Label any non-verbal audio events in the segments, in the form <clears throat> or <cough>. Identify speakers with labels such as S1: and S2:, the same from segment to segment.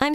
S1: I'm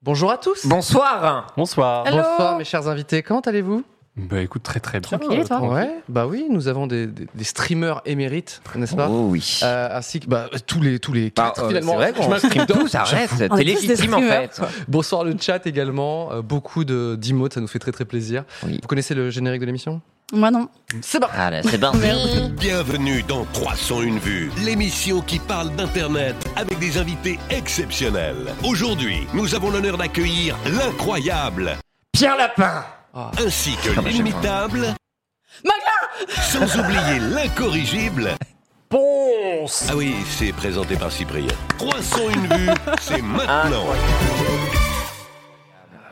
S2: Bonjour à tous.
S3: Bonsoir
S4: Bonsoir.
S2: Bonsoir, mes chers invités. Comment allez-vous
S4: Bah écoute, très très bien.
S3: Tranquille, et toi
S4: Tranquille.
S2: Ouais. Bah oui, nous avons des, des- des streamers émérites, n'est-ce pas
S3: Oh oui.
S2: Euh, Ainsi que bah, tous les tous les
S3: Bah,
S2: quatre
S3: euh, c'est
S2: finalement.
S3: vrai qu'on stream tous, arrête,
S5: On
S3: t'es
S5: est tous des
S3: légitime en
S5: streamers.
S3: fait.
S2: Bonsoir le chat également. Euh, beaucoup de d'emotes, ça nous fait très très plaisir.
S3: Oui.
S2: Vous connaissez le générique de l'émission
S5: Moi non.
S2: C'est bon.
S3: Ah là, c'est bon.
S6: Bienvenue dans 301 vues, l'émission qui parle d'Internet avec des invités exceptionnels. Aujourd'hui, nous avons l'honneur d'accueillir l'incroyable
S3: Pierre Lapin
S6: ainsi que
S3: Ah bah, j'aime
S6: l'inimitable. Sans oublier l'incorrigible.
S4: Ponce
S6: Ah oui, c'est présenté par Cyprien. 301 vues, c'est maintenant.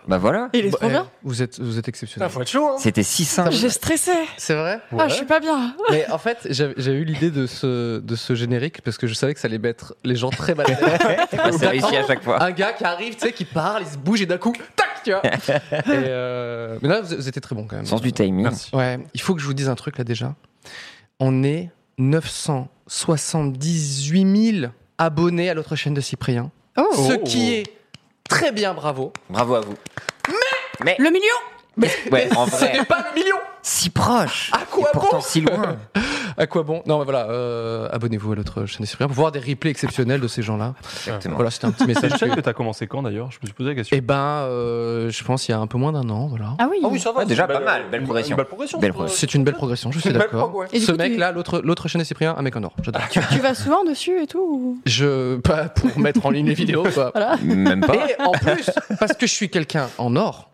S3: Bah voilà,
S5: Il est trop
S2: Eh,
S5: bien.
S2: Vous êtes vous êtes exceptionnel.
S4: faut être chaud, hein
S3: c'était 600.
S5: J'ai stressé.
S2: C'est vrai
S5: Ah, je suis pas bien.
S2: Mais en fait, j'avais j'avais eu l'idée de ce, de ce générique parce que je savais que ça allait mettre les gens très mal à l'aise.
S3: Ah, c'est réussi à chaque fois.
S2: <laughs> un gars qui arrive, tu sais, qui parle, il se bouge et d'un coup, tac,
S3: <laughs>
S2: tu vois. Et, euh, Mais là, vous, vous étiez très bon quand même.
S3: Sens du timing.
S4: Merci.
S2: Ouais, il faut que je vous dise un truc là déjà. On est 978 000 abonnés à l'autre chaîne de Cyprien. Ce
S3: Oh.
S2: qui est très bien, bravo.
S3: Bravo à vous. Mais
S5: Le million
S3: Ouais, en vrai,
S2: Ce n'est pas le million
S3: si proche
S2: À quoi
S3: et pourtant
S2: bon
S3: si loin.
S2: À quoi bon Non, mais voilà, euh, abonnez-vous à l'autre chaîne de Cyprien pour voir des replays exceptionnels de ces gens-là.
S3: Exactement.
S2: Voilà, c'était un
S3: <laughs>
S2: petit
S4: C'est
S2: message.
S4: une chaîne
S2: que-
S4: que t'as commencé quand d'ailleurs Je me suis posé la question.
S2: Eh ben, euh, je pense il y a un peu moins d'un an, voilà.
S5: Ah oui.
S4: ça va.
S3: Ouais, déjà, pas mal, belle progression.
S4: Belle progression.
S3: Belle progression.
S2: C'est une belle progression, je suis
S4: Euh, une belle
S2: d'accord.
S4: prog, ouais.
S5: Et du
S2: Ce
S5: coup, tu-
S2: mec-là, l'autre l'autre chaîne de Cyprien, un mec en or, j'adore. <laughs>
S5: Tu vas souvent dessus et tout
S2: Je pas pour <laughs> mettre en ligne les vidéos quoi.
S3: Même pas.
S2: Et en plus, parce que je suis quelqu'un en or,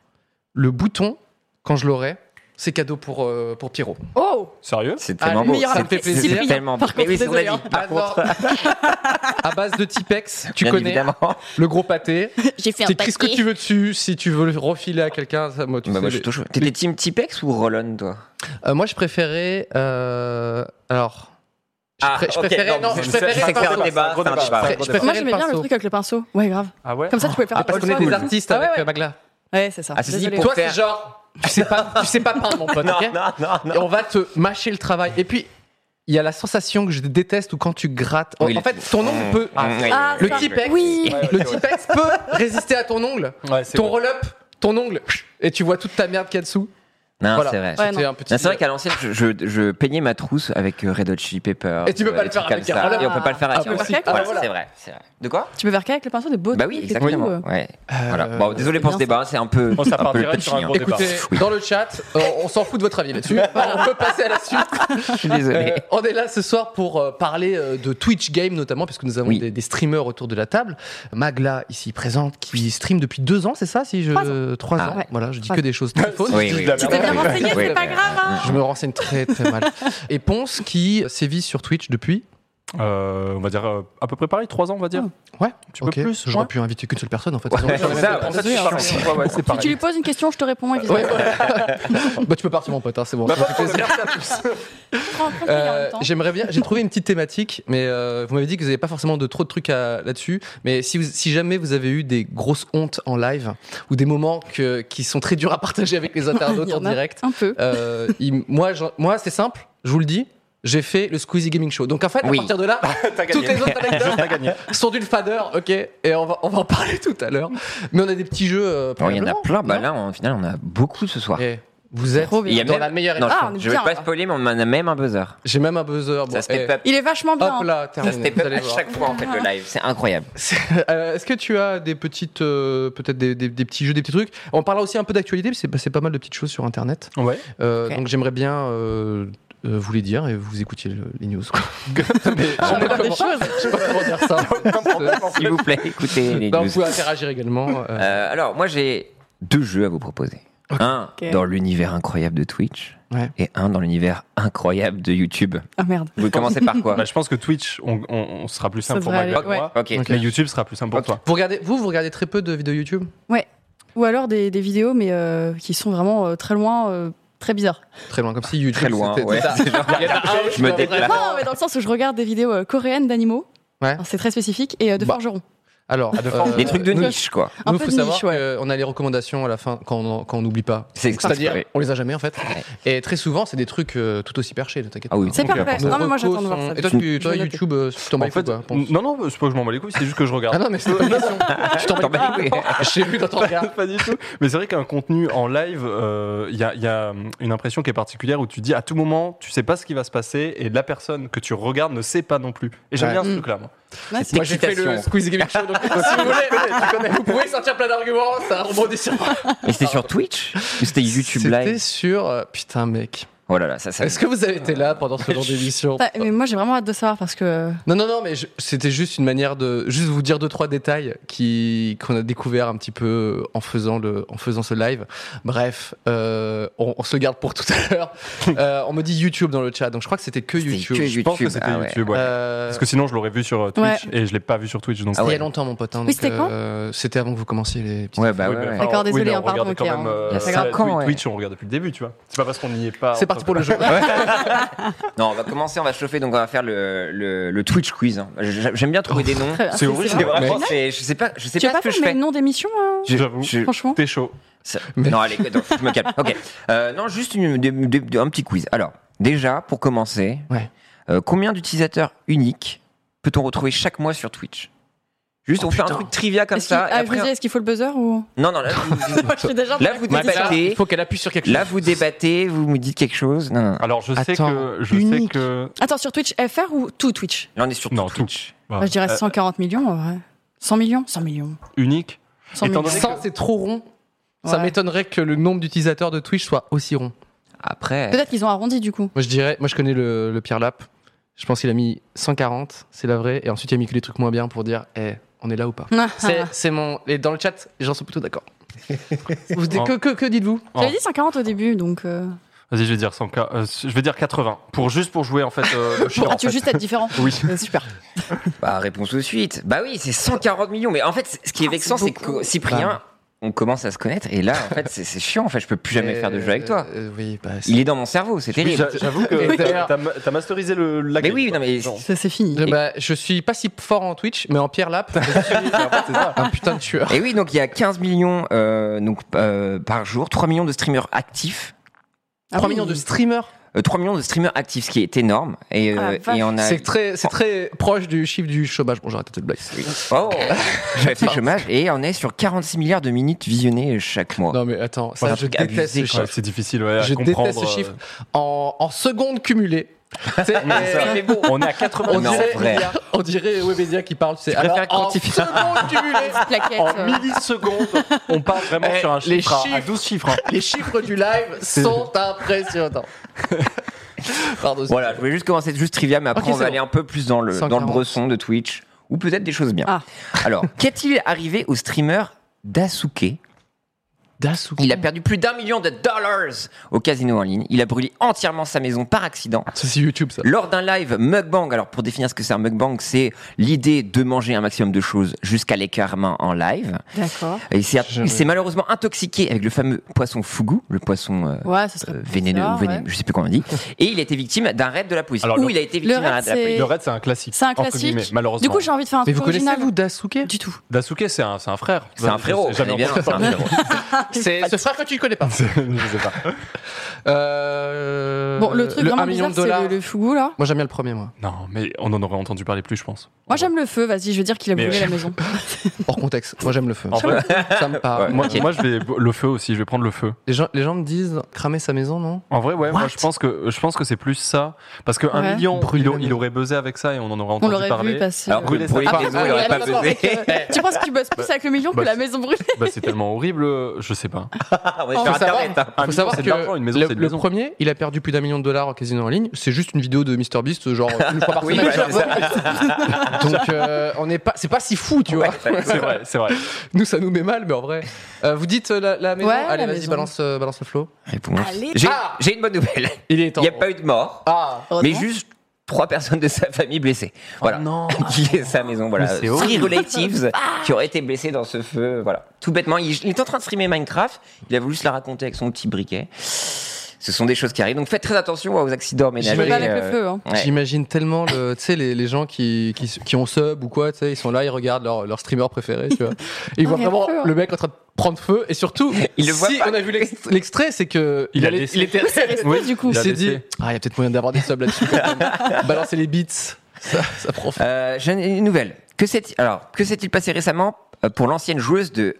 S2: le bouton quand je l'aurai, c'est cadeau pour euh, pour Pierrot.
S5: Oh
S4: Sérieux
S3: C'est
S2: Ah,
S3: tellement
S2: le
S3: beau.
S2: meilleur
S3: c'est-
S2: me fait
S3: c'est
S2: plaisir.
S3: tellement beau.
S5: Par
S3: Mais oui,
S5: contre,
S3: c'est mon
S5: désolé,
S3: avis.
S5: hein.
S3: Par contre,
S2: <laughs> à base de Tipex, tu
S3: bien
S2: connais
S3: <laughs> évidemment. Bah,
S2: le gros pâté.
S5: J'ai fait un
S2: T'écris ce que tu
S5: paquet.
S2: veux dessus, si tu veux le refiler à quelqu'un, ça, moi tu
S3: Bah,
S2: sais,
S3: moi, je suis
S2: les-
S3: tout chaud. T'étais team Tipex ou Rollon, toi
S2: Euh, moi je préférais euh, alors je, pré- je
S3: Ah, ok,
S2: préférais
S3: mais
S2: non,
S3: c'est-
S2: je
S3: c'est-
S2: préférais
S3: c'est
S2: le
S3: un
S2: pinceau.
S3: débat, c'est un débat.
S2: Je préférais
S5: Moi
S2: le
S5: j'aimais bien le
S2: pinceau.
S5: truc avec le pinceau. Ouais, grave.
S4: Ah ouais
S5: Comme ça tu pouvais faire
S2: Ah, parce qu'on est des artistes
S5: Ah ouais,
S2: avec
S5: ouais.
S2: euh, Magla.
S5: Ouais, c'est ça.
S3: Ah, ceci dit,
S5: Désolée.
S3: pour-
S2: Toi c'est
S3: faire-
S2: genre tu sais pas tu sais pas peindre mon pote.
S3: Non,
S2: ok
S3: non, non,
S2: Et
S3: non.
S2: on va te mâcher le travail. Et puis, il y a la sensation que je déteste où quand tu grattes.
S3: Oui,
S2: en
S3: il-
S2: fait, ton ongle peut.
S5: Ah,
S2: le
S5: ça.
S2: Tipex.
S5: Oui.
S2: Le Tipex peut résister à ton ongle.
S4: Ouais, c'est
S2: Ton
S4: vrai.
S2: roll-up, ton ongle. Et tu vois toute ta merde qu'il y a dessous.
S3: Non,
S2: Voilà.
S3: c'est vrai.
S5: Ouais,
S2: C'était
S5: non.
S2: un petit.
S3: Non, Bah, c'est vrai qu'à l'ancienne, je, je, je peignais ma trousse avec euh, Red Hot Chili euh, Pepper.
S2: Et tu peux pas le faire avec un roll-up.
S3: Et on peut pas le faire avec
S2: Ah,
S3: un
S2: bah,
S5: si.
S3: roll-up. Voilà,
S2: Ah, voilà.
S3: c'est vrai, c'est vrai. De quoi
S5: Tu peux faire qu'avec le pinceau des beaux
S3: Bah oui,
S5: trucs et
S3: exactement.
S5: tout, euh.
S3: Ouais.
S2: Euh,
S3: Voilà. Bon, désolé pour ce
S5: bien
S3: débat, hein, c'est un peu,
S4: Oh, ça
S3: un
S4: part
S3: peu le
S4: direct
S3: touchy.
S4: sur un
S3: hein.
S4: gros débat.
S2: Écoutez, dans le chat, euh, on s'en fout de votre avis
S5: <laughs>
S2: là-dessus. On peut passer à la suite.
S3: Je suis désolé. <laughs>
S2: Euh, <laughs> on est là ce soir pour euh, parler euh, de Twitch Game notamment, parce que nous avons
S3: Oui.
S2: des, des streamers autour de la table. Magla, ici présente, qui stream depuis deux ans, c'est ça si je...
S5: Trois
S2: Trois
S3: Ah.
S2: ans. Voilà, je dis
S5: Trois
S2: que
S5: ans.
S2: des choses
S5: <laughs>
S2: très fausses.
S3: Oui, oui.
S5: Tu t'es bien renseigné,
S3: Oui.
S5: c'est pas grave. hein.
S2: Je me renseigne très très mal. Et Ponce qui sévit sur Twitch depuis.
S4: Euh, on va dire euh, à peu près pareil, 3 ans, on va dire.
S2: Ah, Ouais,
S4: Tu peux plus,
S2: J'aurais
S4: ouais.
S2: pu inviter qu'une seule personne en fait.
S3: Ouais,
S2: Ils ont-
S3: c'est <laughs> ça, en fait, c'est chiant. Ouais, ouais, c'est
S5: Si tu
S3: pareil.
S5: lui poses une question, je te réponds. évidemment.
S2: Ouais, voilà. <laughs> bah, tu peux partir mon pote, hein, c'est bon. ça me fait plaisir.
S5: Je te rencontre, il y a un
S2: Euh,
S5: temps.
S2: J'aimerais bien. J'ai trouvé une petite thématique, mais euh, vous m'avez dit que vous n'avez pas forcément de trop de trucs à- là-dessus. Mais si, vous- si jamais vous avez eu des grosses hontes en live ou des moments que- qui sont très durs à partager avec
S5: <laughs>
S2: les
S5: Il
S2: internautes
S5: y
S2: en
S5: en a
S2: direct,
S5: Un peu.
S2: Euh, il- moi, je- moi c'est simple, je vous le dis. J'ai fait le Squeezie Gaming Show. Donc en fait, à
S3: Oui.
S2: partir de là, toutes les
S3: <laughs>
S2: autres
S4: T'as
S2: anecdotes
S4: gagné.
S2: sont d'une fadeur, ok. Et on va, on va en parler tout à l'heure. Mais on a des petits jeux. euh,
S3: Bon, Il y en a
S2: probablement,
S3: plein. Bah
S2: non
S3: là, en final, on a beaucoup ce soir.
S2: Eh, vous êtes
S5: Trop bien.
S3: Il y a
S2: dans
S3: même-
S2: la meilleure.
S3: Non,
S2: époque.
S5: Ah, on
S3: je,
S5: est
S3: je vais
S5: bien,
S3: pas
S5: là.
S3: spoiler, mais on en a même un buzzer.
S2: J'ai même un buzzer. bon,
S3: Ça
S2: eh,
S3: step up.
S5: Il est vachement bien.
S2: Hop là,
S3: Ça
S2: terminé.
S3: step
S2: Vous
S3: up
S2: allez
S3: à
S2: voir.
S3: chaque fois, en fait, le live.
S2: <laughs>
S3: C'est incroyable.
S2: Euh, Est-ce que tu as des petites, euh, peut-être des, des- des petits jeux, des petits trucs On parlera aussi un peu d'actualité, parce que c'est- c'est pas mal de petites choses sur Internet.
S4: Ouais.
S2: Euh,
S3: Ok.
S2: Donc j'aimerais bien euh, euh, vous les dire et vous écoutiez le- les news. <laughs> quoi.
S5: On va faire des choses.
S2: <laughs> Je sais pas comment dire ça.
S3: S'il vous plaît, écoutez les
S2: Non,
S3: news.
S2: vous pouvez interagir également. euh,
S3: Euh, alors, moi, j'ai deux jeux à vous proposer. Un
S5: Ok.
S3: dans l'univers incroyable de Twitch
S2: Ouais.
S3: et un dans l'univers incroyable de YouTube.
S5: Ah merde.
S3: Vous commencez par quoi
S4: Bah, je pense que Twitch, on, on- on sera plus
S5: Ça
S4: simple pour
S5: devrait
S4: Magla
S5: aller,
S4: que moi.
S3: Ok.
S2: Ok.
S4: Mais YouTube sera plus simple pour toi.
S2: Vous, regardez, vous, vous regardez très peu de vidéos YouTube
S5: Ou alors des, des vidéos, mais euh, qui sont vraiment euh, très loin, euh, très bizarres.
S2: Très loin, comme si YouTube.
S3: Très loin,
S2: c'était- Ah,
S3: ouais.
S2: <laughs> c'était ça.
S3: <laughs> C'est genre-
S2: Il y en a un où
S3: Je me
S2: dois
S3: déplace.
S2: vraiment-
S5: Non, mais dans le sens où je regarde des vidéos euh, coréennes d'animaux.
S2: Ouais.
S5: Alors, C'est très spécifique. Et euh, de
S2: Bah.
S5: forgerons.
S2: Alors, euh,
S4: Ah, de forme.
S3: Les trucs de
S2: nous-
S3: niche, quoi.
S5: Un
S2: Nous,
S5: peu
S2: faut
S5: de
S2: savoir
S5: niche, ouais.
S2: qu'on a les recommandations à la fin quand on, quand on n'oublie pas.
S3: C'est
S2: C'est-à-dire,
S3: extraordinaire.
S2: on les a jamais en fait. Et très souvent, c'est des trucs euh, tout aussi perchés, ne t'inquiète
S3: Ah oui,
S5: C'est
S3: Ok,
S5: parfait.
S3: pour ça.
S5: Non, mais moi
S2: Recos
S5: j'attends de voir
S2: sont-
S5: ça.
S2: euh, Et toi,
S5: Je
S2: tu-
S5: vais
S2: toi,
S5: noter.
S2: YouTube, euh, tu t'en bats
S4: En
S2: les couilles,
S4: fait,
S2: quoi, pense.
S4: non, non, c'est pas que je m'en bats les couilles, c'est juste que je regarde. <laughs>
S2: Ah non, mais c'est pas une <laughs> question. <laughs> Je t'en
S3: T'en
S2: bats
S3: bats les couilles.
S2: les couilles. J'ai vu dans ton regard.
S4: pas du tout. Mais c'est vrai qu'un contenu en live, euh, il y, a, il y a hum, une impression qui est particulière où tu dis à tout moment, tu sais pas ce qui va se passer et la personne que tu regardes ne sait pas non plus. Et j'aime
S2: Ouais. Mm.
S4: bien ce truc-là. moi.
S5: Ouais,
S3: C'est
S5: c'est-
S2: Moi, j'ai fait le
S3: excitation.
S2: Squeeze Gaming Show, <laughs> donc si vous voulez, vous pouvez sortir plein d'arguments, ça rebondit sur moi.
S3: Et c'était sur Twitch Ou c'était YouTube
S2: C'était
S3: Live
S2: sur. euh, Putain, mec.
S3: Oh là là, ça, ça.
S2: Est-ce que vous avez été là pendant ce <laughs> genre d'émission
S5: Putain, Mais moi j'ai vraiment hâte de savoir parce que.
S2: Non, non, non, mais je- c'était juste une manière de juste vous dire deux trois détails qui qu'on a découvert un petit peu euh, en faisant le en faisant ce live. Bref, euh, on, on se garde pour tout à
S3: <laughs>
S2: l'heure. Euh, on me dit YouTube dans le chat, donc je crois que c'était que
S3: C'était
S2: YouTube.
S3: que
S4: Je pense que
S3: YouTube,
S4: c'était
S3: ah ouais.
S4: YouTube, ouais.
S2: Euh,
S4: Parce que sinon, je l'aurais vu sur euh, Twitch et je l'ai pas vu sur Twitch. Donc
S3: Ah
S2: c'était
S3: ouais.
S2: il y a longtemps, mon pote. hein,
S5: Oui,
S2: donc,
S5: c'était quand
S2: euh, C'était avant que vous commenciez les petites.
S3: Ouais, bah
S4: Oui,
S3: ouais.
S4: mais
S3: ouais.
S4: enfin,
S5: D'accord, désolé,
S4: oui, mais
S5: hein,
S4: on regardait
S5: pardon,
S4: quand
S5: ok,
S4: même,
S5: hein.
S4: euh,
S3: Il y a
S4: Twitch,
S3: cinq ans, ouais.
S4: Twitch, on regardait depuis le début, tu vois. C'est pas parce qu'on n'y est pas.
S2: C'est
S4: on
S2: parti
S4: peut
S2: pour
S3: <laughs>
S2: le jeu.
S3: Non, on va commencer, on va chauffer, donc on va faire le, le, le Twitch quiz. hein. J'a- J'aime bien trouver des noms.
S5: Oh. Très bien.
S4: C'est horrible.
S3: C'est vraiment,
S4: Mais-
S3: c'est- je sais pas, je sais
S5: Tu as
S3: pas
S5: pas
S3: ce que
S5: fait
S3: je
S5: mes
S3: fais.
S5: noms d'émission hein
S3: Je-
S4: J'avoue.
S3: je-
S5: Franchement.
S4: T'es chaud.
S3: ça-
S2: Mais-
S3: Non, allez, attends, je me calme. Ok. Euh, non, juste une- des- des- un petit quiz. Alors, déjà, pour commencer,
S2: Ouais.
S3: euh, combien d'utilisateurs uniques peut-on retrouver chaque mois sur Twitch Juste,
S2: Oh,
S3: on fait un
S2: putain.
S3: truc trivia comme
S5: Est-ce qu'il-
S3: ça. et
S5: Ah, je
S3: après-
S5: me disais, est-ce qu'il faut le buzzer ou.
S3: Non, non, là,
S5: <laughs>
S3: vous,
S5: Moi je suis déjà.
S3: là, vous
S2: Ouais, mais là,
S3: débattez.
S2: il faut qu'elle appuie sur quelque chose.
S3: Là, vous débattez, vous me dites quelque chose. Non, non, non.
S4: Alors, je sais
S2: Attends,
S4: que. Je sais
S2: unique.
S4: que.
S5: Attends, sur Twitch FR ou tout Twitch
S3: Là, on est sur
S4: Non, tout.
S3: Twitch.
S5: Moi, Je dirais
S4: Euh,
S5: 140 millions en vrai. 100 millions 100 millions.
S4: unique.
S5: 100 millions.
S4: Étant donné
S2: Ça, c'est trop rond. Ça
S5: Ouais.
S2: m'étonnerait que le nombre d'utilisateurs de Twitch soit aussi rond.
S3: Après,
S5: Peut-être qu'ils ont arrondi du coup.
S2: Moi je dirais, moi je connais le, le Pierre Lap. Je pense qu'il a mis 140, c'est la vraie. Et ensuite il a mis que les trucs moins bien pour dire, eh, on est là ou pas.
S5: Ah.
S2: C'est, c'est mon. Et dans le chat, les gens sont plutôt d'accord. Vous dites- que que, que dites-vous
S5: <laughs> J'avais dit 140 au début, donc. euh,
S4: Oh, Vas-y, je vais dire 100 je vais dire 80. Pour juste pour jouer en fait euh, le chien.
S5: Ah,
S4: en
S5: tu veux
S4: fait.
S5: juste être différent
S4: Oui.
S5: Euh, Super.
S3: bah, réponse tout de suite. Bah oui, c'est 140 millions. Mais en fait, c- ce qui est
S5: Ah,
S3: vexant, c'est que Cyprien,
S2: Bah.
S3: on commence à se connaître. Et là, en fait, c'est c'est chiant. En fait, je peux plus jamais faire de jeu avec toi.
S2: Euh, euh, oui, bah, c'est-
S3: Il est dans mon cerveau, c'est
S4: Oui,
S3: terrible.
S4: j'a- J'avoue que
S2: Et
S4: t'as-
S2: d'ailleurs-
S4: t'as ma- t'as masterisé le la
S3: Mais
S4: game,
S3: oui,
S4: quoi.
S3: non, mais-
S4: Genre.
S5: Ça, c'est fini.
S2: Je- bah, je suis pas si fort en Twitch, mais en Pierre Lap, je
S3: <laughs>
S2: suis un putain de tueur.
S3: Et Eh oui, donc il y a 15 millions euh, donc, euh, par jour, 3 millions de streamers actifs.
S5: Ah
S2: 3
S5: oui.
S2: millions de streamers,
S3: Euh, 3 millions de streamers actifs, ce qui est énorme. Et,
S5: Ah,
S3: euh,
S5: vache.
S3: et on a.
S2: c'est très, c'est très proche du chiffre du chômage. Bon, j'arrête cette blague.
S3: Oui. Oh <laughs> J'avais fait le chômage. Et on est sur 46 milliards de minutes visionnées chaque mois.
S2: Non mais attends,
S3: Ouais,
S2: ça,
S3: un
S2: je
S3: truc
S2: déteste
S3: abusé,
S2: ce
S3: quoi.
S4: Ouais,
S2: chiffre.
S4: c'est difficile ouais, à
S2: Je
S4: comprendre.
S2: déteste ce
S4: euh,
S2: chiffres. En, en secondes cumulées. C'est-
S4: c'est ça.
S2: Oui, mais bon,
S4: On est à 80
S2: On
S3: Non,
S2: dirait,
S3: vrai.
S2: on dirait Webedia qui parle, c'est
S3: préfères
S2: alors, en
S3: quantifier.
S2: secondes cumulées, <laughs>
S5: Plaquettes,
S4: En
S5: euh,
S4: millisecondes, on parle vraiment
S2: Eh,
S4: sur un
S2: les
S4: chiffre à- à
S2: chiffres.
S4: 12 chiffres. hein.
S2: Les chiffres du live sont impressionnants. Pardon.
S3: Voilà, je voulais juste commencer juste trivia, mais après
S2: Ok,
S3: on va
S2: c'est
S3: aller un peu plus dans le, dans le
S2: 140.
S3: bresson de Twitch, ou peut-être des choses bien.
S5: Ah. <laughs>
S3: Alors, qu'est-il arrivé au streamer Dasuke
S2: Dasuke.
S5: Mm.
S3: Il a perdu plus d'un million de dollars au casino en ligne. Il a brûlé entièrement sa maison par accident.
S2: Ça, c'est YouTube, ça.
S3: Lors d'un live mukbang, alors pour définir ce que c'est un mukbang, c'est l'idée de manger un maximum de choses jusqu'à l'écœurement en live.
S5: D'accord.
S3: Et Il s'est
S2: Jamais.
S3: il s'est malheureusement intoxiqué avec le fameux poisson fugu, le poisson euh,
S5: Ouais, ça serait.
S3: euh, vénéneux,
S5: bizarre,
S3: ou vénéneux,
S5: ouais.
S3: je sais plus comment on dit. Et il a été victime d'un raid de la police.
S4: Alors,
S3: Ou
S4: le-
S3: il a été victime d'un
S5: raid,
S3: raid de la police.
S5: Et-
S4: Le raid, c'est un classique.
S5: C'est un
S4: entre
S5: classique.
S4: guillemets, Malheureusement.
S5: Du coup, j'ai envie de faire un
S2: Mais
S5: truc
S2: vous connaissez,
S5: original.
S2: vous, Dasuke
S5: Du tout.
S4: Dasuke, c'est un, c'est un frère.
S3: C'est un frérot,
S4: J'ai jamais
S3: on est bien,
S4: <laughs> entendu
S3: c'est un
S4: parler.
S2: C'est ce frère que tu ne connais pas.
S4: Je sais pas.
S2: Euh,
S5: Bon, le truc
S2: un
S5: vraiment
S2: million
S5: bizarre,
S2: de
S5: c'est
S2: dollars.
S5: le, le fugu là.
S2: Moi, j'aime bien le premier, moi.
S4: Non, mais on en aurait entendu parler plus, je pense.
S5: Moi, j'aime le feu. Vas-y, je veux dire qu'il a
S4: Mais
S5: brûlé
S4: euh,
S5: la maison.
S2: Hors contexte. Moi, j'aime le feu.
S4: En fait,
S2: Ça me parle.
S3: Ouais.
S4: moi,
S3: Ok.
S4: moi, je vais le feu aussi. Je vais prendre le feu.
S2: Les, gens, les gens me disent cramer sa maison, non
S4: En vrai, ouais, moi
S2: What
S4: je pense que je pense que c'est plus ça parce que un
S5: Ouais.
S4: million,
S2: Brûler
S4: il, a-
S2: la
S4: il
S2: maison.
S4: aurait buzzé avec ça et on en aurait
S5: On
S4: entendu
S5: l'aurait
S4: parler.
S5: vu passer.
S3: Alors que
S4: Brûler
S3: brûler
S4: sa
S3: sa
S4: part.
S3: maison,
S5: Ah,
S3: il
S5: ouais,
S3: aurait pas
S5: d'accord,
S3: pesé.
S5: avec, euh, tu penses que tu bosses plus avec le million que
S4: Bah,
S5: la
S4: c'est-
S5: maison brûlée
S4: Bah, c'est tellement horrible. Je sais
S5: <laughs>
S4: sais pas.
S3: Ah, on est
S5: Oh.
S3: sur
S5: Faut savoir-
S3: internet. hein.
S4: Un
S2: faut
S4: million,
S2: savoir
S4: c'est
S2: que
S4: de l'argent, une maison,
S2: le,
S4: c'est une
S2: le
S4: maison.
S2: premier, il a perdu plus d'un million de dollars au casino en ligne. C'est juste une vidéo de MrBeast,
S4: <laughs>
S2: genre une fois par
S3: Oui,
S2: semaine.
S3: voilà, c'est
S2: <laughs> Donc euh, on n'est pas, c'est pas si fou, tu vois.
S4: C'est vrai, c'est vrai.
S2: <laughs> Nous, ça nous met mal, mais en vrai. Euh, vous dites euh, la, la maison.
S5: Ouais,
S2: Allez,
S5: la
S2: vas-y,
S5: maison.
S2: balance, euh, balance le flow.
S3: Réponse.
S5: Allez.
S3: J'ai
S2: Ah
S3: j'ai une bonne nouvelle.
S2: Il est temps.
S3: Il n'y a pas eu de mort,
S2: Ah.
S3: mais juste trois personnes de sa famille blessées. Voilà.
S4: non.
S3: <laughs> Qui est sa maison, voilà.
S4: Mais c'est
S3: Three
S5: <laughs>
S3: relatives
S5: Ah
S3: qui auraient été blessés dans ce feu, voilà. Tout bêtement, il, il est en train de streamer Minecraft, il a voulu se la raconter avec son petit briquet. Ce sont des choses qui arrivent, donc faites très attention aux accidents ménagers.
S2: vais
S5: pas avec
S3: euh,
S5: le feu. Hein.
S3: ouais.
S2: J'imagine tellement le, tu sais, les, les gens qui, qui, qui ont sub ou quoi, tu sais, ils sont là, ils regardent leur, leur streamer préféré,
S5: <laughs>
S2: tu vois. Et ils
S5: Ah,
S2: voient
S5: il y a le
S2: vraiment
S5: feu, hein.
S2: le mec en train de prendre feu. Et surtout,
S3: Il le voit
S2: si
S3: pas.
S2: on a vu
S3: <laughs>
S2: l'ex- l'extrait, c'est que
S4: Il a
S2: allait-
S4: laissé.
S2: il <laughs> était
S4: Oui,
S5: du coup.
S2: Il
S4: a
S2: s'est dit,
S4: laissé.
S2: ah, il y a peut-être moyen d'avoir des subs là-dessus. quand même. Balancer les beats, ça, ça prend
S5: Ah,
S2: feu.
S3: Euh, J'ai une nouvelle. Que s'est- alors que s'est-il passé récemment euh, pour l'ancienne joueuse de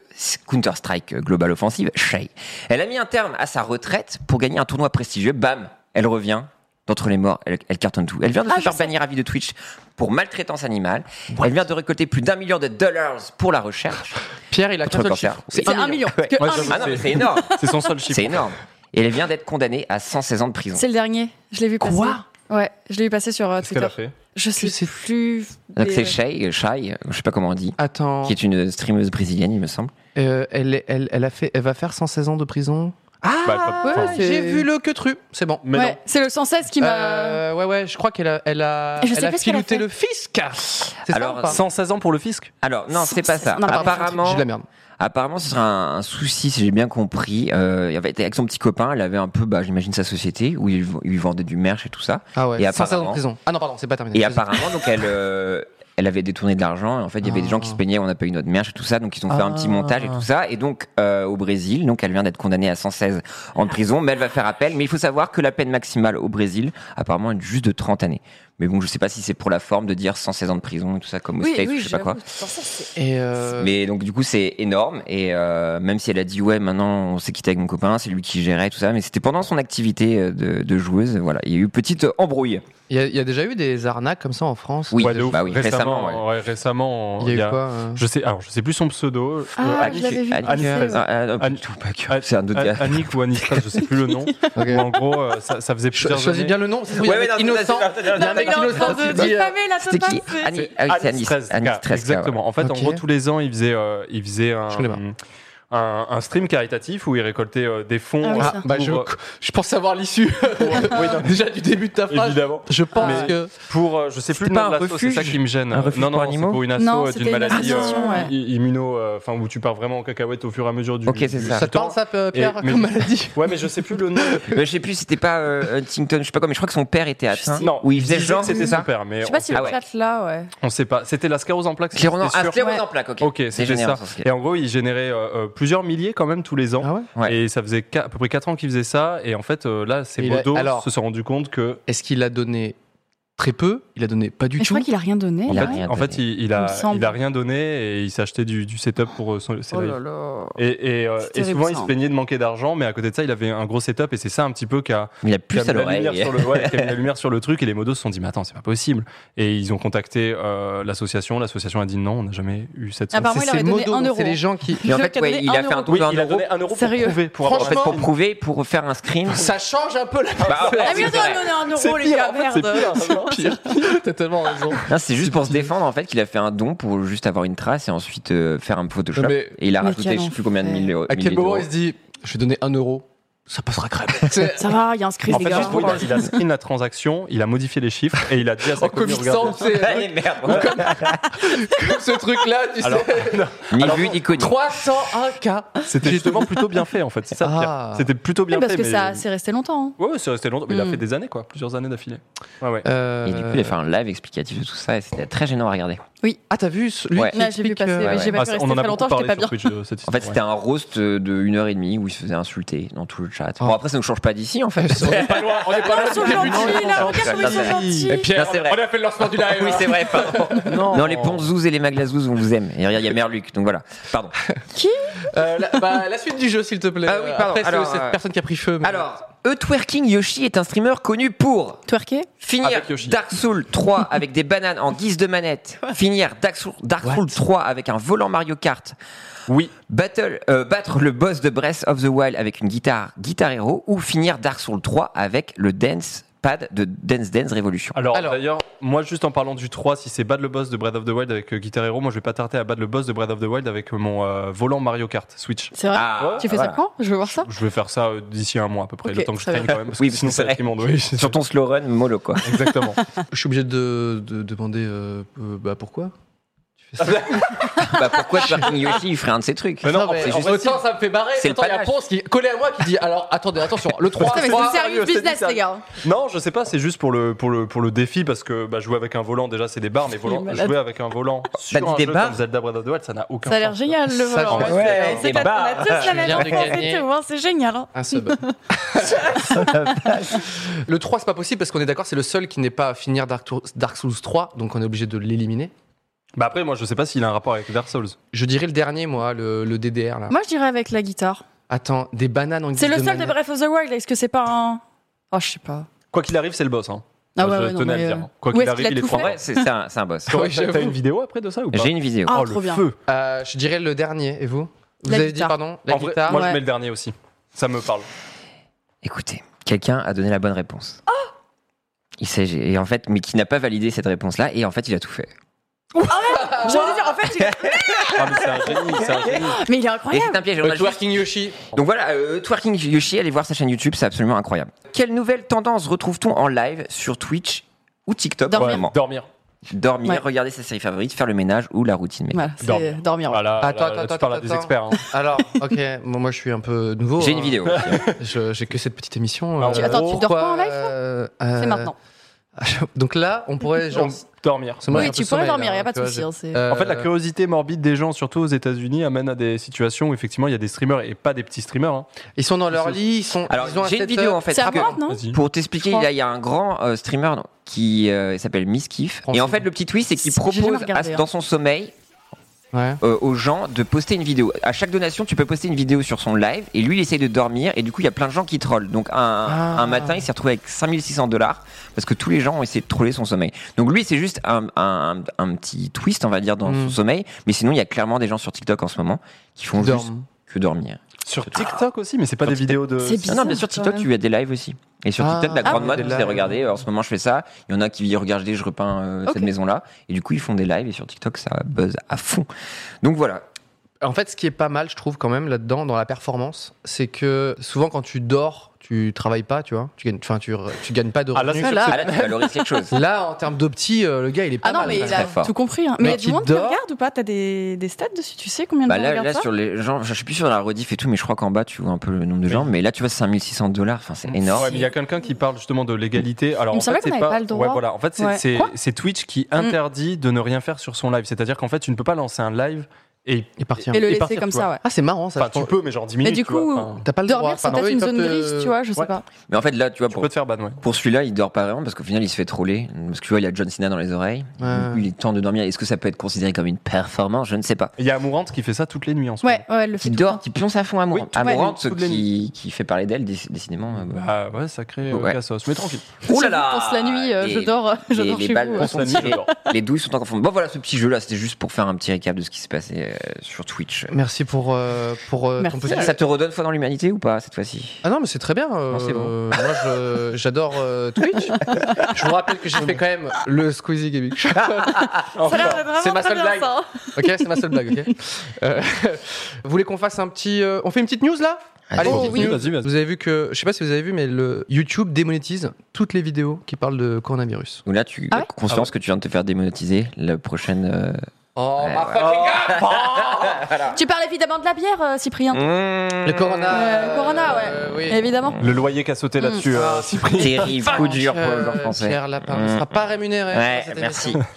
S3: Counter Strike Global Offensive, Shay Elle a mis un terme à sa retraite pour gagner un tournoi prestigieux. Bam, elle revient d'entre les morts. Elle, elle cartonne tout. Elle vient de
S5: Ah,
S3: se faire bannir à vie de Twitch pour maltraitance animale. Elle vient de récolter plus d'un million de dollars pour la
S5: <laughs>
S3: recherche.
S2: Pierre, il a
S3: Autre
S2: qu'un seul
S3: cancer.
S2: chiffre.
S5: C'est un million. Parce que
S4: Ouais,
S5: un
S4: j'avoue.
S5: million,
S3: Ah non, mais c'est
S5: <laughs>
S3: énorme.
S4: C'est son seul chiffre.
S3: C'est énorme. Et elle vient d'être condamnée à 116 ans de prison.
S5: C'est le dernier. Je l'ai vu passer.
S2: Quoi
S5: Ouais, je l'ai vu passer sur euh,
S4: Qu'est-ce qu'elle
S5: Twitter.
S4: a fait
S5: Je sais
S2: c'est-
S5: plus.
S3: Donc
S5: mais-
S3: c'est Shay, euh, Shay, je sais pas comment on dit,
S2: Attends,
S3: qui est une streameuse brésilienne, il me semble.
S2: euh, elle, est- elle, elle, a fait, elle va faire 116 ans de prison. Ah,
S4: Bah, pas-
S5: ouais,
S4: enfin,
S5: c'est-
S2: j'ai vu le que tru. C'est bon.
S4: Mais non.
S5: Ouais, c'est le 116 qui m'a.
S2: Euh, ouais, ouais, je crois qu'elle a, elle a,
S5: Et je sais
S2: elle a
S5: pas ce qu'elle a
S2: filouté
S5: fait.
S2: le fisc. C'est ça
S3: Alors,
S2: ou pas
S4: 116 ans pour le fisc
S3: Alors non, c'est pas ça.
S5: Non, pardon.
S2: J'ai
S3: Apparemment,
S2: de la merde.
S3: Apparemment, ce sera un, un souci, si j'ai bien compris. Euh, elle avait été avec son petit copain, elle avait un peu, bah, j'imagine, sa société où il, il vendait du merch et tout ça.
S2: Ah ouais,
S3: Et
S2: 116 ans de
S3: apparemment-
S2: prison. Ah non, pardon, c'est pas terminé.
S3: Et
S2: Désolé.
S3: apparemment, donc, elle, euh, elle avait détourné de l'argent. Et en fait, il y avait des gens qui se plaignaient, on n'a pas eu notre merch et tout ça. Donc, ils ont fait un petit montage et tout ça. Et donc, euh, au Brésil, donc, elle vient d'être condamnée à 116 ans de prison, mais elle va faire appel. Mais il faut savoir que la peine maximale au Brésil, apparemment, est juste de 30 années. Mais bon, je sais pas si c'est pour la forme de dire 116 ans de prison et tout ça, comme au
S5: oui,
S3: States,
S5: oui,
S3: je sais pas quoi.
S5: j'avoue, le 116, c'est-
S2: Et euh,
S3: Mais donc du coup c'est énorme et euh, même si elle a dit ouais maintenant on s'est quitté avec mon copain c'est lui qui gérait tout ça mais c'était pendant son activité euh, de, de joueuse voilà il y a eu une petite euh, embrouille
S2: il y, a- il y a déjà eu des arnaques comme ça en France.
S3: oui,
S4: Ouais, de ouf.
S3: bah oui récemment, ouais.
S4: ouais, récemment,
S2: Il y a eu
S4: il y a-
S2: quoi
S4: <laughs>
S2: euh
S4: Je sais, alors je sais plus son pseudo. euh,
S5: Ah,
S4: Annick-
S5: je l'avais vu.
S3: Annick-
S5: passer,
S4: Annick-
S5: ouais.
S3: Ah, ah, non,
S4: Anne-
S3: plutôt pas que-
S4: Anne-
S3: c'est un autre gars
S4: Anne- Annick ou Anistras, je sais plus
S2: <laughs>
S4: le nom.
S2: Ok.
S4: Mais en gros, euh, ça, ça faisait
S2: Cho-
S4: plusieurs
S2: Choisis
S4: années.
S2: bien le nom. c'est
S3: Ouais, ouais, non, c'est-
S2: innocent.
S3: c'est- c'est- c'est-
S2: Il y a un mec
S5: Il est en
S2: innocent
S5: train
S2: qui
S5: de
S2: dit, euh,
S5: diffamer la
S3: c'était
S5: Thomas,
S3: qui
S5: c'est-
S3: Annie- ah oui, c'est Annie Stress
S4: Anistras, gars, Exactement. En fait,
S2: Ok.
S4: en gros, tous les ans, il faisait, euh, il faisait un,
S2: Je connais pas.
S4: un, un stream caritatif où il récoltait euh, des fonds.
S5: Ah oui,
S4: euh,
S5: ça.
S2: Ah, bah, je,
S4: pour,
S2: je pense savoir l'issue <laughs> déjà du début de ta
S4: euh,
S2: phrase.
S4: évidemment.
S2: Je pense
S4: Mais-
S2: que
S4: Pour, euh, je sais plus
S3: C'était
S4: le
S3: pas
S4: nom
S3: un
S4: de l'asso, c'est ça
S3: refuge
S4: qui me gêne.
S3: Un refuge
S4: non, non,
S3: pour
S4: c'est
S3: animaux
S4: pour une
S5: Non,
S4: asso euh,
S5: c'était
S4: d'une
S5: une
S4: maladie
S5: association, ouais.
S4: i- immuno, euh, enfin, où tu pars vraiment en cacahuète au fur et à mesure du.
S3: Ok, c'est
S4: du
S3: ça.
S2: ça te
S4: temps.
S2: parle ça, euh, Pierre,
S4: mais-
S2: comme maladie.
S4: Ouais, mais je sais plus le nom.
S3: Mais je sais plus c'était pas euh, Huntington je sais pas quoi mais je crois que son père était atteint
S4: Non,
S3: ou il faisait
S4: disait
S3: genre
S4: que c'était
S3: ça
S4: son père, mais
S5: Je sais
S4: on
S5: pas si
S4: sait
S5: le
S3: ouais.
S4: pas.
S5: chat là, ouais.
S4: On sait pas. C'était la sclérose en plaques.
S3: Sclérose en-
S4: c'était
S3: ah,
S4: sûr.
S3: sclérose en plaques ok
S4: Ok, c'était ça.
S3: Dégénérescence, ok.
S4: Et en gros, il générait euh, euh, plusieurs milliers quand même tous les ans.
S2: Ah ouais
S3: Ouais.
S4: Et ça faisait qu'à- à peu près 4 ans qu'il faisait ça. Et en fait, euh, là, ces
S2: Il a-
S4: modos
S2: alors-
S4: se sont rendus compte que.
S2: Est-ce qu'il a donné très peu Il a donné pas du
S5: Mais je
S2: tout.
S5: crois qu'il a rien donné.
S4: En
S3: Il a
S4: fait,
S5: là.
S3: rien
S4: en
S3: donné.
S4: fait, il, il
S5: Il
S4: a,
S5: me semble.
S4: il a rien donné et il s'est acheté du, du setup pour euh, son, ses
S5: Oh
S4: lives.
S5: là là.
S4: Et, et, euh,
S5: C'est
S4: et
S5: terrible,
S4: souvent, il
S5: ça.
S4: se plaignait de manquer d'argent, mais à côté de ça, il avait un gros setup. Et c'est ça un petit peu qui a,
S3: il a
S4: qui a
S3: plus à
S4: mis la
S3: l'oreille
S4: lumière sur le, ouais, qui a mis la lumière sur le truc. Et les modos se sont dit, mais attends, c'est pas possible. Et ils ont contacté euh, l'association. L'association a dit, non, on n'a jamais eu cette somme.
S5: Apparemment, il
S2: C'est
S5: aurait
S2: ces
S5: donné
S2: modos,
S5: un
S2: donc
S5: euro.
S2: C'est les gens qui.
S3: mais en
S5: Le
S3: fait
S5: mec a
S3: ouais,
S5: donné
S3: il a
S5: un
S3: fait un
S5: euro.
S3: tour d'un
S4: il a
S3: euro
S4: donné un euro
S5: Sérieux.
S4: pour prouver, pour avoir
S2: Franchement,
S4: fait-
S3: pour prouver pour faire un screen
S2: <laughs> Ça change un peu la. <laughs>
S3: Bah, en fait,
S5: Ah, mais
S3: c'est
S5: attends,
S3: vrai.
S5: on a un
S4: C'est
S5: euro, les
S4: pire,
S5: gars,
S4: en fait, c'est
S5: merde. <laughs>
S2: Pire. T'as tellement raison.
S3: Non, c'est juste pour se défendre en fait qu'il a fait un don pour juste avoir une trace et ensuite euh, faire un Photoshop.
S2: Non, mais-
S3: et il a
S5: Mais
S3: rajouté
S5: quel
S3: je sais plus combien de
S5: enfer.
S3: mille euros.
S2: À quel
S3: milliers
S2: moment
S3: d'euros.
S2: il se dit Je vais donner un euro, ça passera crème. <laughs> C'est-
S5: Ça va, il y a un script,
S4: En
S5: les
S4: fait,
S5: gars.
S4: juste pour- il, a, il a screen la transaction, il a modifié les chiffres et il a dit à sa
S2: en
S4: commu,
S2: comic
S4: regarde.
S2: sans,
S3: <laughs>
S2: c'est
S3: Allez, merde, voilà.
S2: ce truc-là, tu
S4: Alors,
S2: sais.
S3: Ni vu ni connu.
S2: 301K.
S4: C'était justement plutôt bien fait en fait, c'est ça le pire.
S2: Ah.
S4: C'était plutôt bien
S5: Oui, Parce
S4: fait.
S5: que
S4: mais-
S5: ça, c'est resté longtemps. hein.
S4: Ouais, ouais, c'est resté longtemps, mais il a
S5: Mm.
S4: fait des années quoi, plusieurs années d'affilée. Ouais, ouais.
S2: Euh,
S3: Et du coup, il a fait un live explicatif de tout ça et c'était très gênant à regarder.
S2: Ah, t'as vu ce- lui
S3: Ouais.
S2: qui
S5: Là, j'ai vu
S2: explique,
S5: passer,
S2: euh,
S5: mais j'ai
S3: ouais.
S5: pas
S4: Ah,
S5: pu
S4: ça,
S5: rester très
S4: beaucoup
S5: longtemps, j'étais
S4: parlé
S5: pas
S4: sur
S5: bien.
S4: Twitch de cette
S3: En
S4: histoire,
S3: fait, c'était un roast de une heure et demie où il se faisait insulter dans tout le chat.
S2: Oh.
S3: Bon, après, ça ne change pas d'ici
S2: <laughs>
S3: en fait.
S2: On est pas loin, on est pas loin
S5: Ils sont
S2: du début du
S5: gentils,
S3: Ouais,
S5: là, regarde comme ils sont
S3: ouais.
S5: gentils.
S2: Et Pierre,
S3: Non, c'est vrai.
S2: on a fait le lancement du live.
S3: <laughs> oui, c'est vrai, pardon.
S4: Non.
S2: <laughs>
S3: Non, les Ponzouz et les Maglazouz, on vous aime. Et regarde, il y a Merluc, donc voilà. Pardon.
S5: Qui
S2: Euh, la, bah, la suite du jeu, s'il te plaît.
S3: Ah oui, pardon.
S2: Après, c'est
S3: Alors,
S2: cette
S3: euh,
S2: personne qui a pris feu. mais-
S3: Alors, E-Twerking Yoshi est un streamer connu pour
S5: Twerker
S3: finir
S4: Avec Yoshi.
S3: Dark Souls 3
S4: <laughs>
S3: avec des bananes en guise de manette, finir Dark Souls, Dark Souls 3 avec un volant Mario Kart,
S4: Oui.
S3: battle, euh, battre le boss de Breath of the Wild avec une guitare Guitar Hero ou finir Dark Souls 3 avec le dance pad de Dance Dance Revolution.
S4: Alors,
S2: Alors-
S4: d'ailleurs, moi, juste en parlant du 3, si c'est battre le boss de Breath of the Wild avec euh, Guitar Hero, moi, je vais pas tarder à battre le boss de Breath of the Wild avec euh, mon euh, volant Mario Kart Switch.
S5: C'est vrai
S3: Ah,
S5: Tu fais
S3: voilà.
S5: ça quand Je veux voir ça.
S4: Je vais faire ça euh, d'ici un mois à peu près,
S5: Ok,
S4: le temps que je
S5: ça
S4: traîne
S5: va.
S4: quand même, parce
S3: Oui,
S4: que
S3: parce
S4: sinon
S3: que
S4: ça
S3: c'est vrai.
S4: demande. Oui, c'est
S3: Sur
S4: sûr.
S3: ton slow run, mollo quoi.
S4: Exactement.
S2: Je suis obligé de, de demander euh, euh, bah, pourquoi tu fais ça
S3: <laughs> bah
S4: <laughs>
S3: pourquoi Twerking Yoshi il ferait un de ces trucs
S4: Mais non,
S2: Ah, mais
S4: c'est
S2: en
S4: juste
S2: vrai,
S4: possible.
S2: autant ça me fait barrer.
S3: C'est le
S2: autant il y a
S3: panache.
S2: Ponce qui collé à moi qui dit alors attendez attention le 3
S5: Putain, mais c'est du sérieux
S4: sérieux, c'est
S5: business,
S4: du
S5: les gars.
S4: Non, je sais pas, c'est juste pour le, pour, le, pour le défi parce que bah, jouer avec un volant, déjà c'est des barres, mais volant-
S5: Il est malade. Bah,
S4: jouer avec un volant sur
S3: dit
S4: un
S3: des
S4: jeu
S3: barres
S4: comme Zelda Breath of the Wild, ça n'a aucun
S5: Ça a l'air
S4: sens.
S5: génial, le
S2: Ça,
S5: volant.
S2: j'en
S5: ouais.
S3: Ouais,
S5: Ouais,
S3: des
S5: C'est éclatant,
S3: barres.
S5: on a tous la même
S2: viens de
S5: enfance et
S2: gagner.
S5: tout, hein, C'est génial. hein.
S3: Ah,
S2: un sub. <laughs> le 3 c'est pas possible parce qu'on est d'accord c'est le seul qui n'est pas à finir Dark, Tour- Dark Souls 3 donc on est obligé de l'éliminer.
S4: Bah après, moi je sais pas s'il a un rapport avec Dark Souls.
S2: Je dirais le dernier moi le, le DDR là.
S5: Moi, je dirais avec la guitare.
S2: Attends des bananes en guise
S5: C'est le seul de
S2: manette.
S5: Breath of the Wild. Est-ce que c'est pas un. Oh, je sais pas.
S4: Quoi qu'il arrive, c'est le boss. Hein.
S5: Ah
S4: Moi,
S5: ouais,
S4: je
S5: ouais, non,
S4: tenais à
S5: mais,
S4: le
S5: euh,
S4: dire. Quoi
S5: où
S4: qu'il
S5: est-ce
S4: arrive,
S5: qu'il a
S4: il est
S5: tout
S4: trop
S5: fait
S4: fort.
S3: Ouais, c'est c'est un, c'est un
S4: <laughs>
S3: boss.
S2: Ouais,
S4: T'as
S2: j'avoue.
S4: une vidéo après de ça ou pas
S3: <laughs> J'ai une vidéo.
S5: Ah,
S4: Oh,
S5: trop
S4: le
S5: bien.
S4: feu
S2: Euh, je dirais le dernier et vous Vous
S5: La
S2: avez dit
S5: guitare.
S2: pardon la
S4: En vrai,
S2: guitare.
S4: Moi
S5: Ouais.
S4: je mets le dernier aussi. Ça me parle.
S3: Écoutez, quelqu'un a donné la bonne réponse.
S4: Ah.
S3: Il s'agit et en fait, mais qui n'a pas validé cette réponse-là, et en fait, il a tout fait.
S5: J'allais dire, en fait, il est-
S4: Ah, mais c'est un
S5: <laughs>
S4: génie, c'est un génie.
S5: mais il est
S4: Ah,
S3: Et
S5: incroyable.
S3: c'est un piège. on
S2: Le
S3: a juste-
S2: twerking Yoshi.
S3: Donc voilà, euh, Twerking Yoshi, allez voir sa chaîne YouTube, c'est absolument incroyable. Quelle nouvelle tendance retrouve-t-on en live sur Twitch ou TikTok
S5: Dormir.
S3: vraiment
S4: Dormir.
S3: Dormir,
S5: Ouais.
S3: regarder sa série favorite, faire le ménage ou la routine. ménage.
S5: Voilà,
S4: Dormir.
S5: c'est dormir. ouais.
S4: Ah là,
S2: Attends,
S4: là, là,
S2: attends,
S4: tu parles à
S2: attends,
S4: des
S2: attends.
S4: experts. hein.
S2: Alors ok bon, moi je suis un peu nouveau.
S3: J'ai une
S2: hein.
S3: vidéo.
S5: Oh.
S2: Je- J'ai que cette petite émission. euh,
S4: Ah, tu-
S5: attends, tu dors
S2: pourquoi,
S5: pas en live, là
S2: euh,
S5: C'est
S2: euh,
S5: maintenant.
S2: <laughs> Donc là, on pourrait genre.
S4: Donc, dormir.
S2: se moquer
S5: Oui,
S2: un peu
S5: tu
S2: de
S5: pourrais
S2: sommeil,
S5: dormir,
S2: là,
S5: il a pas
S2: tu
S5: de
S2: vois,
S5: souci.
S2: j'ai-
S5: hein, c'est-
S2: Euh,
S4: En fait, la curiosité morbide des gens, surtout aux États-Unis, amène à des situations où effectivement il y a des streamers et pas des petits streamers. hein.
S2: Ils sont dans leur lit, ils sont.
S3: <laughs> Alors,
S2: ils ont un
S3: j'ai une
S2: setup.
S3: vidéo en fait.
S5: C'est à
S3: que-
S5: vendre, non
S4: Vas-y.
S3: pour t'expliquer,
S5: Je
S3: il
S5: crois.
S3: y a- il y a un grand euh, streamer non, qui euh, s'appelle Miskiff. Et
S2: Français.
S3: en fait, le petit twist, c'est qu'il
S5: J'ai jamais
S3: propose
S5: regardé,
S3: à-
S5: hein.
S3: dans son sommeil
S2: Ouais.
S3: euh, aux gens de poster une vidéo. À chaque donation, tu peux poster une vidéo sur son live et lui, il essaye de dormir et du coup, il y a plein de gens qui trollent. Donc, un,
S2: Ah.
S3: un matin, il s'est retrouvé avec 5600 dollars parce que tous les gens ont essayé de troller son sommeil. Donc, lui, c'est juste un, un- un petit twist, on va dire, dans
S2: Mm.
S3: son sommeil. Mais sinon, il y a clairement des gens sur TikTok en ce moment qui font
S2: Ils
S3: juste
S2: dorment.
S3: que dormir.
S4: Sur TikTok aussi, mais c'est pas des vidéos de.
S5: C'est
S3: Ah
S5: bizarre.
S3: non, bien sûr,
S5: quand
S3: TikTok,
S5: même.
S3: tu as des lives aussi. Et sur
S2: Ah,
S3: TikTok, la
S2: ah
S3: grande
S2: oui,
S3: mode,
S2: des
S3: c'est
S2: lives.
S3: regarder. En ce moment, je fais ça. Il y en a qui regardez, je repeins euh,
S5: Ok.
S3: cette maison-là. Et du coup, ils font des lives et sur TikTok, ça buzz à fond. Donc voilà.
S2: En fait, ce qui est pas mal, je trouve, quand même, là-dedans, dans la performance, c'est que souvent, quand tu dors, tu travailles pas, tu vois. Tu gagnes, enfin, tu, tu gagnes pas de
S4: Ah, là,
S2: revenus.
S4: c'est sûr
S5: Voilà.
S3: Ah là, tu valorises quelque
S5: <laughs>
S3: chose.
S2: Là, en termes d'opti, euh, le gars, il est pas
S5: Ah non,
S2: mal.
S5: mais
S2: quand
S5: il
S2: même.
S5: a
S3: fort.
S5: tout compris. hein. Mais il y a
S2: Mais
S5: du
S2: qui
S5: monde qui
S2: dort
S5: regarde ou pas T'as des, des stats dessus Tu sais combien de
S3: Bah
S5: gens
S3: là,
S5: regardent
S3: là,
S5: ça
S3: sur les gens, je suis plus sûr dans la rediff et tout, mais je crois qu'en bas, tu vois un peu le nombre de gens. Mais là, tu vois, c'est 5600 dollars. Enfin, c'est énorme.
S4: Ouais, mais il y a quelqu'un qui parle justement de l'égalité. Alors,
S5: Il me
S4: en fait,
S5: semblait qu'on
S4: c'est
S5: n'avait pas le droit.
S4: Ouais, voilà. En fait, c'est-
S5: Ouais.
S4: c'est
S5: Quoi Mm.
S4: c'est Twitch qui interdit de ne rien faire sur son live. C'est-à-dire qu'en fait, tu ne peux pas lancer un live et.
S2: Il est parti. hein.
S5: Et le
S4: Et
S5: laisser
S4: partir,
S5: comme
S4: tu
S5: ça,
S4: vois.
S5: ouais.
S2: Ah, c'est marrant ça.
S4: Enfin, tu peux, mais genre 10
S5: Mais
S4: minutes.
S5: du
S4: tu vois.
S5: coup,
S4: Enfin,
S2: T'as pas le droit.
S5: Dormir, c'est
S2: Enfin,
S5: peut-être
S2: ils
S5: une
S2: peuvent
S5: zone
S2: te-
S5: grise, tu vois, je sais
S4: ouais.
S5: pas.
S3: Mais en fait, là, tu vois,
S4: tu
S3: pour,
S4: peux te faire ban, ouais.
S3: pour celui-là, il dort pas vraiment parce qu'au final, il se fait troller. Parce que tu vois, il a John Cena dans les oreilles.
S2: Ouais.
S3: Du coup, Il est temps de dormir. Est-ce que ça peut être considéré comme une performance Je ne sais pas.
S4: Il y a Amourante qui fait ça toutes les nuits en ce
S5: Ouais, ouais, elle le fait.
S3: Qui
S5: tout le
S3: dort, qui pionce à fond à
S4: Oui, tout-
S3: Amourante,
S4: ouais, toutes les
S3: qui, qui fait parler d'elle, dé- décidément. euh,
S4: moment.
S3: bah.
S4: Ah ouais, sacré
S3: Ouais.
S4: ouais. cassos. Mais tranquille.
S5: temps. J'avoue, Pense la nuit, euh,
S3: Les-
S5: je dors, je
S3: les-
S5: dors
S3: les
S5: chez
S3: balles
S5: vous.
S3: On
S4: On
S5: ouais.
S4: se
S3: s'en
S4: dit,
S3: tire.
S4: genre.
S3: Les douilles sont en confond. Bon, voilà ce petit jeu-là. C'était juste pour faire un petit récap de ce qui s'est passé euh, sur Twitch.
S2: Merci pour euh, pour euh, ton
S5: Merci.
S2: petit.
S3: Ça, ça te redonne foi dans l'humanité ou pas cette fois-ci
S2: Ah non, mais c'est très bien. euh,
S3: Non, c'est bon.
S2: Moi, je- j'adore euh, Twitch. <laughs> Ah je vous rappelle que j'ai fait quand même le Squeezie Gaming Show.
S5: Ça a l'air d'être
S2: C'est
S5: vraiment
S2: ma
S5: très
S2: seule
S5: bien,
S2: blague.
S5: ça, hein.
S2: <laughs> Ok, c'est ma seule blague. ok Euh, <laughs> vous voulez qu'on fasse un petit. euh, on fait une petite news là Allez,
S3: Oh,
S2: petite
S4: oui.
S2: news.
S4: Vas-y, vas-y.
S2: Vous avez vu que. Je sais pas si vous avez vu, mais le YouTube démonétise toutes les vidéos qui parlent de coronavirus.
S3: Donc là, tu
S5: Ah
S3: as
S5: ouais
S3: conscience que tu viens de te faire démonétiser la prochaine. euh,
S2: Oh,
S3: Ouais,
S2: ma
S3: ouais.
S2: fucking God
S5: Tu parles évidemment de la bière, euh, Cyprien.
S2: Le corona.
S5: Euh, le corona, ouais.
S2: euh, oui.
S5: Évidemment.
S4: Le loyer qui a sauté
S5: Mm.
S4: là-dessus, euh,
S5: Ah.
S4: Cyprien.
S3: <laughs> Terrible coup dur pour le
S2: Euh,
S3: joueur français.
S2: Pierre Lapin ne
S3: Mm.
S2: sera pas rémunéré.
S3: Ouais,
S2: pour cette
S3: merci.
S2: émission.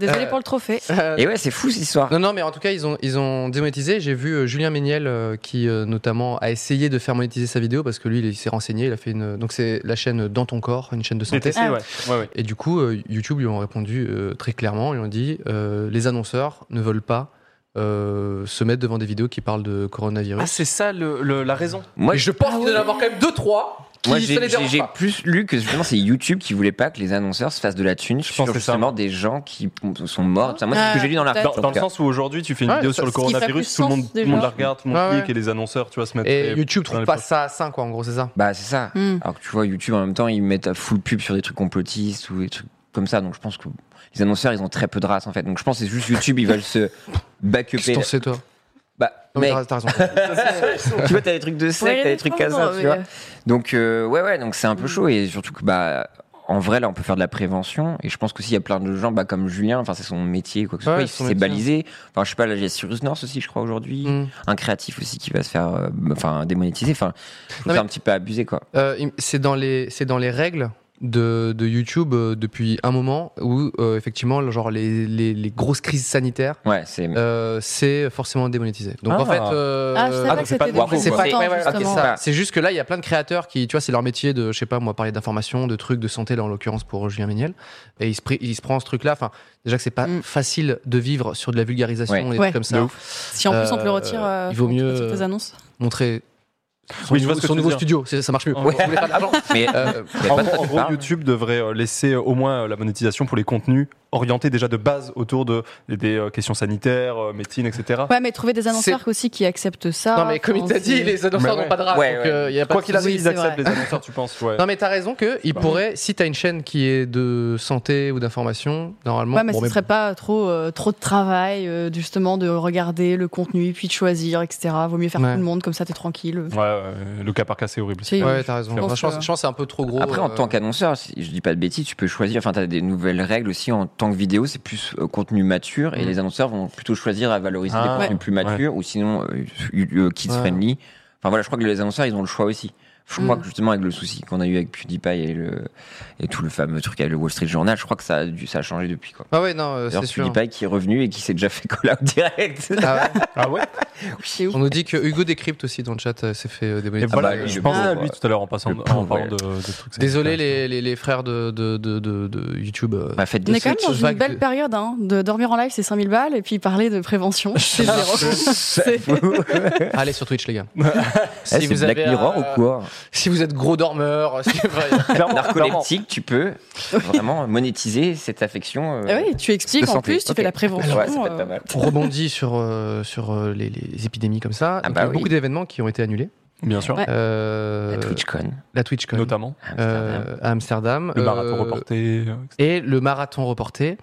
S5: Désolé
S2: Euh,
S5: pour le trophée.
S2: Euh,
S3: Et ouais, c'est fou cette histoire.
S2: Non, non, mais en tout cas, ils ont, ils ont démonétisé. J'ai vu euh, Julien Méniel euh, qui, euh, notamment, a essayé de faire monétiser sa vidéo parce que lui, il, s'est renseigné. Il a fait une. Donc, c'est la chaîne Dans ton corps, une chaîne de santé.
S5: Ah.
S4: DTC, ouais. Ouais, ouais.
S2: Et du coup, euh, YouTube lui ont répondu euh, très clairement. Ils ont dit euh, les annonceurs ne veulent pas euh, se mettre devant des vidéos qui parlent de
S4: Ah,
S2: coronavirus.
S4: c'est ça le- le- la raison.
S3: Moi,
S2: Et je pense
S5: Ah
S2: qu'il doit y en
S5: ouais.
S2: avoir quand même deux trois qui
S3: Moi,
S2: ça
S3: j'ai
S2: les
S3: j'ai-
S2: dérange
S3: j'ai
S2: pas.
S3: plus lu que justement c'est YouTube qui voulait pas que les annonceurs se fassent de la thune sur
S4: pense que c'est ça.
S3: justement des gens qui sont morts. tout ça. Moi, c'est ce que
S5: Ah,
S3: j'ai lu dans l'article.
S4: Dans,
S5: Peut-être.
S3: en
S4: dans le
S3: tout cas.
S4: sens où aujourd'hui tu fais une
S2: Ouais,
S4: vidéo
S2: ça-
S4: sur le
S5: ce qui fait
S4: coronavirus,
S5: plus
S4: tout le, monde,
S5: sens,
S4: tout le monde la
S5: déjà.
S4: regarde, tout le monde
S2: Ouais,
S4: clique
S2: ouais.
S4: et les annonceurs tu vois se mettre.
S2: Et
S4: les-
S2: YouTube
S4: dans
S2: trouve
S4: les
S2: pas
S4: poches.
S2: ça à 5 quoi en gros, c'est ça.
S3: Bah, c'est ça.
S5: Hmm.
S3: Alors que tu vois, YouTube en même temps, ils mettent à full pub sur des trucs complotistes ou des trucs comme ça. Donc je pense que les annonceurs, ils ont très peu de race en fait. Donc je pense que c'est juste YouTube, ils veulent se
S2: Qu'est-ce que
S3: back-upper.
S2: t'en sais toi
S3: Bah,
S2: Non mais
S3: mec,
S2: t'as t'as raison. <clears throat>
S3: <laughs> tu vois, t'as des trucs de secte, t'as des trucs comme ça, tu vois. Donc euh, ouais ouais donc c'est un peu chaud et surtout que bah en vrai là on peut faire de la prévention et je pense qu'aussi il y a plein de gens bah comme Julien enfin c'est son métier quoi que ce
S2: Ouais,
S3: soit il
S2: c'est son
S3: s'est
S2: métier.
S3: balisé enfin je sais pas là j'ai Cyrus North aussi je crois aujourd'hui
S2: Mm.
S3: un créatif aussi qui va se faire euh, enfin démonétiser enfin je trouve
S2: Non,
S3: ça
S2: mais-
S3: un petit peu abusé quoi
S2: Euh, il- c'est dans les c'est dans les règles de, de YouTube euh, depuis un moment où euh, effectivement le- genre les, les, les grosses crises sanitaires
S3: ouais c'est
S2: euh, c'est forcément démonétisé. Donc en
S4: Ah.
S2: fait euh,
S5: Ah, je savais
S4: Ah,
S5: pas
S4: donc
S5: que
S4: c'est
S5: c'était
S4: pas de
S5: des
S3: Warcraft,
S5: c'est
S3: quoi.
S5: pas tant,
S3: Ouais, ouais, ouais, ok,
S5: justement.
S3: ça va.
S2: c'est juste que là il y a plein de créateurs qui tu vois c'est leur métier de je sais pas moi parler d'information de trucs de santé là en l'occurrence pour Julien Méniel et il se, pri- il se prend ce truc là enfin déjà que c'est pas
S5: Mm.
S2: facile de vivre sur de la vulgarisation
S3: Ouais.
S2: et des
S5: Ouais.
S2: trucs comme ça
S3: De
S5: Si en plus on te le retire,
S2: Euh,
S5: euh,
S2: il vaut
S5: on te
S2: mieux,
S5: retire tes
S2: euh,
S5: annonces.
S2: montrer son,
S4: Oui, je vois
S2: nouveau-
S4: ce que
S2: son
S4: tu veux
S2: nouveau
S4: dire.
S2: studio c'est- ça marche mieux
S4: Ouais.
S2: Vous voulez pas de l'argent
S3: mais <laughs>
S2: Euh,
S4: <laughs>
S3: mais
S4: En
S3: pas de
S4: gros,
S3: quoi
S4: en
S3: tu
S4: gros,
S3: parles.
S4: YouTube devrait euh, laisser euh, au moins euh, la monétisation pour les contenus orientés déjà de base autour de, des euh, questions sanitaires, euh, médecine, etc.
S5: Ouais, mais trouver des annonceurs aussi qui acceptent ça.
S2: Non, mais comme il
S5: enfin,
S2: t'a dit,
S5: c'est-
S2: les annonceurs
S4: Mais
S2: n'ont pas de race.
S3: Ouais,
S2: donc,
S3: ouais.
S2: euh, y a pas
S4: Quoi
S2: de
S4: qu'il arrive,
S2: souci.
S5: Oui,
S4: ils
S5: c'est
S4: acceptent
S5: vrai.
S4: les annonceurs, tu penses ouais.
S2: Non, mais t'as raison que il pourrait, si t'as une chaîne qui est de santé ou d'information, normalement.
S5: Ouais, mais
S2: bon,
S5: ce serait pas trop, euh, trop de travail, euh, justement, de regarder le contenu, puis de choisir, etc. Vaut mieux faire
S2: Ouais.
S5: tout le monde, comme ça, t'es tranquille.
S4: Ouais, ouais, le cas par cas, c'est horrible.
S5: Si.
S2: Ouais, t'as raison.
S5: Je
S2: Non,
S5: pense
S2: Je pense,
S5: que-
S2: je pense que c'est un peu trop gros.
S3: Après, en
S2: euh,
S3: tant qu'annonceur, si je dis pas de bêtises, tu peux choisir. Enfin, tu as des nouvelles règles aussi en tant que vidéo, c'est plus euh, contenu mature et
S2: Mm.
S3: les annonceurs vont plutôt choisir à valoriser des
S4: Ah,
S3: contenus
S4: ouais.
S3: plus matures ou sinon euh, euh, kids
S2: Ouais.
S3: friendly. Enfin voilà, je crois que les annonceurs ils ont le choix aussi. Je crois
S5: Mm.
S3: que justement avec le souci qu'on a eu avec PewDiePie et, le, et tout le fameux truc avec le Wall Street Journal, je crois que ça a, dû, ça a changé depuis quoi.
S2: Ah ouais, non, euh,
S3: D'ailleurs,
S2: c'est sûr.
S3: PewDiePie qui est revenu et qui s'est déjà fait call out direct.
S2: <laughs> Ah
S3: <laughs>
S2: ouais.
S4: Ah ouais
S5: C'est ouf.
S2: On nous dit que Hugo décrypte aussi dans le chat euh, s'est fait euh,
S4: Et
S2: démonétiser.
S4: voilà,
S3: bah,
S4: je
S3: le
S4: pensais
S3: pauvre,
S4: à lui tout à l'heure en, passant,
S3: le
S4: en
S3: pauvre,
S4: parlant
S3: ouais.
S4: de, de trucs.
S2: Désolé les, les, les frères de, de, de, de, de YouTube. euh,
S3: Bah, faites
S5: On
S3: des
S5: est quand même
S3: searches.
S5: dans
S2: vague
S5: une
S2: de-
S5: belle période, hein, de dormir en live, c'est 5000 balles, et puis parler de prévention,
S3: <laughs>
S5: c'est zéro. <laughs> C'est-
S2: Allez sur Twitch, les gars.
S3: Eh, c'est Black
S2: avez un-
S3: Mirror ou quoi
S2: Si vous êtes gros dormeur, si-
S3: <laughs>
S4: Clairement, clairement.
S3: narcoleptique, tu peux vraiment monétiser cette affection. euh,
S5: Ah oui, tu
S3: de
S5: expliques en
S3: santé.
S5: plus, tu
S3: Ok.
S5: fais la prévention.
S3: Ouais, ça peut être
S5: euh,
S3: pas mal.
S2: on rebondit <laughs> sur, euh, sur euh, les, les épidémies comme ça.
S3: Ah
S2: Donc,
S3: bah
S2: il y a
S3: oui.
S2: beaucoup d'événements qui ont été annulés.
S4: Bien sûr,
S5: Ouais.
S2: Euh,
S3: La TwitchCon,
S2: La TwitchCon.
S4: notamment.
S3: Amsterdam.
S2: euh, à Amsterdam.
S4: Le
S2: Euh,
S4: marathon reporté. euh,
S2: Et le marathon reporté.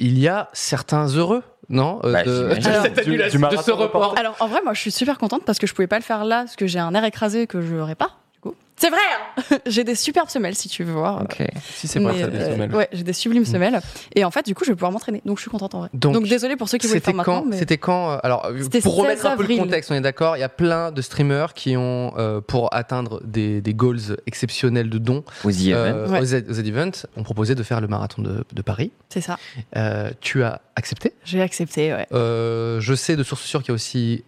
S2: Il y a certains heureux, non euh,
S3: Bah,
S2: de,
S3: j'imagine.
S2: de cette
S4: Du-
S2: annulation,
S4: du
S2: de ce
S4: marathon
S2: report.
S4: reporté.
S5: Alors en vrai, moi je suis super contente parce que je pouvais pas le faire là parce que j'ai un air écrasé que je n'aurai pas. du coup. C'est vrai. hein <laughs> j'ai des superbes semelles si tu veux voir.
S3: Ok.
S4: Si c'est pas
S5: Mais,
S4: ça, des
S5: euh,
S4: semelles.
S5: Ouais, j'ai des sublimes semelles et en fait du coup je vais pouvoir m'entraîner. Donc je suis contente en vrai.
S2: Donc,
S5: Donc, désolé pour ceux qui voulaient le
S2: C'était
S5: faire
S2: quand
S5: maintenant. mais-
S2: C'était quand euh, Alors, euh,
S5: C'était
S2: pour
S5: 16
S2: remettre un peu le
S5: avril.
S2: contexte, on est d'accord. Il y a plein de streamers qui ont, euh, pour atteindre des, des goals exceptionnels de dons
S3: Ozzy Evans.
S2: euh,
S5: Ouais.
S2: aux, Z, aux Z Event, ont proposé de faire le marathon de, de Paris.
S5: C'est ça.
S2: Euh, tu as accepté.
S5: J'ai accepté. Ouais.
S2: Euh, je sais de sources sûres qu'il y a aussi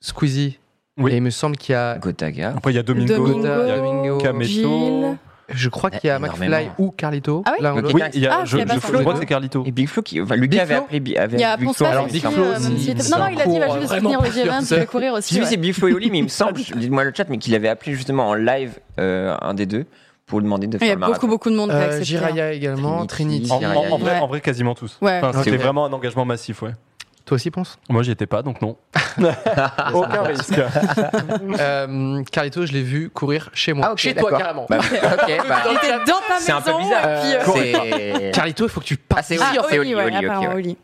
S2: Squeezie.
S4: Oui.
S2: Et il me semble qu'il y a.
S3: Gotaga.
S4: Après, il y a Domingo,
S5: Domingo,
S4: il y a
S2: Domingo,
S4: Kameto.
S5: Gilles.
S2: Je crois qu'il y a
S3: Bah, Énormément.
S2: McFly ou Carlito.
S5: Ah ouais
S2: l'un ou
S3: Ok.
S2: l'autre.
S4: Oui, il y a,
S5: Ah,
S4: je,
S5: c'est
S4: je-
S5: pas
S4: je
S5: Flo.
S4: crois que c'est Carlito.
S3: Et Big Flo qui. Enfin, Lucas avait
S2: Flo
S3: appelé. Bi- avait
S5: Il y a
S3: Big
S5: Ponce
S3: Flo
S5: Pas
S3: à
S2: alors,
S5: aussi,
S3: Big
S2: Big
S3: Flo.
S2: Flo,
S5: euh, même
S2: il-
S5: s'il était-
S2: c'est
S5: Non non,
S2: un
S5: il a dit il va
S2: cours
S5: juste
S2: vraiment
S5: soutenir le
S2: pas sûr,
S5: G20, je
S2: c'est-
S5: vais courir aussi.
S3: J'ai vu
S5: ouais.
S3: c'est Big Flo et Oli, mais il
S5: <laughs>
S3: me semble, je- dites-moi le chat, mais qu'il avait appelé justement en live euh, un des deux pour lui demander de
S5: Il y
S3: faire
S5: a
S3: le
S5: beaucoup
S3: marathon.
S5: beaucoup de monde qui a
S2: Euh,
S5: accepté. hein.
S2: Jiraya également, Trinity.
S3: Trinity.
S4: En,
S3: Il y a-
S4: en- en
S3: il y a-
S4: vrai,
S5: Ouais.
S4: en vrai, quasiment tous.
S5: Ouais.
S4: Enfin, C'était
S3: Ouais.
S4: vraiment un engagement massif, ouais.
S2: Toi aussi, pense
S4: Moi, j'y étais pas,
S3: <laughs>
S4: donc non. Aucun risque.
S2: euh, Carlito, je l'ai vu courir chez moi.
S3: Ah, ok,
S2: chez toi,
S3: d'accord.
S2: carrément.
S3: Bah, ok, bah,
S5: <laughs> Il était dans ta maison.
S3: c'est un peu bizarre.
S5: et puis, euh,
S3: C'est.
S2: Carlito, il faut que tu passes.
S3: Ah, c'est
S5: Ah,
S3: Oli, c'est Oli,
S5: Oli, ouais,
S3: Oli, ok,
S5: apparemment,
S3: ouais.
S5: Oli.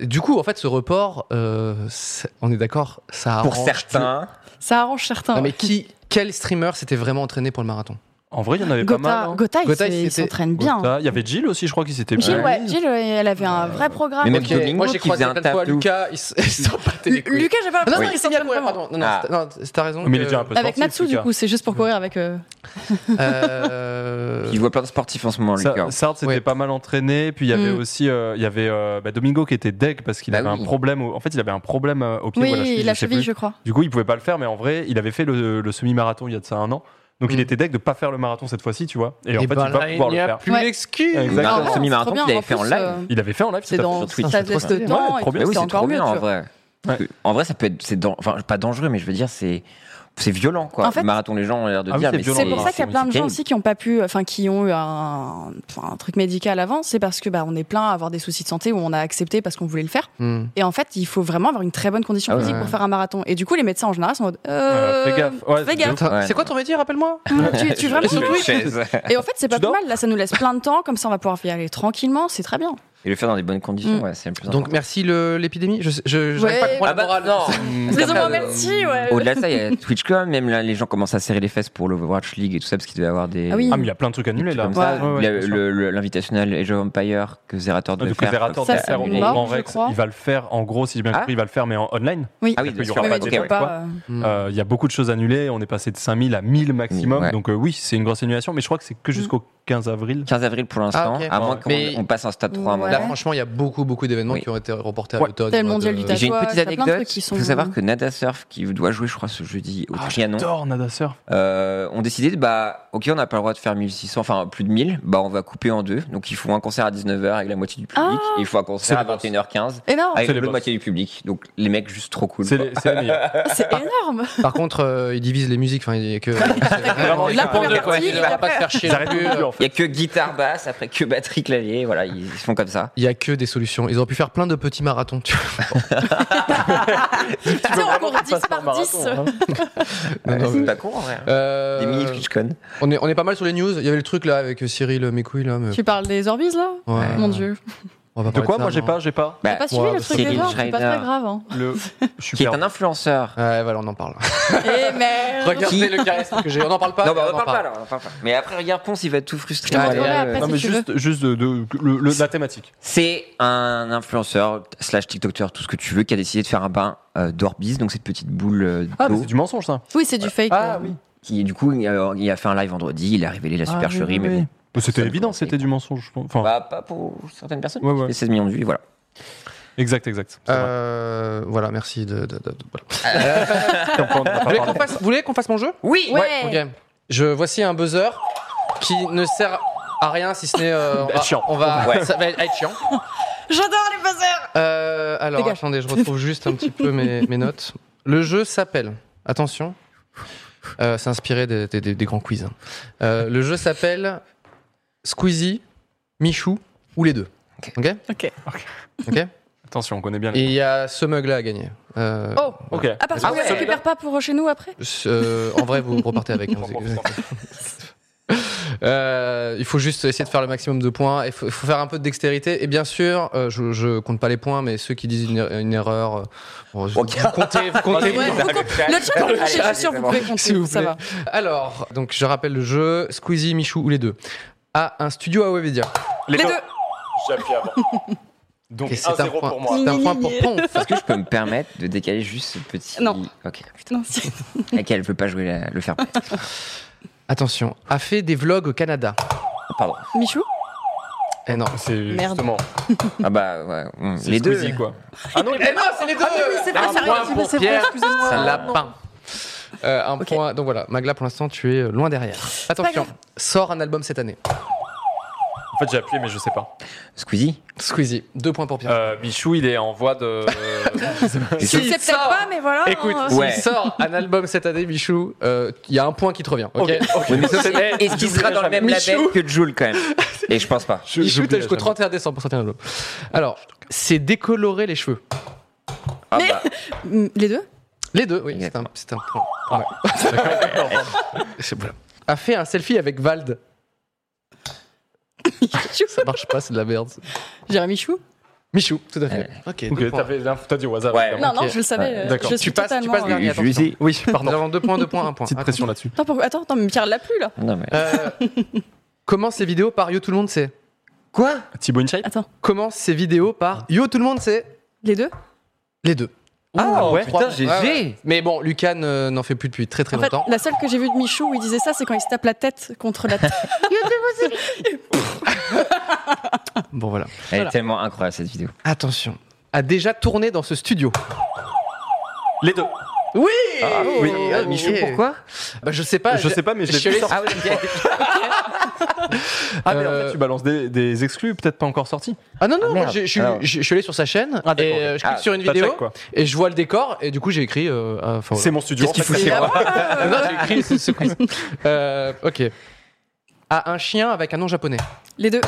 S2: Du coup, en fait, ce report, euh, c'est- on est d'accord, ça
S3: Pour
S2: arrange
S3: certains.
S5: Ça arrange
S2: tout.
S5: certains.
S2: Non, mais qui, quel streamer s'était vraiment entraîné pour le marathon
S4: En vrai, il y en avait pas
S5: Gotha,
S4: mal. hein.
S5: Gotha, il
S2: Gotha,
S5: s'est-
S2: il
S5: il
S2: s'était-
S5: s'entraîne bien. hein.
S4: Gotha. Il y avait Jill aussi, je crois qu'il s'était
S5: Gilles,
S4: bien.
S5: ouais, Gilles, euh, elle avait un vrai programme. euh,
S3: Mais même- Domingo
S2: Moi,
S3: qui
S2: j'ai croisé
S3: faisait un
S2: plein de fois
S3: taf de ouf.
S2: Lucas, il s- <laughs> il s'en battait les couilles.
S5: Lucas, j'avais pas
S2: Ah, non,
S5: l'impression
S2: non, il
S5: qu'il
S2: s'est mis à
S5: s'entraîne
S2: courir,
S5: vraiment.
S2: pardon. Non, non,
S3: Ah.
S2: c'est- non, c'est- t'as raison.
S4: Mais il est
S2: que-
S4: déjà un peu
S5: Avec
S4: sorti,
S5: Natsu,
S4: ce
S5: du
S4: gars.
S5: coup, c'est juste pour courir avec. euh,
S2: Euh,
S3: <laughs> Il voit plein de sportifs en ce moment,
S4: Sa-
S3: Lucas.
S4: Sard s'était
S2: Ouais.
S4: pas mal entraîné, puis il y avait
S5: Mm.
S4: aussi euh, il y avait euh, bah, Domingo qui était deg parce qu'il
S3: Bah
S4: avait
S3: oui.
S4: un problème. Au, en fait, il avait un problème euh, au pied. ou à la
S5: Oui,
S4: cheville,
S5: la
S4: je sais
S5: cheville,
S4: plus.
S5: je crois.
S4: Du coup, il pouvait pas le faire, mais en vrai, il avait fait le, le semi-marathon il y a de ça un an. Donc il
S2: Mm.
S4: était deg de pas faire le marathon cette fois-ci, tu vois. Et,
S2: eh
S4: en fait,
S2: ben
S4: il va
S2: là,
S4: pas pouvoir le
S2: n'y a
S4: faire.
S2: plus
S5: Ouais.
S2: d'excuses.
S3: Exact.
S5: Ah
S3: Un
S5: non,
S3: semi-marathon
S5: c'est trop
S3: qu'il
S5: bien,
S3: avait fait en
S5: plus,
S3: live.
S5: euh,
S3: Il
S4: Il avait fait en live,
S5: C'est
S4: c'était
S5: dans
S3: sur Twitch.
S5: ça faisait
S4: Ouais,
S5: trop
S4: trop bien.
S5: bien.
S3: Mais oui,
S5: C'est
S3: c'est trop
S5: encore mieux.
S3: bien en
S5: tu vois.
S3: vrai. Parce que, En vrai, ça peut être, c'est dan- enfin pas dangereux, mais je veux dire c'est c'est violent quoi.
S5: En fait-
S3: le marathon, les gens ont l'air de
S4: Ah oui,
S3: dire,
S4: c'est
S3: mais
S4: violent,
S5: C'est pour ça qu'il y a plein de gens
S3: terrible.
S5: aussi qui n'ont pas pu, euh, enfin qui ont eu un, un truc médical avant. C'est parce que bah, on est plein à avoir des soucis de santé où on a accepté parce qu'on voulait le faire.
S2: Hmm.
S5: Et en fait, il faut vraiment avoir une très bonne condition
S3: Ah ouais.
S5: physique pour faire un marathon. Et du coup, les médecins en général sont en mode. Euh,
S4: Euh, fais gaffe. Ouais,
S5: fais
S4: de
S5: gaffe.
S4: ouf.
S2: Attends,
S3: Ouais,
S2: C'est quoi ton métier, rappelle-moi
S5: <laughs> tu, tu vraiment.
S3: Sur Twitch.
S5: Et en fait, c'est pas
S4: Tu dors
S5: plus mal. Là, ça nous laisse plein de temps. Comme ça, on va pouvoir y aller tranquillement. C'est très bien.
S3: Et le faire dans des bonnes conditions,
S5: Mm.
S3: ouais, c'est le plus
S2: Donc
S3: important.
S2: merci le- l'épidémie. Je, sais- je, je n'arrive
S5: Ouais.
S2: pas à comprendre
S3: Ah bah,
S2: la morale.
S3: non.
S5: Désolé,
S3: Comme, euh,
S5: merci. Ouais.
S3: Au-delà de ça, il y a TwitchCon, même là, les gens commencent à serrer les fesses pour l'Overwatch League et tout ça, parce qu'il devait y avoir des.
S5: Ah oui.
S4: Ah, mais il y a plein de trucs annulés là. hein.
S3: Comme ça,
S4: Ouais, ouais,
S3: il y a
S4: bien sûr.
S3: le- le- l'invitationnel Age of Empire que Zerator devait
S4: Donc,
S3: faire.
S4: Ah, Zerator
S5: Ça,
S4: va
S3: devait
S4: le faire
S5: c'est
S4: en,
S5: annulé.
S4: en
S5: je
S4: Rex.
S5: crois.
S4: Il va le faire, en gros, si j'ai bien
S3: Ah.
S4: compris, il va le faire, mais en online.
S5: Oui.
S3: Ah oui,
S4: Il y
S3: bien sûr.
S4: aura pas
S5: Oui, mais
S4: de
S5: tu
S4: direct,
S5: peux pas,
S4: quoi.
S5: euh,
S3: Ah,
S2: Mm.
S4: Euh, Il y a beaucoup de choses annulées. On est passé de 5000 à 1000 maximum.
S3: Ouais. Mm.
S4: Donc, euh, oui, c'est une grosse annulation, mais je crois que c'est que jusqu'au 15 avril.
S3: 15 avril pour l'instant,
S2: Ah, ok.
S3: à moins qu'on
S2: Mais-
S3: on passe en stade 3 à un moment.
S5: Ouais.
S2: Là, franchement, il y a beaucoup, beaucoup d'événements
S3: Oui.
S2: qui ont été reportés à
S4: Ouais.
S2: l'automne. euh,
S5: Tel
S2: moi,
S5: mondial
S2: de-
S5: du
S3: Et
S5: tabac.
S3: J'ai une
S5: Toi,
S3: petite
S5: t'as plein de
S3: anecdote.
S5: trucs qui
S3: Il
S5: sont-
S3: faut savoir que Nada Surf, qui doit jouer, je crois, ce jeudi au
S4: Ah,
S3: Trianon,
S4: J'adore Nada Surf.
S3: euh, ont décidé de, bah, ok, on n'a pas le droit de faire 1600, enfin plus de 1000, bah on va couper en deux. Donc il faut un concert à 19h avec la moitié du public,
S5: Ah.
S3: et il faut un concert
S4: C'est
S3: à
S4: les boss.
S3: 21h15
S5: Énorme.
S3: avec
S4: C'est les
S3: l'autre
S4: boss.
S3: moitié du public. Donc les mecs, juste trop cool.
S4: C'est
S3: quoi.
S4: les, c'est
S3: <laughs>
S4: les meilleurs.
S5: C'est énorme.
S2: <laughs> Par contre, euh, ils divisent les musiques. Enfin, il y a <laughs> que.
S4: Vraiment,
S5: La
S4: ils
S5: première
S4: font deux,
S5: partie,
S4: quoi.
S5: et
S2: Il va pas se
S5: après-
S2: faire chier.
S4: Ils arrêtent
S2: non
S4: au
S2: plus.
S4: milieu, en
S3: euh, Il y
S4: fait.
S3: a que guitare basse, après que batterie clavier, voilà, ils, ils font comme ça.
S2: Il y a que des solutions. Ils auraient pu faire plein de petits marathons. tu vois.
S5: Tu sais, on court 10 par 10.
S2: Non, non,
S3: c'est
S2: mais-
S3: pas con en vrai.
S2: Ah, Euh,
S3: Des mini TwitchCon.
S2: on, est, on est pas mal sur les news. Il y avait le truc là avec Cyril euh, Mécouille. Là, mais...
S5: Tu parles des Orbis là
S2: Ouais.
S5: Mon dieu.
S2: On va pas
S4: De
S2: parler
S4: quoi
S2: ça,
S4: Moi, j'ai
S2: non.
S4: pas, j'ai pas.
S5: T'as
S3: Bah,
S5: pas suivi
S2: ouais,
S5: le
S2: bah,
S5: truc
S3: Cyril
S5: des gens, c'est pas
S3: Schreider.
S5: très grave. Hein.
S3: <laughs>
S4: Le... Je suis
S3: qui est
S4: perdu.
S3: un influenceur.
S2: Ouais, voilà, on en
S4: <laughs>
S2: parle.
S5: Eh merde
S2: Regardez le charisme que j'ai. On en parle pas.
S3: non, bah,
S2: mais
S3: on en parle pas alors, on en parle pas. Mais après, regarde Ponce, il va être tout frustré.
S2: Ouais,
S3: Voilà,
S2: ouais,
S3: euh,
S5: après,
S4: Non,
S5: si
S4: mais
S5: tu
S4: juste, juste de, de- le- le- la thématique.
S3: C'est un influenceur, slash TikToker, tout ce que tu veux, qui a décidé de faire un bain euh, d'Orbis, donc cette petite boule euh,
S4: Ah, mais
S3: d'eau.
S4: c'est du mensonge, ça.
S5: Oui, c'est du fake. euh.
S3: Qui, du coup, il a, il a fait un live vendredi, il a révélé
S4: Ah,
S3: la supercherie, mais bon.
S4: Bah, C'était
S3: Ça me
S4: évident,
S3: convaincait.
S4: c'était du mensonge, je pense. Enfin,
S3: Bah, pas pour certaines personnes.
S4: Ouais,
S3: qui
S4: ouais.
S3: fait 16 millions de vues, voilà.
S4: exact, exact. C'est vrai.
S2: Euh, voilà, merci de. de- de- de- voilà.
S4: Enfin, on n'a pas
S2: Vous voulez
S4: parlé.
S2: qu'on fasse- vous voulez qu'on fasse mon jeu
S3: Oui
S5: Ouais.
S2: Ok. Je voici un buzzer qui ne sert à rien si ce n'est euh, on
S4: Être
S2: va-
S4: chiant.
S2: on va
S3: Ouais.
S2: ça va être chiant.
S5: J'adore les buzzers
S2: Euh, alors
S5: Dégage.
S2: attendez, je retrouve juste un petit peu mes, mes notes. Le jeu s'appelle attention. Euh, c'est inspiré des, des- des- des grands quiz. hein. Euh, le jeu s'appelle Squeezie, Michou ou les deux.
S3: Ok.
S2: Ok.
S5: Ok.
S2: Ok.
S4: Attention, on connaît bien
S2: Et
S4: les.
S2: il y a ce mug là à gagner. Euh,
S5: Oh
S4: Ok.
S5: À part ça,
S3: Ah
S5: on
S3: ouais.
S5: ne récupère pas pour chez nous après
S2: Euh, en vrai, vous repartez avec. hein, vous- Euh, il faut juste essayer de faire le maximum de points. Il faut, il faut faire un peu de dextérité. Et bien sûr, euh, je, je compte pas les points, mais ceux qui disent une, une erreur, euh, bon, je-
S3: Ok.
S2: vous comptez, vous comptez.
S5: Ouais, vous comptez- Le chat,
S3: Allez,
S5: je suis sûre,
S3: allez,
S5: vous pouvez
S2: S'il vous
S5: compter. Ça
S2: plaît.
S5: va.
S2: Alors, donc je rappelle le jeu Squeezie, Michou ou les deux. À un studio à Webedia.
S5: Les deux
S4: J'appuie avant. Donc,
S2: Et c'est un
S4: 1-0
S2: point.
S4: pour moi.
S2: C'est un point pour Ponf.
S3: Est-ce que je peux me permettre de décaler juste ce petit.
S5: Non.
S3: Ok, putain.
S5: Non, si.
S3: Avec elle, je peux pas jouer la- le fair play.
S2: Attention, a fait des vlogs au Canada.
S3: Pardon.
S5: Michou
S2: Eh non.
S4: C'est
S5: Merde.
S4: justement.
S3: Ah bah, ouais. mm,
S4: c'est
S3: Les deux.
S4: Squeezie, quoi.
S2: Ah non, c'est les deux. un point pour Pierre.
S5: excusez-moi.
S2: Un lapin. Euh, un point. Donc voilà, Magla, pour l'instant, tu es euh, loin derrière. Attention,
S5: grave.
S2: sort un album cette année.
S4: En fait, j'ai appuyé, mais je sais pas.
S3: Squeezie
S2: Squeezie, deux points pour Pierre.
S4: Euh, Michou, il est en voie <laughs> de.
S5: Je ne sais peut-être
S2: sort.
S5: pas, mais voilà.
S2: Écoute,
S5: hein.
S3: ouais.
S2: s'il sort un album cette année, Michou, euh, il y a un point qui te revient. Ok.
S3: Oui, mais
S4: Eh,
S3: Est-ce qu'il sera dans le même label
S2: Michou.
S3: que Joule quand même Et je pense pas.
S2: Je- Michou, t'as
S4: j'oublierai
S2: jusqu'au
S4: jamais.
S2: 31 décembre pour sortir un album. Alors, c'est décolorer les cheveux.
S3: Ah
S5: Mais-
S3: bah,
S5: Mm,
S2: <laughs>
S5: Les deux
S2: Les deux, oui, c'est un,
S3: Exactement.
S2: c'est un point. Ouais. C'est bon. A fait un selfie avec Vald.
S5: Michou
S2: Ça marche pas, c'est de la merde.
S5: J'irai Michou
S2: Michou, tout à fait. Ok, deux
S4: Ok,
S2: points.
S4: t'as fait- t'as dit au hasard.
S3: Ouais.
S4: évidemment.
S5: Non, non,
S2: ok.
S5: je le savais.
S3: Ouais,
S5: euh,
S4: d'accord.
S5: Je
S2: Tu
S5: suis
S2: passes- tu
S5: totalement,
S2: passes
S5: euh,
S2: dernier.
S3: je lui dis-
S4: Oui,
S2: Nous
S4: pardon.
S2: avons deux points, deux points, un point.
S4: Petite
S2: Attention.
S4: pression là-dessus.
S5: Attends, pourquoi- Attends, attends, mais Pierre l'a plus là.
S3: Non, mais.
S2: Euh, <laughs> comment ces vidéos par Yo Tout le Monde sait
S3: Quoi
S4: Thibaut InShape
S5: Attends,
S2: Comment ces vidéos par Yo Tout le Monde sait
S5: les deux
S2: Les deux.
S3: Ah
S4: Ouh,
S3: ouais,
S2: trois
S3: putain,
S2: points.
S3: GG
S2: Ouais, ouais. Mais bon, Lucan euh, n'en fait plus depuis très très
S5: En fait,
S2: longtemps.
S5: la seule que j'ai vue de Michou où il disait ça, c'est quand il se tape la tête contre
S2: <laughs>
S5: la tête.
S2: Bon voilà.
S3: Elle est tellement incroyable cette vidéo.
S2: Attention. A déjà tourné dans ce studio.
S4: Les deux.
S2: Oui,
S3: oui. Ah, Michou, pourquoi
S2: bah, Je sais pas.
S4: Je
S2: j'ai-
S4: sais pas, mais je l'ai
S2: suis
S4: vu
S2: allé-
S3: <laughs> Ah oui, ok.
S4: Ah, mais en
S2: Euh,
S4: fait, tu balances des, des exclus, peut-être pas encore sortis.
S2: Ah non, non,
S3: Ah,
S2: moi,
S3: merde.
S2: j'ai- je suis-
S3: Alors.
S2: je je suis allé sur sa chaîne
S4: Ah,
S2: et
S4: d'accord,
S2: euh,
S4: ok.
S2: je clique
S3: Ah,
S2: sur une
S4: pas de
S2: vidéo
S4: check, quoi.
S2: et je vois le décor et du coup j'ai écrit. euh, ah, enfin,
S4: C'est mon studio.
S2: Qu'est-ce qu'il
S4: en fait,
S2: fout
S4: c'est
S2: chez
S4: moi.
S2: voilà. Ah, <laughs> non, j'ai écrit c'est une surprise. <laughs> Euh, ok. À un chien avec un nom japonais.
S5: Les deux.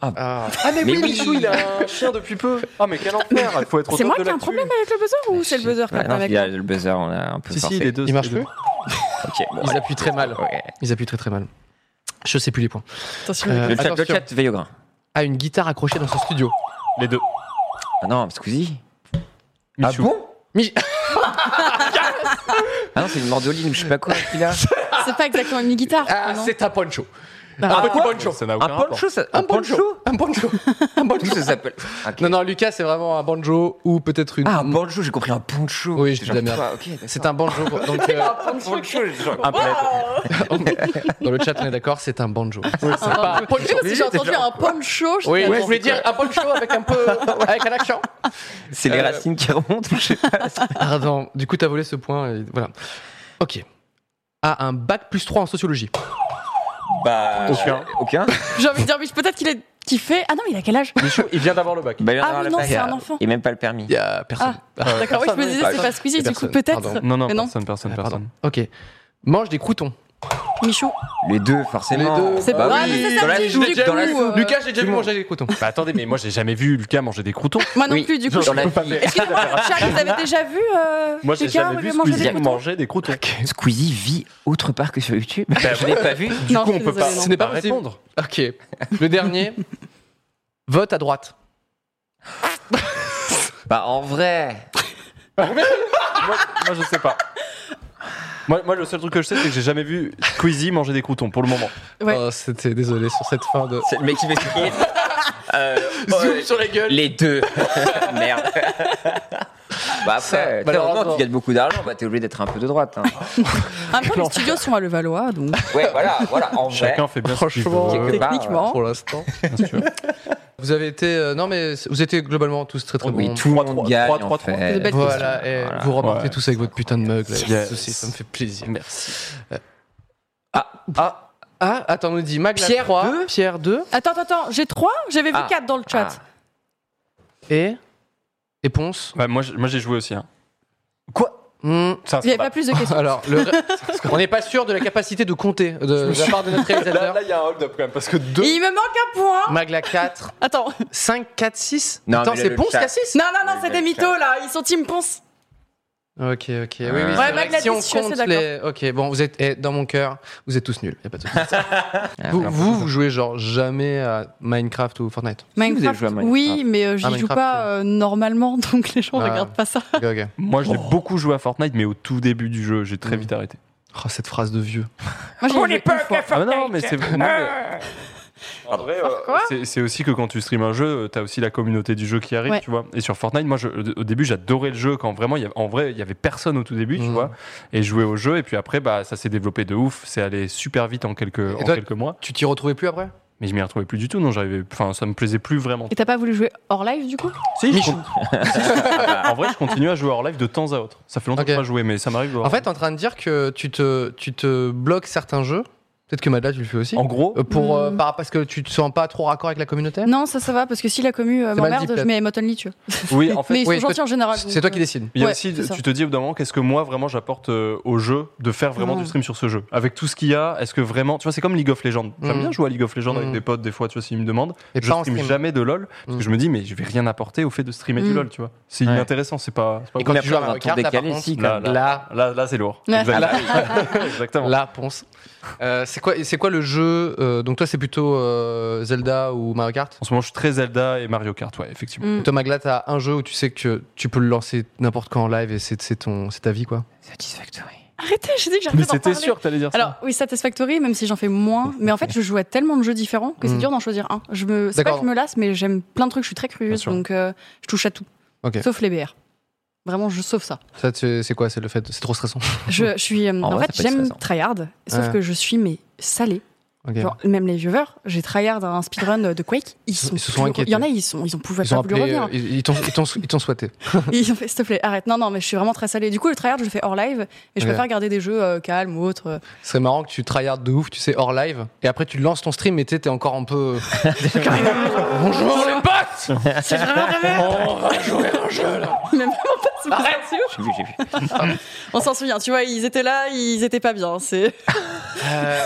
S2: Ah.
S3: Mais oui, oui.
S4: Michou, il a un chien depuis peu. Ah, mais
S3: <laughs>
S4: quel enfer Il faut être au
S5: C'est
S4: top
S5: moi
S4: de
S5: qui ai un
S4: l'actu.
S5: problème avec le buzzer ou c'est le buzzer qui a
S3: Ouais, non,
S5: un problème
S3: il y a le buzzer, on a un peu
S4: Si,
S3: forcé.
S4: si, les deux.
S2: Il marche
S4: les deux.
S2: plus
S3: Ok, bon,
S2: Ils appuient très mal. Euh,
S3: ouais.
S2: Ils appuient très très mal. Je sais plus les points.
S5: Attention.
S2: Euh,
S3: Le chat, le
S2: attention.
S3: chat veille au grain.
S2: À une guitare accrochée dans son studio.
S4: Les deux.
S3: Ah non, Squeezie.
S4: Michou.
S3: bon
S2: Mi-
S3: <laughs> Ah non, c'est une mandoline ou je sais pas quoi
S2: <laughs>
S3: qu'il a.
S5: C'est pas exactement une guitare.
S2: Ah,
S5: non.
S2: c'est un poncho.
S5: Bah,
S2: un petit poncho.
S4: Ça n'a aucun
S3: Un
S4: rapport.
S3: poncho, ça.
S2: Un poncho. Un poncho. Un
S3: D'où
S2: poncho.
S3: ça s'appelle Ok.
S2: Non, non, Lucas, c'est vraiment un banjo ou peut-être une.
S3: Ah, un banjo, j'ai compris un poncho.
S2: Oui, je dis
S3: Genre,
S2: de la merde.
S3: toi, ok, d'accord.
S2: C'est un banjo. Donc, euh, <laughs>
S3: Un poncho, genre.
S4: Un plaid.
S2: dans le chat, on est d'accord, c'est un banjo. c'est pas un poncho.
S5: Oui, parce que j'ai entendu un poncho. j'étais
S2: Oui,
S5: là,
S2: je
S5: bon,
S2: voulais dire un poncho avec un <laughs> peu. avec un accent.
S3: C'est les
S2: Euh,
S3: racines qui remontent, je sais pas.
S2: Pardon, du coup, t'as volé ce point. et voilà. Ok. Ah, un bac plus 3 en sociologie. <laughs>
S3: Bah.
S4: Aucun.
S3: Aucun.
S5: J'ai envie de dire, mais peut-être qu'il est kiffé. Ah non, mais il a quel âge
S4: Michou, il vient d'avoir le bac.
S3: Bah, il vient
S5: Ah
S3: d'avoir
S5: oui,
S3: le
S5: non,
S3: bac.
S5: c'est un enfant.
S3: Et même pas le permis.
S2: Il y a personne. Ah,
S5: D'accord, oui, je me
S4: Personne,
S5: disais,
S4: oui.
S5: c'est pas Squeezie, du coup,
S2: Personne, pardon.
S5: peut-être.
S4: Non, non,
S5: Mais non.
S4: personne, personne,
S2: pardon.
S4: personne.
S2: Ok. Mange des croutons.
S5: Michou.
S3: Les deux, forcément.
S2: Les deux.
S5: C'est
S3: Bah
S5: pas-
S3: oui.
S5: Ah, mais ça, ça
S3: Dans la
S5: me dit, je
S3: soupe,
S5: l'ai déjà
S3: dans la
S5: vu,
S3: soupe.
S5: euh,
S2: Lucas, j'ai déjà vu
S4: Simon.
S2: manger des croutons.
S4: Bah attendez, mais moi j'ai jamais vu Lucas manger des croutons.
S5: Moi non
S3: Oui.
S5: plus, du coup.
S3: Dans la
S5: je-
S3: vie.
S5: Excusez-moi, Charles, vous avez déjà vu euh,
S4: Moi j'ai
S5: Lucas
S4: jamais
S5: Olivier
S4: vu
S5: manger des
S4: Squeezie
S5: croutons
S4: manger des croutons.
S3: Squeezie vit autre part que sur YouTube.
S2: Bah
S3: <laughs> je l'ai pas vu.
S4: Du
S5: Non,
S4: coup,
S5: je
S4: on
S5: suis
S4: peut pas.
S5: désolée, non.
S4: Ce n'est pas
S2: Pas
S4: Bah, répondre.
S2: Ok. Le dernier. Vote à droite.
S3: Bah, en vrai.
S4: <laughs> Moi, moi, je sais pas. Moi, moi, le seul truc que je sais, c'est que j'ai jamais vu Squeezie manger des croutons pour le moment.
S5: Ouais.
S2: Oh, c'était désolé sur cette fin de.
S3: C'est le mec qui fait crier. <laughs> Euh, euh,
S2: sur la gueule.
S3: les deux. <laughs> Merde. Bah après,
S2: malheureusement.
S3: malheureusement, tu gagnes beaucoup d'argent, bah t'es obligé d'être un peu de droite. hein.
S5: En même temps, les studios sont à Levallois, donc
S3: Ouais, voilà, voilà, en vrai.
S4: Chacun fait bien ce qu'il
S2: Franchement,
S4: veut.
S2: euh,
S3: Quelque part,
S5: techniquement.
S2: Pour l'instant.
S4: Bien sûr.
S2: Vous avez été. euh, non, mais c- vous étiez globalement tous
S4: Oh,
S2: très très
S3: Oui,
S2: bons.
S3: tout le
S4: Trois,
S3: monde
S4: trois,
S3: gagne,
S4: trois,
S3: en
S4: trois,
S3: fait.
S4: trois.
S5: C'est des belles
S2: Eh, Voilà, et
S3: Voilà.
S2: vous remontez
S4: Ouais.
S2: tous avec votre putain de mug là, y a pas de
S4: Yes.
S2: souci, ça me fait plaisir. Euh,
S4: Merci.
S2: Ah, ah attends, on nous dit Magla
S3: Pierre
S2: 3,
S3: deux.
S2: Pierre 2
S5: Attends, attends, attends, j'ai trois J'avais vu
S3: Ah.
S5: quatre dans le chat.
S3: Ah.
S2: et. Et Ponce.
S4: Ouais, moi, j'ai- moi, j'ai joué aussi. Hein.
S2: Quoi
S4: Ça,
S5: Il n'y
S4: c'est
S5: avait pas plus de questions.
S2: Alors, le ré- on n'est pas sûr de la capacité de compter de, de la part de notre réalisateur.
S4: il y a un hold-up quand même, parce que deux.
S5: Il me manque un point
S2: Magla 4,
S5: Attends.
S2: 5, 4, 6.
S3: Non,
S2: Attends,
S3: mais le-
S2: c'est
S3: le
S2: Ponce qui
S3: chat.
S2: a 6
S5: Non, non, non, c'est
S3: Le
S5: des
S3: mec,
S5: mythos là, ils sont Team Ponce.
S2: Ok, ok. Oui, oui,
S3: Ouais,
S2: c'est vrai
S5: Magla
S2: que si on
S5: 10, je suis assez
S2: compte
S5: d'accord.
S2: les. Ok, bon, vous êtes. eh, dans mon cœur, vous êtes tous nuls. Y a pas de souci. vous, vous, vous jouez genre jamais à Minecraft ou Fortnite.
S3: vous avez
S5: Minecraft,
S3: joué à Minecraft.
S5: oui, mais euh, j'y
S2: Ah,
S5: joue
S2: Minecraft,
S5: pas
S2: oui.
S5: euh, normalement, <laughs> donc les gens
S2: Ah.
S5: regardent pas ça.
S2: Ok, ok.
S4: Moi, j'ai
S3: Oh.
S4: beaucoup joué à Fortnite, mais au tout début du jeu, j'ai
S5: Mm.
S4: très vite arrêté.
S2: Oh, cette phrase de vieux.
S5: Moi, j'ai joué une fois.
S4: Ah, mais non, mais c'est. non, mais- En vrai, euh, c'est- c'est aussi que quand tu streames un jeu, euh, t'as aussi la communauté du jeu qui arrive,
S5: Ouais.
S4: tu vois. Et sur Fortnite, moi, je- euh, au début, j'adorais le jeu quand vraiment, il y avait, en vrai, il y avait personne au tout début, tu
S2: Mhm.
S4: vois. Et je jouais au jeu, et puis après, bah, ça s'est développé de ouf. C'est allé super vite en quelques, en
S2: toi-
S4: quelques mois.
S2: Tu t'y retrouvais plus après
S4: Mais je m'y retrouvais plus du tout, non. J'arrivais, enfin, ça me plaisait
S5: <laughs>
S4: plus vraiment.
S5: Et t'as pas voulu jouer hors live du coup
S4: Si, je con- en vrai, je continue à jouer hors live de temps à autre. Ça fait longtemps que
S2: Ok.
S4: je pas joué, mais ça m'arrive.
S2: En fait, t'es en train de dire que tu te, tu te bloques certains jeux. Peut-être que Madla, tu le fais aussi.
S4: en gros,
S2: Euh, pour, euh,
S5: Mm.
S2: par- parce que tu te sens pas trop raccord avec la communauté
S5: Non, ça, ça va, parce que si la commu
S2: C'est mal
S5: euh,
S2: dit,
S5: m'emmerde, je
S2: peut-être.
S5: mets Moton Lee, tu vois.
S2: <laughs>
S4: oui, en fait,
S5: Mais ils
S2: oui,
S5: sont
S2: toi,
S5: gentils en général.
S2: C'est
S5: donc,
S2: toi qui
S5: euh,
S2: décides.
S4: Il y a
S5: Ouais,
S4: aussi,
S5: c'est ça.
S4: tu te dis au bout d'un moment, qu'est-ce que moi vraiment j'apporte euh, au jeu de faire vraiment
S5: Ouais.
S4: du stream sur ce jeu Avec tout ce qu'il y a, est-ce que vraiment. Tu vois, c'est comme League of Legends. J'aime
S5: Mm.
S2: Mhm.
S4: bien jouer à League of Legends
S2: Mhm.
S4: avec des potes, des fois, tu vois, s'ils me demandent.
S2: Et
S4: je
S2: pas en
S4: stream
S2: stream.
S4: jamais de LoL,
S2: Mhm.
S4: parce que
S5: Mm.
S4: je me dis, mais je vais rien apporter au fait de streamer du
S5: Mhm.
S4: LoL, tu vois. C'est
S3: Ouais.
S4: inintéressant, c'est pas. c'est pas
S2: Et
S4: bon.
S2: quand
S3: on a
S2: tu joues à
S3: pas un
S2: Mario
S3: tour
S2: Kart, là, par
S3: décalé,
S2: contre,
S3: si, quand
S4: là,
S3: même.
S4: là,
S2: là-
S4: là, là, c'est lourd.
S5: Ouais. <laughs>
S4: Exactement. Exactement.
S2: La ponce. Euh, c'est quoi, c'est quoi le jeu euh, Donc toi, c'est plutôt euh, Zelda ou Mario Kart
S4: En ce moment, je suis très Zelda et Mario Kart, ouais, effectivement.
S5: Mm.
S2: Thomas Thomas Glatt a un jeu où tu sais que tu peux le lancer n'importe quand en live et c'est c'est ton, c'est ta vie quoi.
S3: Satisfactory.
S5: euh. Arrêtez, j'ai dit que
S4: Mais
S5: j'arrêtais d'en
S4: c'était
S5: parler.
S4: sûr que t'allais dire ça.
S5: Alors oui, Satisfactory, même si j'en fais moins, mais en fait je joue à tellement de jeux différents que c'est
S2: Mm.
S5: dur d'en choisir un. Je me, c'est pas
S2: D'accord.
S5: que je me lasse, mais j'aime plein de trucs, je suis très
S4: Bien
S5: curieuse,
S4: sûr.
S5: donc euh, je touche à tout,
S2: Ok.
S5: sauf les BR. Vraiment, je sauf ça.
S2: Ça, c'est c'est quoi C'est le fait, c'est trop stressant.
S5: Je, je suis, euh,
S3: En
S5: en,
S3: vrai,
S5: fait,
S3: ça peut être
S5: j'aime
S3: stressant.
S5: tryhard, sauf
S2: Ouais.
S5: que je suis mais salée
S2: Ok.
S5: Genre, même les viewers, j'ai tryhard un speedrun de Quake, ils sont.
S2: Ils se
S5: plus-
S2: sont inquiétés.
S5: Il y en a, ils sont, ils ont pouvaient
S2: Ils
S5: pas
S2: ont
S5: voulu
S2: appelé,
S5: revenir.
S2: euh, ils ils t'ont- ils t'ont ils t'ont souhaité.
S5: Ils ont fait, s'il te plaît, arrête. Non, non, mais je suis vraiment très salée. Du coup, le tryhard, je le fais hors live et je
S2: Ouais.
S5: préfère regarder des jeux euh, calmes ou
S2: <laughs>
S5: autres.
S2: Ce serait marrant que tu tryhard de ouf, tu sais, hors live, et après tu lances ton stream, mais tu sais, t'es encore un peu. euh, Bonjour les potes
S5: C'est vraiment
S2: On va jouer un jeu
S5: <laughs>
S2: là
S5: Même vraiment pas de
S3: J'ai vu, j'ai vu.
S5: On s'en souvient, tu vois, ils étaient là, ils étaient pas bien. C'est.
S2: Euh,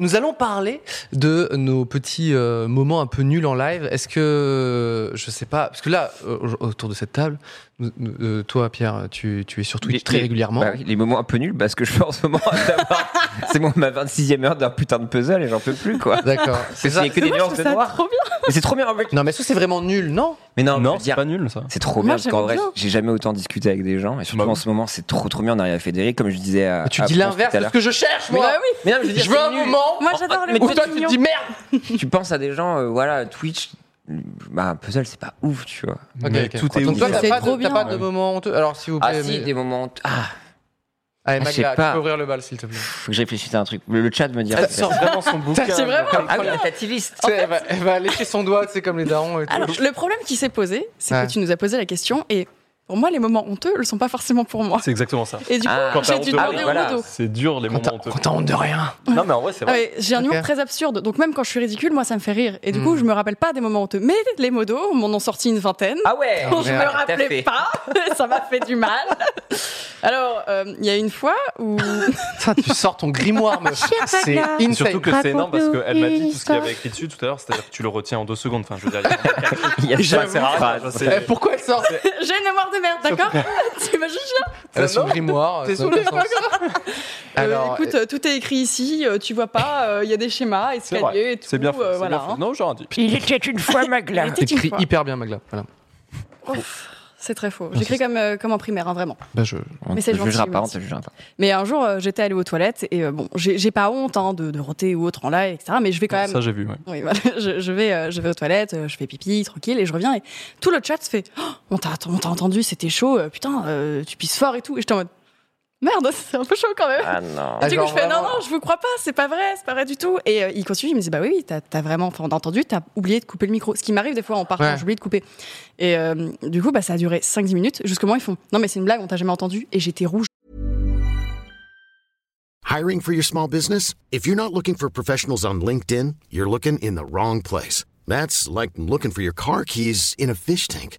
S2: Nous allons parler de nos petits euh, moments un peu nuls en live. Est-ce que. Je sais pas, parce que là, euh, autour de cette table, nous- nous- euh, toi Pierre, tu, tu es sur Twitch
S3: Les-
S2: très
S3: les-
S2: régulièrement.
S3: bah oui, les moments un peu nuls, bah, ce que je fais en ce moment, à savoir, c'est moi ma 26e heure d'un putain de puzzle et j'en peux plus, quoi. <laughs>
S2: D'accord, c'est ça.
S3: Il y a que des
S5: Moi, je
S3: nuances
S5: trouve
S3: de
S5: ça
S3: noir.
S5: trop bien.
S3: Mais c'est trop bien, en fait.
S2: Non, mais est-ce que c'est vraiment nul, non
S3: Mais non, je
S4: Non,
S3: veux
S4: c'est
S3: dire,
S4: pas nul ça.
S3: C'est trop
S5: Moi,
S3: bien parce qu'en
S5: j'aime
S3: vrai,
S5: bien.
S3: j'ai jamais autant discuté avec des gens et surtout
S4: Bah oui.
S3: en ce moment, c'est trop trop bien. On arrive à Fédéric, comme Ah, je disais à.
S2: Tu
S3: à
S2: dis
S3: France
S2: l'inverse
S3: tout à
S2: de
S3: l'heure.
S2: ce que je cherche, <laughs>
S3: Mais
S2: moi
S3: bah oui. Mais non, mais je veux
S2: Je
S3: dire,
S2: veux
S3: c'est
S2: un
S3: nul.
S2: moment
S5: Moi, j'adore
S3: mais
S5: les
S2: où
S5: petits
S2: toi tu te
S5: mignons.
S2: dis merde
S3: Tu penses à des gens, euh, voilà, Twitch, bah, un puzzle, c'est pas ouf, tu vois.
S2: Ok,
S4: Mais
S2: ok.
S4: tout est
S2: Donc
S4: ouf.
S2: toi, t'as
S5: C'est
S2: pas,
S5: trop
S2: de- t'as pas
S5: bien.
S2: de moment honteux. Alors, s'il vous plaît.
S3: Ah si,
S2: mais-
S3: des moments. Ah,
S2: Allez,
S3: Ah, je sais
S2: Magla, tu
S3: pas.
S2: peux ouvrir le bal, s'il te plaît.
S3: faut que je réfléchisse à un truc. Le, le chat me Ah, dira.
S4: Elle sort vraiment son bouquin.
S5: C'est vraiment-
S3: Ah oui, la tativiste.
S2: Tu sais, elle, va, elle va lécher son doigt, c'est comme les darons et tout.
S5: Alors, le problème qui s'est posé, c'est
S2: Ouais.
S5: que tu nous as posé la question et pour moi, les moments honteux ne sont pas forcément pour moi.
S4: C'est exactement ça.
S5: Et du coup,
S3: Ah.
S4: Quand t'as
S5: j'ai
S4: honte
S5: dû
S4: de
S3: Ah
S5: demander
S3: oui,
S5: au
S3: voilà.
S5: modo.
S4: C'est dur les
S2: Quand t'as-
S4: moments honteux.
S2: quand t'as honte de rien.
S3: Oh.
S4: Non, mais en vrai, c'est
S5: Ah
S4: vrai.
S5: ouais, j'ai un humour
S2: Ok.
S5: très absurde, donc même quand je suis ridicule, moi ça me fait rire. Et du
S2: Hmm.
S5: coup, je me rappelle pas des moments honteux. Mais les modos m'en ont sorti une vingtaine.
S3: Ah ouais.
S5: dont je me
S2: merde,
S5: rappelais pas, <laughs> ça m'a fait du mal. Alors, euh, il y a une fois où. <laughs>
S2: Ça, tu sors ton grimoire, meuf. C'est
S4: Et
S2: insane.
S4: Surtout que c'est énorme parce
S7: Raconte-nous
S4: qu'elle m'a dit
S7: une
S4: tout ce qu'il y avait écrit dessus tout à l'heure, c'est-à-dire que tu le retiens en deux secondes. Enfin, je veux dire, il y a un truc
S3: <laughs> Il y a
S4: qui
S3: ça,
S4: sert à rien, ça,
S3: phrase.
S2: Eh,
S4: c'est-
S2: pourquoi elle sort
S5: J'ai une mémoire de merde, d'accord <laughs> T'imagines
S2: Elle a son grimoire.
S4: t'es
S2: ça
S4: saoulé,
S2: n'a aucun sens.
S5: Euh,
S2: Alors,
S5: Écoute, euh, tout est écrit ici, euh, tu vois pas, euh, il y a des schémas,
S4: C'est vrai.
S5: escaliers et tout.
S4: C'est bien fait.
S5: euh,
S4: c'est
S5: voilà,
S4: bien fait.
S5: hein.
S4: Non, j'aurais dit.
S7: Il était une fois Magla.
S5: Il était une
S2: t'écris
S5: fois.
S2: hyper bien, Magla. Voilà.
S5: C'est très faux. J'écris comme, euh, comme en primaire, hein, vraiment.
S2: Bah, je...
S3: On
S5: Mais c'est
S3: te
S5: gentil,
S3: jugera pas, on
S5: merci.
S3: te jugera pas.
S5: Mais un jour, euh, j'étais allée aux toilettes et euh, bon, j'ai j'ai pas honte hein, de, de roter ou autre en live, etc. Mais je vais quand même.
S4: Ça, j'ai vu. ouais.
S5: Oui, voilà, <laughs> je, je vais, euh, je vais aux toilettes, euh, je fais pipi, tranquille, et je reviens. Et tout le chat se fait Oh, On t'a on t'a entendu, c'était chaud, euh, putain, euh, tu pisses fort et tout. Et j'étais en mode Merde, <laughs> c'est un peu chaud quand même.
S3: Ah non.
S2: Ah,
S5: du coup,
S2: genre
S5: je fais
S2: vraiment.
S5: Non, non, je vous crois pas, c'est pas vrai, c'est pas vrai du tout. Et euh, il continue, il me dit Bah oui, oui, t'as t'as vraiment, enfin, on a entendu, t'as oublié de couper le micro. Ce qui m'arrive des fois en partant,
S2: Ouais.
S5: j'oublie de couper. Et euh, du coup, bah, ça a duré 5-10 minutes, jusqu'au moment où ils font Non, mais c'est une blague, on t'a jamais entendu. Et j'étais rouge.
S8: Hiring for your small business? If you're not looking for professionals on LinkedIn, you're looking in the wrong place. That's like looking for your car keys in a fish tank.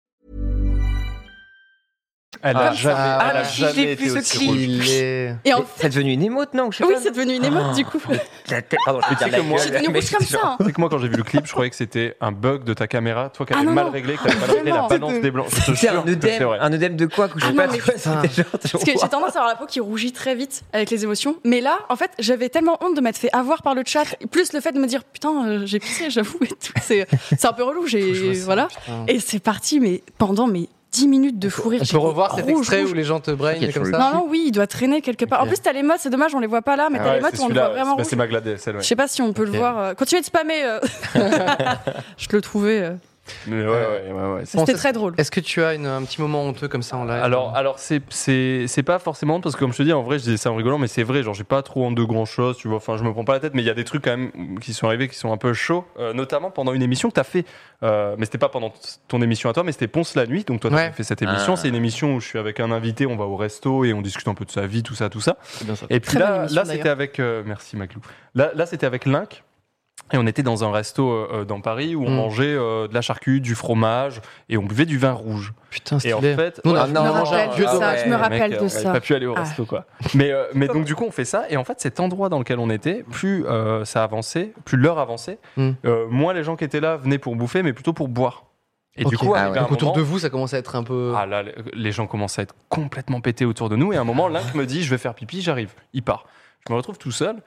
S4: Elle a jamais,
S2: Ah,
S4: elle a
S2: mais si,
S4: jamais
S3: j'ai
S4: été
S3: vu ce
S4: aussi
S3: clip.
S4: rouge.
S2: Il est.
S5: Et en
S3: Mais C'est devenu une émote, non ou je sais
S5: oui,
S3: pas,
S5: c'est devenu une émote,
S3: Ah.
S5: du coup.
S3: La tête- Pardon, je peux
S4: Tu sais
S3: dire la
S4: que moi-
S3: gueule,
S5: J'étais une
S3: mais
S5: rouge comme
S3: genre-
S5: ça. hein.
S4: C'est que moi, quand j'ai vu le clip, je croyais que c'était un bug de ta caméra. Toi, qui
S5: Ah,
S4: avais
S5: non,
S4: mal
S5: non.
S4: réglé, que t'avais mal réglé la
S5: Vraiment.
S4: balance des blancs. Je te
S3: C'est
S4: jure
S3: un
S4: que c'est
S3: œdème,
S4: vrai.
S3: un œdème de quoi que je sais
S5: Ah
S3: pas,
S5: non,
S3: tu
S5: mais
S3: vois, c'était genre-
S5: Parce que j'ai tendance à avoir la peau qui rougit très vite avec les émotions. Mais là, en fait, j'avais tellement honte de m'être fait avoir par le chat, plus le fait de me dire putain, euh, j'ai pissé, j'avoue, et tout. C'est c'est un peu relou, j'ai. Voilà. Et c'est parti, mais pendant mes 10 minutes de fou rire.
S2: On
S5: j'étais
S2: peut revoir cet
S5: rouge,
S2: extrait
S5: rouge.
S2: où les gens te brainent
S3: Ok,
S2: comme
S3: je
S2: ça.
S5: Non, non, oui, il doit traîner quelque part. En
S2: Ok.
S5: plus, t'as les modes, c'est dommage, on les voit pas là, mais
S4: Ah
S5: t'as
S4: ouais,
S5: les modes
S4: c'est
S5: où on le
S4: celui-là,
S5: voit vraiment
S4: c'est- bah,
S5: rouge.
S4: C'est Magla DSL, ouais.
S5: Je sais pas si on peut
S2: Ok.
S5: le voir. euh, Continuez de spammer.
S4: <laughs>
S5: euh. Je le trouvais. euh,
S4: Mais ouais, ouais, ouais, ouais.
S2: Bon,
S5: C'était
S2: ça-
S5: très drôle.
S2: Est-ce que tu as une- un petit moment honteux comme ça en live
S4: Alors, alors c'est, c'est, c'est pas forcément parce que comme je te dis en vrai, je disais ça en rigolant, mais c'est vrai, genre j'ai pas trop honte de grand chose, tu vois. Enfin, je me prends pas la tête, mais il y a des trucs quand même qui sont arrivés qui sont un peu chauds, euh, notamment pendant une émission que t'as fait. euh, mais c'était pas pendant t- ton émission à toi, mais c'était Ponce la nuit. Donc toi,
S2: Ouais.
S4: t'as fait cette émission.
S3: Ah.
S4: C'est une émission où je suis avec un invité, on va au resto et on discute un peu de sa vie, tout ça, tout ça.
S2: C'est bien ça.
S4: Et puis
S5: Très bonne
S4: là,
S5: émission,
S4: là
S5: d'ailleurs.
S4: c'était avec. euh, merci, Maclou. Là, là c'était avec Link. Et on était dans un resto euh, dans Paris où on
S2: Mm.
S4: mangeait euh, de la charcuterie, du fromage et on buvait du vin rouge.
S2: Putain,
S4: Et
S2: stylé.
S4: en fait,
S2: Nous, on
S3: Ah
S2: a-
S5: Je
S2: on
S5: me
S3: non,
S2: a mangé un
S5: rappelle
S2: vieux
S5: de
S3: ah
S2: doigt.
S5: ça.
S3: ouais,
S5: je me
S3: mec,
S5: rappelle
S4: euh,
S5: de
S4: ouais,
S5: ça.
S4: Pas pu aller au resto, quoi. Mais, euh, mais donc, du coup, on fait ça. Et en fait, cet endroit dans lequel on était, plus euh, ça avançait, plus l'heure avançait,
S2: Mm.
S4: euh, moins les gens qui étaient là venaient pour bouffer, mais plutôt pour boire. Et du
S2: Ok.
S4: coup,
S3: Ah
S4: arrivé
S3: ouais.
S4: un
S2: Donc, autour
S4: moment-
S2: de vous, euh. ça commence à être un peu.
S4: ah là, les- les gens commencent à être complètement pétés autour de nous. Et à un moment, l'un qui me dit Je vais faire pipi, j'arrive. Il part. Je me retrouve tout seul.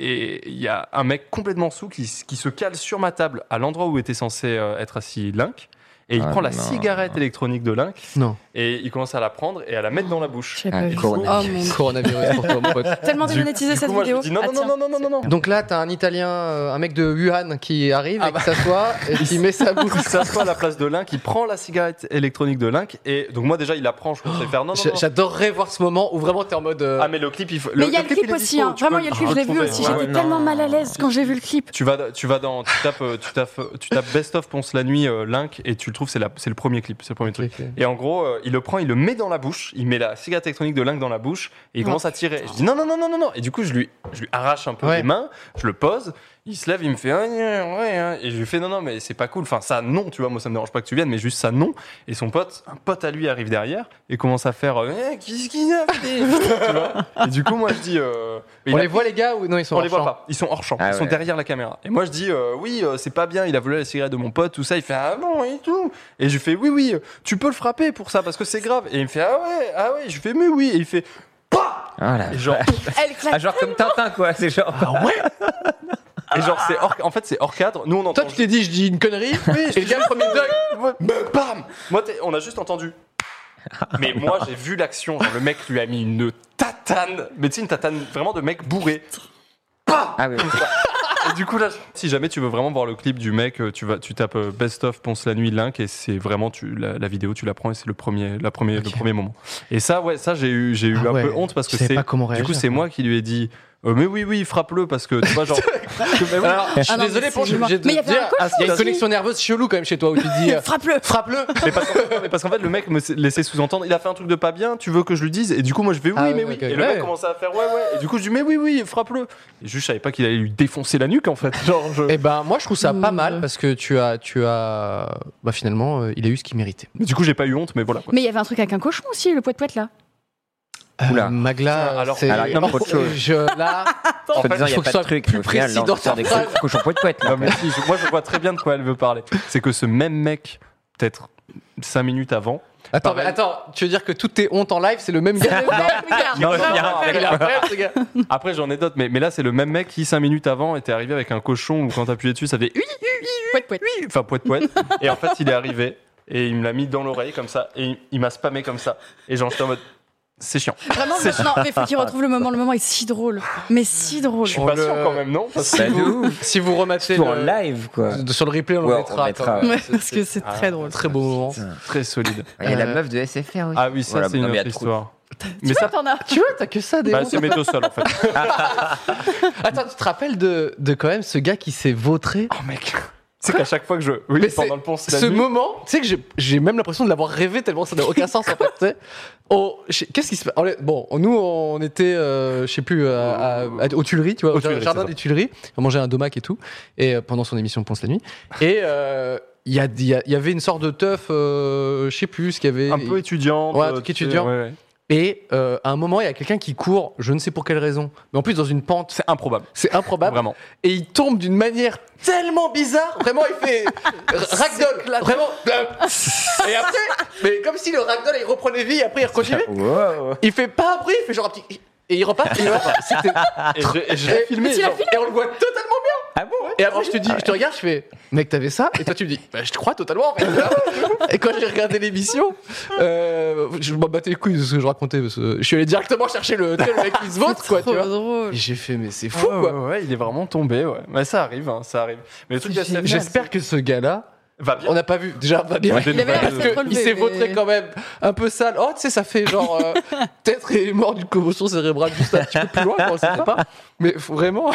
S4: Et il y a un mec complètement sous qui, s- qui se cale sur ma table à l'endroit où était censé euh, être assis Link Et il
S3: Ah,
S4: prend la
S3: non.
S4: cigarette électronique de Link
S2: Non.
S4: et il commence à la prendre et à la mettre dans la bouche.
S5: J'ai pas
S3: Ah,
S5: vu. Oh
S3: Corona.
S5: mon dieu.
S2: Coronavirus pour toi, mon pote.
S5: Tellement
S4: Du-
S5: démonétisé
S4: du
S5: cette
S4: coup, moi, je
S5: vidéo.
S4: lui dis non,
S5: Ah,
S4: non, non,
S5: tiens.
S4: non, non, non, non, non.
S2: Donc là, t'as un Italien, euh, un mec de Wuhan qui arrive
S4: Ah
S2: et
S4: bah.
S2: qui s'assoit et qui
S4: <laughs>
S2: met sa bouche.
S4: Il s'assoit à la place de Link, il prend la cigarette électronique de Link et donc moi déjà il la prend, je pensais faire non, non,
S2: J'a-
S4: non.
S2: J'adorerais voir ce moment où vraiment t'es en mode. euh,
S4: Ah mais le clip il faut-
S5: Mais il y a le clip
S4: est
S5: aussi,
S4: dispo,
S5: hein.
S4: tu peux
S5: vraiment il y a le clip, je l'ai vu
S4: retrouver.
S5: aussi,
S4: Ouais,
S5: j'étais
S4: ouais.
S5: tellement mal à l'aise quand j'ai vu le
S4: <laughs>
S5: clip.
S4: Tu vas, tu vas dans, tu tapes, euh, tu tapes, tu tapes Best of Ponce la nuit euh, Link et tu le trouves, c'est la- c'est le premier clip, c'est le premier truc.
S2: ok, ok.
S4: Et en gros, euh, il le prend, il le met dans la bouche, il met la cigarette électronique de Link dans la bouche et il
S5: Oh,
S4: commence à tirer. Je dis non, non, non, non, non, non. Et du coup, je lui, je lui arrache un peu
S2: Ouais.
S4: les mains, je le pose, il se lève, il me fait Ah, ouais, ouais, hein. et je lui fais non, non, mais c'est pas cool. Enfin, ça, non, tu vois, moi ça me dérange pas que tu viennes, mais juste ça, non. Et son pote, un pote à lui arrive derrière et commence à faire euh, Eh, qu'est-ce qu'il a fait Tu vois Et du coup, moi je dis euh, mais il
S2: On
S4: a
S2: les voit les gars ou non ils sont
S4: on
S2: hors
S4: les voit
S2: champ
S4: pas. Ils sont hors champ.
S3: Ah
S4: ils sont
S3: ouais.
S4: derrière la caméra. Et moi, je dis, euh, oui, euh, c'est pas bien. Il a volé la cigarette de mon pote, tout ça. Il fait, ah bon, et tout. Et je lui fais, oui, oui, euh, tu peux le frapper pour ça parce que c'est grave. Et il me fait, ah ouais, ah ouais. Je lui fais, mais oui. Et il fait,
S3: Ah, la
S4: et genre,
S5: Elle claque.
S3: Ah, genre comme Tintin, quoi. C'est genre.
S4: et genre, c'est hors, en fait, c'est hors cadre. Nous, on entend.
S2: Toi tu t'es dit je dis une connerie et le gars le premier dog.
S4: Ouais, bah, bam. Moi, t'es- on a juste entendu.
S3: <laughs>
S4: Mais moi, j'ai vu l'action. Genre, le mec lui a mis une tatane. Mais tu sais, une tatane vraiment de mec bourré.
S3: Ah, oui.
S4: Et du coup, là, si jamais tu veux vraiment voir le clip du mec, euh, tu vas, tu tapes euh, Best of Ponce la nuit Link et c'est vraiment tu, la, la vidéo, tu la prends et c'est le premier, la premier, le
S2: Ok.
S4: premier moment. Et ça, ouais, ça j'ai eu, j'ai eu
S2: Ah
S4: un
S2: ouais,
S4: peu honte parce
S2: je
S4: que
S2: savais
S4: c'est,
S2: pas comment
S4: du coup,
S2: réagir,
S4: c'est
S2: quoi.
S4: moi qui lui ai dit, euh, mais oui, oui, frappe-le parce que tu
S2: <laughs>
S4: vois, genre, <laughs> Mais oui.
S2: Alors je suis
S5: Ah non, mais
S2: désolé
S5: c'est
S2: pour je suis
S5: humain.
S2: obligé de
S5: Mais il y
S2: te
S5: avait un
S2: dire ah, il y a une
S5: aussi.
S2: connexion nerveuse chelou quand même chez toi où tu te dis euh,
S5: Frappe-le.
S2: <laughs> frappe-le.
S4: mais parce, qu'en, mais parce qu'en fait, le mec me laissait sous-entendre, il a fait un truc de pas bien, tu veux que je lui dise, et du coup, moi je fais oui,
S2: Ah,
S4: mais
S2: ouais,
S4: oui.
S2: ok,
S4: et le
S2: ouais.
S4: mec commençait à faire ouais, ouais, et du coup, je dis, mais oui, oui, frappe-le. Et juste, je savais pas qu'il allait lui défoncer la nuque en fait. Genre, je-
S2: Eh ben moi je trouve ça pas
S5: Mm.
S2: mal parce que tu as tu as bah finalement euh, il a eu ce qu'il méritait.
S4: Mais du coup, j'ai pas eu honte, mais voilà quoi.
S5: Mais il y avait un truc avec un cochon aussi, le poète-poète là.
S3: Oula.
S2: Euh, Magla
S4: Tiens, alors-
S2: c'est
S3: alors, il y a
S2: hors-
S3: trop de choses.
S2: je- là
S3: En te
S2: fait,
S3: disant, il
S2: il
S3: n'y a
S2: faut
S3: pas
S2: que
S3: de
S2: ce
S3: truc.
S2: soit
S3: mais au
S2: plus
S3: final,
S2: précis
S3: là, on
S2: dans
S3: te sort
S2: ta
S3: des
S2: phrase.
S3: co- cochons poète poète.
S4: Non, mais si, je- moi je vois très bien de quoi elle veut parler. C'est que ce même mec, peut-être 5 minutes avant.
S2: attends mais
S4: Pareil.
S2: attends, tu veux dire que toutes tes hontes en live c'est le même gars
S5: <laughs>
S4: Non,
S2: Non,
S4: il y a un
S2: il
S4: mec-
S2: a un frère, ce gars.
S3: Bah,
S4: Après j'en ai d'autres, mais, mais là c'est le même mec qui 5 minutes avant était arrivé avec un cochon où quand t'appuyais dessus ça faisait oui,
S5: Poète-poète.
S4: oui, enfin poète poète. Et en fait il est arrivé et il me l'a mis dans l'oreille comme ça et il, il m'a spammé comme ça. Et genre j'étais en mode c'est chiant.
S5: Vraiment, le- non, mais faut qu'il retrouve le moment. Le moment est si drôle. Mais si drôle.
S4: Je
S3: Oh
S4: suis
S2: On
S4: pas
S2: le-
S4: sûr quand même, non Parce que-
S3: Bah, de ouf.
S2: Si vous rematchez
S3: Tout en
S2: le,
S3: live, quoi.
S2: de- sur le replay, on
S3: Ouais,
S2: le
S3: on
S2: mettra.
S3: mettra,
S2: quand même.
S5: Ouais, parce que c'est
S4: Ah.
S5: très drôle.
S2: Très beau moment.
S4: Très solide.
S3: Il y a la
S2: Euh,
S3: meuf de SFR aussi.
S4: Ah oui, ça
S3: Voilà,
S4: c'est une
S3: non, mais il y a
S4: autre
S3: trop-
S4: histoire.
S5: Tu
S4: <laughs> Mais ça,
S5: vois, t'en as.
S2: Tu vois, t'as que ça des
S4: bah,
S2: hontes.
S4: c'est métaux sol en fait.
S2: Attends, tu te rappelles de, de quand même ce gars qui s'est vautré
S4: Oh mec. C'est qu'à chaque fois que je. Oui,
S2: Mais
S4: pendant
S2: c'est-
S4: le pont, c'est la
S2: Ce
S4: nuit.
S2: moment, tu sais que j'ai- j'ai même l'impression de l'avoir rêvé tellement ça n'a aucun sens en fait. tu sais. Oh, je sais- Qu'est-ce qui se passe On est- Bon, nous on était, euh, je sais plus, à- à- à- aux Tuileries, tu vois,
S4: Aux
S2: au jar-
S4: Tuileries,
S2: jardin
S4: c'est
S2: des
S4: ça.
S2: Tuileries, on mangeait un domac et tout, et euh, pendant son émission Ponce la nuit, et euh, il y, a- il y a- il y avait une sorte de teuf, euh, je sais plus ce qu'il y avait.
S4: Un peu euh, étudiant.
S2: Ouais, un truc étudiant. Et euh, à un moment, il y a quelqu'un qui court, je ne sais pour quelle raison, mais en plus dans une pente,
S4: C'est improbable.
S2: c'est improbable.
S4: Vraiment.
S2: et il tombe d'une manière tellement bizarre. Vraiment, il
S4: <laughs>
S2: fait ragdoll. Vraiment. Et après, mais comme si le ragdoll il reprenait vie. Après, il recontinuait.
S3: <laughs> Wow.
S2: Il fait pas après, il fait genre un petit. Et il repart. Et, il repart. <laughs> C'était-
S4: Et je, et je
S2: Et-
S4: l'ai filmé.
S2: et
S4: genre.
S2: on le voit totalement bien.
S3: Ah bon
S2: Et après, je te dis, je te regarde, je fais, mec, t'avais ça Et toi, tu me dis, bah, je te crois totalement. <laughs> en fait. et quand j'ai regardé l'émission, euh, je m'en battais les couilles de ce que je racontais. Parce que je suis allé directement chercher le, tu sais, le mec qui se vote, quoi. Tu
S5: Trop
S2: vois. <laughs>
S5: drôle.
S2: Et j'ai fait, mais c'est fou,
S4: Fou,
S2: quoi.
S4: ouais, ouais, il est vraiment tombé, ouais. Mais ça arrive, hein, ça arrive. Mais le truc de SFR,
S2: J'espère que ce gars-là,
S4: va
S2: On
S4: bien.
S2: n'a pas vu. Déjà, pas bien.
S4: Ouais.
S5: Il avait l'air
S2: Parce
S5: de
S2: que
S5: s'être relevé,
S2: il s'est
S5: mais-
S2: vautré quand même un peu sale. Oh, tu sais, ça fait genre. euh,
S5: <laughs>
S2: Peut-être il est mort d'une commotion cérébrale juste un petit peu plus loin, quoi, on ne sait pas. Mais f- vraiment,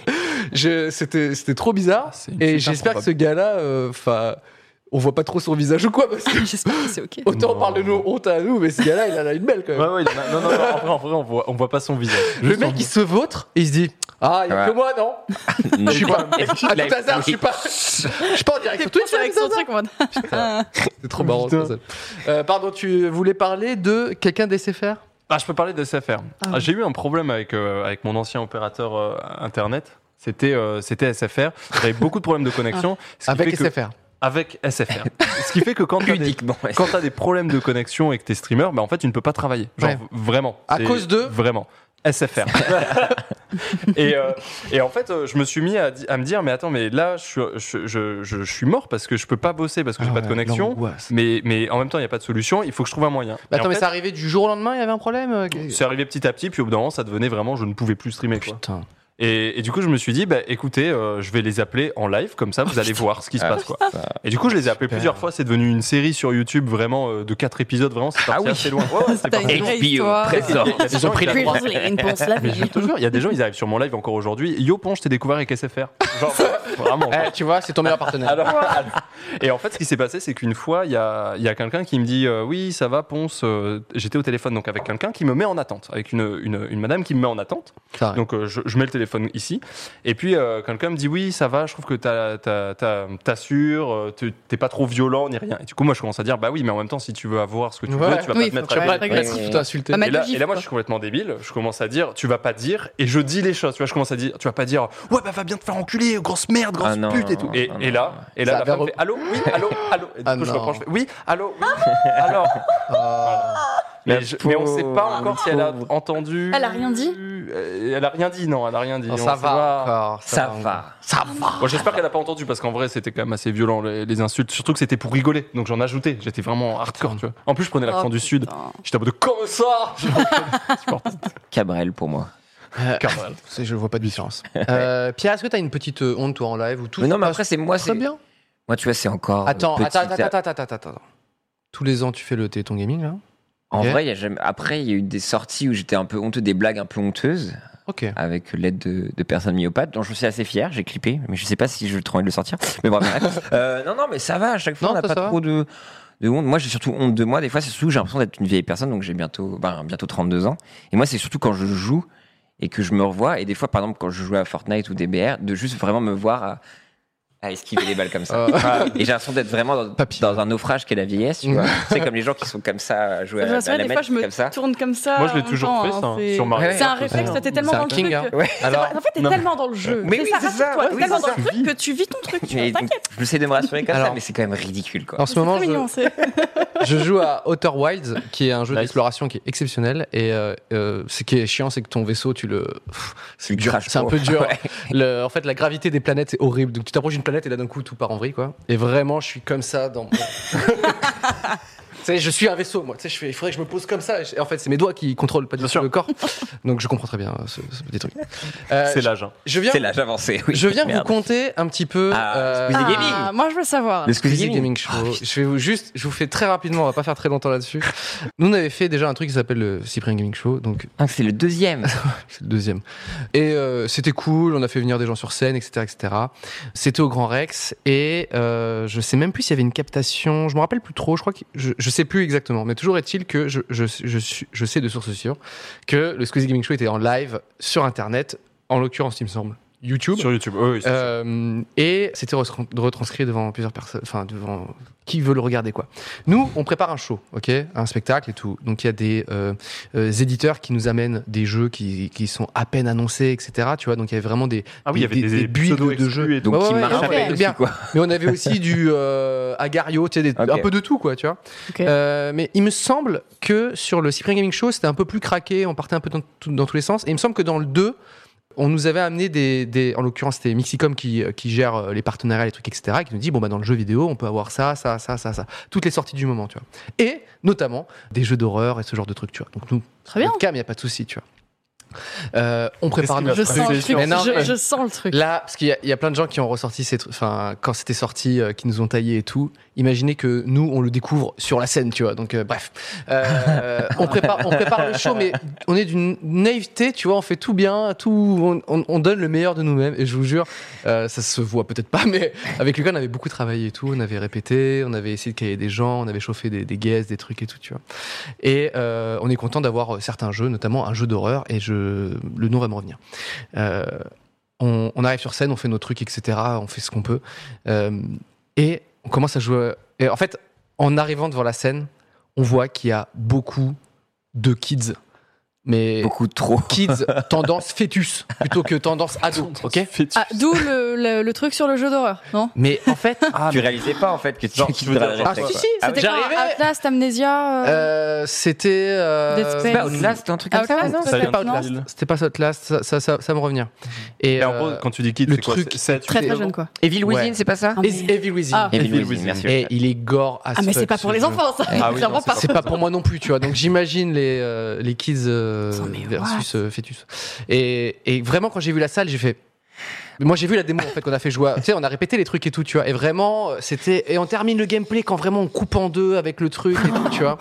S2: <laughs> je- c'était c'était trop bizarre.
S4: Ah, C'est une
S2: Et
S4: suite
S2: j'espère que ce gars-là, euh, enfin. on voit pas trop son visage ou quoi, parce
S4: <laughs>
S2: que
S5: J'espère que c'est ok.
S2: autant on
S4: Non.
S2: parle de nos hontes à nous, mais ce gars-là, il en a une belle quand même.
S4: Ouais, ouais, il en a- non, non, non, en vrai, en vrai, on voit, on voit pas son visage.
S2: Le
S4: Juste
S2: mec,
S4: son-
S2: il se vautre et il se dit Ah, il n'y a
S3: Ouais.
S2: que moi, non Je suis pas. À tout hasard, je suis pas. <laughs> Je suis pas en direct sur Twitch,
S5: Twitch avec son truc, moi.
S2: C'est trop marrant. ça, ça. Euh, pardon, tu voulais parler de quelqu'un d'essai faire
S4: Ah, je peux parler de SFR. Ah, J'ai eu un problème avec, euh, avec mon ancien opérateur euh, internet. C'était euh, c'était SFR. J'avais beaucoup de problèmes de connexion. ce qui
S2: Ah. Avec
S4: fait que-
S2: SFR.
S4: Avec SFR. ce qui fait que quand
S2: <laughs>
S4: t'as des,
S3: Uniquement.
S4: <laughs> quand t'as des problèmes de connexion et que t'es streamer, bah en fait tu ne peux pas travailler. Genre
S2: Ouais.
S4: v- vraiment.
S2: À
S4: C'est-
S2: cause de
S4: Vraiment.
S2: <laughs>
S4: SFR. <laughs> et, euh, et en fait, euh, je me suis mis à, di- à me dire, mais attends, mais là, je, suis- je, je- je- je suis mort parce que je peux pas bosser, parce que
S2: Ah
S4: j'ai pas de connexion. Mais, mais en même temps, il n'y a pas de solution, il faut que je trouve un moyen.
S2: Bah
S4: Et
S2: attends,
S4: en
S2: mais
S4: fait,
S2: ça arrivait du jour au lendemain, il y avait un problème euh,
S4: c'est arrivé petit à petit, puis au bout d'un moment, ça devenait vraiment, je ne pouvais plus streamer. Quoi.
S2: Putain.
S4: Et, et du coup, je me suis dit, bah, écoutez, euh, je vais les appeler en live, comme ça, vous
S2: Ah,
S4: allez voir ce qui se passe. Quoi. Et du coup, je les ai appelés plusieurs fois, c'est devenu une série sur YouTube vraiment euh, de 4 épisodes, vraiment, c'est parti
S3: Ah oui.
S4: assez loin.
S2: <laughs>
S4: Ouais, ouais, c'est parti
S5: T'as une
S4: loin.
S5: vraie
S3: HBO,
S5: histoire.
S3: Trésor.
S4: Il y a des
S2: Ils
S4: gens
S2: ont pris
S4: qui
S2: les droits.
S5: Une pense la
S4: <laughs> Mais je te jure, il y a des gens, ils arrivent sur mon live encore aujourd'hui. Yo, Ponche, t'es découvert avec SFR. Genre, vraiment.
S2: Eh, tu vois, c'est ton meilleur partenaire.
S4: <laughs> Alors, alors- et en fait, ce qui s'est passé, c'est qu'une fois, il y a, il y a quelqu'un qui me dit euh, Oui, ça va, Ponce. euh, J'étais au téléphone donc avec quelqu'un qui me met en attente, avec une, une, une madame qui me met en attente.
S2: Ça arrive.
S4: Donc, euh, je, je mets le téléphone ici. Et puis, euh, quelqu'un me dit Oui, ça va, je trouve que t'as- t'as- t'as- t'assures, euh, t'es t'es pas trop violent ni rien. Et du coup, moi, je commence à dire Bah oui, mais en même temps, si tu veux avoir ce que tu
S2: Ouais.
S4: veux, tu vas
S5: Oui,
S4: pas te mettre
S5: faut
S4: à
S5: pas
S4: mal.
S5: être
S2: agressif,
S3: Ouais.
S2: t'as insulté.
S5: Ah, mais-
S4: Et là,
S5: Gifle,
S4: et là, moi, je
S5: quoi.
S4: suis complètement débile. Je commence à dire, tu vas pas dire, et je dis les choses. Tu vois, je commence à dire, tu vas pas dire, ouais, bah va bien te faire enculer, grosse merde, grosse
S3: Ah non,
S4: pute et tout.
S3: non,
S4: Et,
S3: non,
S4: et là, et
S2: Ça
S4: là, la
S2: avait
S4: femme
S2: re-
S4: fait, allô, oui, allô, allô. Et du
S2: Ah
S4: coup, je
S2: non.
S4: reprends, je fais, oui, allô,
S5: Ah
S4: oui, alors. Mais,
S3: La
S4: je- mais on sait pas
S3: pauvre,
S4: encore si elle a
S3: pauvre.
S4: entendu.
S5: Elle a rien dit
S4: Euh, Elle a rien dit, non, elle a rien dit.
S2: Non,
S4: On
S2: ça
S4: sait
S2: va
S4: pas.
S2: encore.
S3: Ça va.
S2: Ça va.
S4: Bon, j'espère qu'elle a pas entendu parce qu'en vrai c'était quand même assez violent les, les insultes, surtout que c'était pour rigoler, donc j'en ajoutais, j'étais vraiment hardcore, tu vois. En plus je prenais l'accent
S5: Oh,
S4: du sud,
S5: putain.
S4: j'étais en mode comme ça
S3: Cabrel pour moi.
S4: Carval.
S2: C'est- Je vois pas de
S4: <laughs>
S2: différence. Euh, Pierre, est-ce que t'as une petite euh, honte, toi, en live ou tout
S3: Mais
S2: se
S3: non, mais
S2: passe
S3: après, c'est moi,
S2: très
S3: c'est.
S2: bien.
S3: Moi, tu vois, c'est encore. euh,
S2: Attends,
S3: petit,
S2: attends,
S3: ça-
S2: attends, attends, attends, attends, attends. Tous les ans, tu fais le Téléthon Gaming, là
S3: euh, En
S2: Ok.
S3: vrai, il y a jamais- après, il y a eu des sorties où j'étais un peu honteux, des blagues un peu honteuses,
S2: Ok.
S3: avec l'aide de, de personnes myopathes, dont je suis assez fier. J'ai clippé, mais je sais pas si je vais trop envie de le sortir. Mais bref, bref.
S2: <laughs>
S3: Euh, non, non, mais ça va. À chaque fois,
S2: Non,
S3: on n'a
S2: ça,
S3: pas
S2: ça va.
S3: trop de, de honte. Moi, j'ai surtout honte de moi. Des fois, c'est surtout j'ai l'impression d'être une vieille personne, donc j'ai bientôt, ben, bientôt 32 ans. Et moi, c'est surtout quand je joue et que je me revois. Et des fois, par exemple, quand je jouais à Fortnite ou DBR, de juste vraiment me voir à, à esquiver les balles
S2: <laughs>
S3: comme ça.
S2: Euh,
S3: Et j'ai l'impression d'être vraiment dans,
S2: Papy. Mm.
S3: dans un naufrage qu'est la vieillesse, tu vois. c'est comme les gens qui sont comme ça, à jouer
S5: Je
S3: à,
S5: me
S3: à
S5: souviens,
S3: la
S5: des fois,
S3: manette,
S5: je me
S3: comme ça.
S5: tourne comme ça.
S4: Moi, je l'ai
S5: en
S4: toujours
S5: même
S4: fait,
S5: temps,
S4: ça, hein,
S5: Ah, c'est-
S4: sur Mario.
S5: C'est un
S3: Ouais,
S5: réflexe,
S3: ouais.
S5: t'es tellement
S2: C'est un
S5: dans le
S2: king,
S5: truc.
S2: hein.
S5: que-
S3: Ouais.
S5: C'est
S2: Alors,
S5: vrai, En fait, t'es
S4: Non,
S5: tellement dans le jeu.
S3: Mais
S5: C'est
S3: oui,
S5: ça,
S3: c'est ça.
S5: rassure-toi, T'es
S3: Oui,
S5: tellement
S3: c'est
S5: dans
S3: ça.
S5: le truc que tu vis ton truc. tu
S3: Mais
S5: vois, Ah, T'inquiète.
S3: je sais de me rassurer comme ça,
S2: Alors-
S3: mais c'est quand même ridicule, quoi.
S2: en ce
S5: C'est
S2: moment,
S5: très mignon,
S2: je,
S5: c'est-
S2: je joue à Outer Wilds, qui est un jeu
S4: Nice.
S2: d'exploration qui est exceptionnel. Et euh, euh, ce qui est chiant, c'est que ton vaisseau, tu le. Pff, C'est
S3: le
S2: dur.
S3: craches
S2: C'est un
S3: pas.
S2: peu dur.
S3: Ouais.
S2: Le- en fait, la gravité des planètes, c'est horrible. Donc, tu t'approches d'une planète et là, d'un coup, tout part en vrille, quoi. Et vraiment, je suis comme ça dans. mon- <laughs> tu sais, je suis un vaisseau, moi. Tu sais, je fais- il faudrait que je me pose comme ça. Et je- et en fait, c'est mes doigts qui contrôlent pas du
S4: Bien
S2: tout
S4: sûr.
S2: le corps. Donc, je comprends très bien euh, ce, ce petit truc. Euh,
S4: C'est
S2: je-
S4: l'âge. hein.
S2: Je viens,
S3: C'est l'âge avancé, oui.
S2: je viens vous
S3: Merde.
S2: conter un petit peu.
S3: Ah,
S2: euh,
S3: Squeezie
S5: Ah,
S3: Gaming.
S5: Moi, je veux savoir.
S3: Le
S2: Squeezie
S3: Squeezie
S2: Gaming Show. je vais vous juste, je vous fais très rapidement, on va pas faire très longtemps là-dessus. Nous, on avait fait déjà un truc qui s'appelle le Cyprien Gaming Show, donc
S3: Ah, c'est le deuxième.
S2: c'est le deuxième. Et euh, c'était cool, on a fait venir des gens sur scène, etc. etc. C'était au Grand Rex, et euh, je sais même plus s'il y avait une captation, je me rappelle plus trop, je crois que je, je sais plus exactement, mais toujours est-il que je, je, je, suis- je sais de sources sûres que le Squeezie Gaming Show était en live sur Internet, en l'occurrence, il me semble, YouTube.
S4: Sur YouTube. Oui, oui, c'est sûr.
S2: Euh, et c'était retran- retranscrit devant plusieurs personnes, enfin devant qui veut le regarder quoi. Nous, on prépare un show, ok, un spectacle et tout. Donc il y a des euh, euh, éditeurs qui nous amènent des jeux qui, qui sont à peine annoncés, etc. Tu vois, donc il y avait vraiment des
S4: ah oui, il y avait des,
S2: builds
S4: pseudo
S2: de jeux.
S4: et tout.
S3: <laughs> Donc,
S2: Ouais,
S3: qui
S2: ouais,
S3: marche
S2: ouais,
S3: à peine
S2: ouais,
S3: aussi,
S2: bien.
S3: quoi.
S2: Mais on avait aussi du euh, Agario, tu sais, des-
S3: Ok.
S2: un peu de tout, quoi, tu vois.
S5: Ok.
S2: Euh, mais il me semble que sur le Cyprien Gaming Show, c'était un peu plus craqué, on partait un peu dans, tout- dans tous les sens. Et il me semble que dans le 2, on nous avait amené des. des- en l'occurrence, c'était Mixicom qui, qui gère euh, les partenariats, les trucs, etc., qui nous dit bon, bah, dans le jeu vidéo, on peut avoir ça, ça, ça, ça, ça. Toutes les sorties du moment, tu vois. Et notamment des jeux d'horreur et ce genre de trucs, tu vois. Donc nous,
S5: Très Ah, bien.
S2: notre cam, il n'y a pas de souci, tu vois. Euh, on prépare
S4: qu'il
S2: nos
S4: va
S5: Je
S4: se
S5: sens
S4: passer
S5: le truc.
S2: Mais non, euh,
S5: je-
S2: mais-
S5: Je sens le truc.
S2: Là, parce qu'il y a- il y, a plein de gens qui ont ressorti ces trucs, enfin, quand c'était sorti, euh, qui nous ont taillé et tout. Imaginez que nous, on le découvre sur la scène, tu vois. Donc, euh, bref. Euh, on, prépare, on prépare le show, mais on est d'une naïveté, tu vois. On fait tout bien, tout, on, on- on donne le meilleur de nous-mêmes. Et je vous jure, euh, ça se voit peut-être pas, mais avec Lucas, on avait beaucoup travaillé et tout. On avait répété, on avait essayé de cahier des gens, on avait chauffé des, des guests, des trucs et tout, tu vois. Et euh, on est content d'avoir euh, certains jeux, notamment un jeu d'horreur, et je, le nom va me revenir. Euh, on, on arrive sur scène, on fait nos trucs, etc. On fait ce qu'on peut. Euh, et on commence à jouer. Et en fait, en arrivant devant la scène, on voit qu'il y a beaucoup de kids mais
S3: Beaucoup trop.
S2: kids <laughs> tendance fœtus plutôt que tendance ado, ok
S4: Fais-tu-
S5: Ah, d'où le, le- le truc sur le jeu d'horreur, non
S2: Ah, Mais en fait,
S3: Ah, tu réalisais pas en fait que tu
S4: Genre,
S3: quitterais
S4: je veux dire,
S3: la
S2: <laughs>
S4: genre,
S2: ah,
S3: réflexion,
S2: si,
S3: quoi.
S2: si,
S3: Ah
S2: c'était
S3: oui.
S2: j'arrivais.
S5: Atlas, Amnesia. euh,
S2: Euh, c'était. euh,
S5: Dead Space.
S3: C'est pas Outlast, Bah, c'était un truc
S2: Ah,
S3: comme ça, hein.
S5: Outlast,
S3: non
S4: Ça vient
S5: peut-être,
S4: de
S5: non
S4: quelle île
S2: C'était pas Outlast, ça, ça, ça, ça me revenir. Et
S4: Et en
S2: euh,
S4: gros, quand tu dis kid,
S2: le
S4: c'est quoi
S2: truc-
S4: C'est- c'est-
S5: Très très
S2: c'est-
S5: jeune, quoi.
S3: Evil Within,
S2: Ouais.
S3: c'est pas ça
S5: Ah,
S2: Is-
S5: mais-
S2: Evil Within.
S5: Ah.
S3: Evil
S4: Evil
S3: Within,
S4: Within.
S3: merci.
S2: Et il est gore as
S5: Ah, mais c'est
S2: fuck,
S5: pas
S2: ce
S5: pour les
S2: jeu.
S5: enfants, ça.
S4: Ah oui,
S5: Clairement
S4: non, c'est
S5: pas.
S4: sûr.
S2: C'est pas pour moi non plus, tu vois. Donc j'imagine les, euh, les kids euh,
S5: Putain, mais
S2: versus euh, fœtus. Et, et vraiment, quand j'ai vu la salle, j'ai fait. Mais Moi, j'ai vu la démo en fait qu'on a fait jouer. à- Tu sais, on a répété les trucs et tout, tu vois. Et vraiment, euh, c'était. Et on termine le gameplay quand vraiment on coupe en deux avec le truc et tout, tu vois.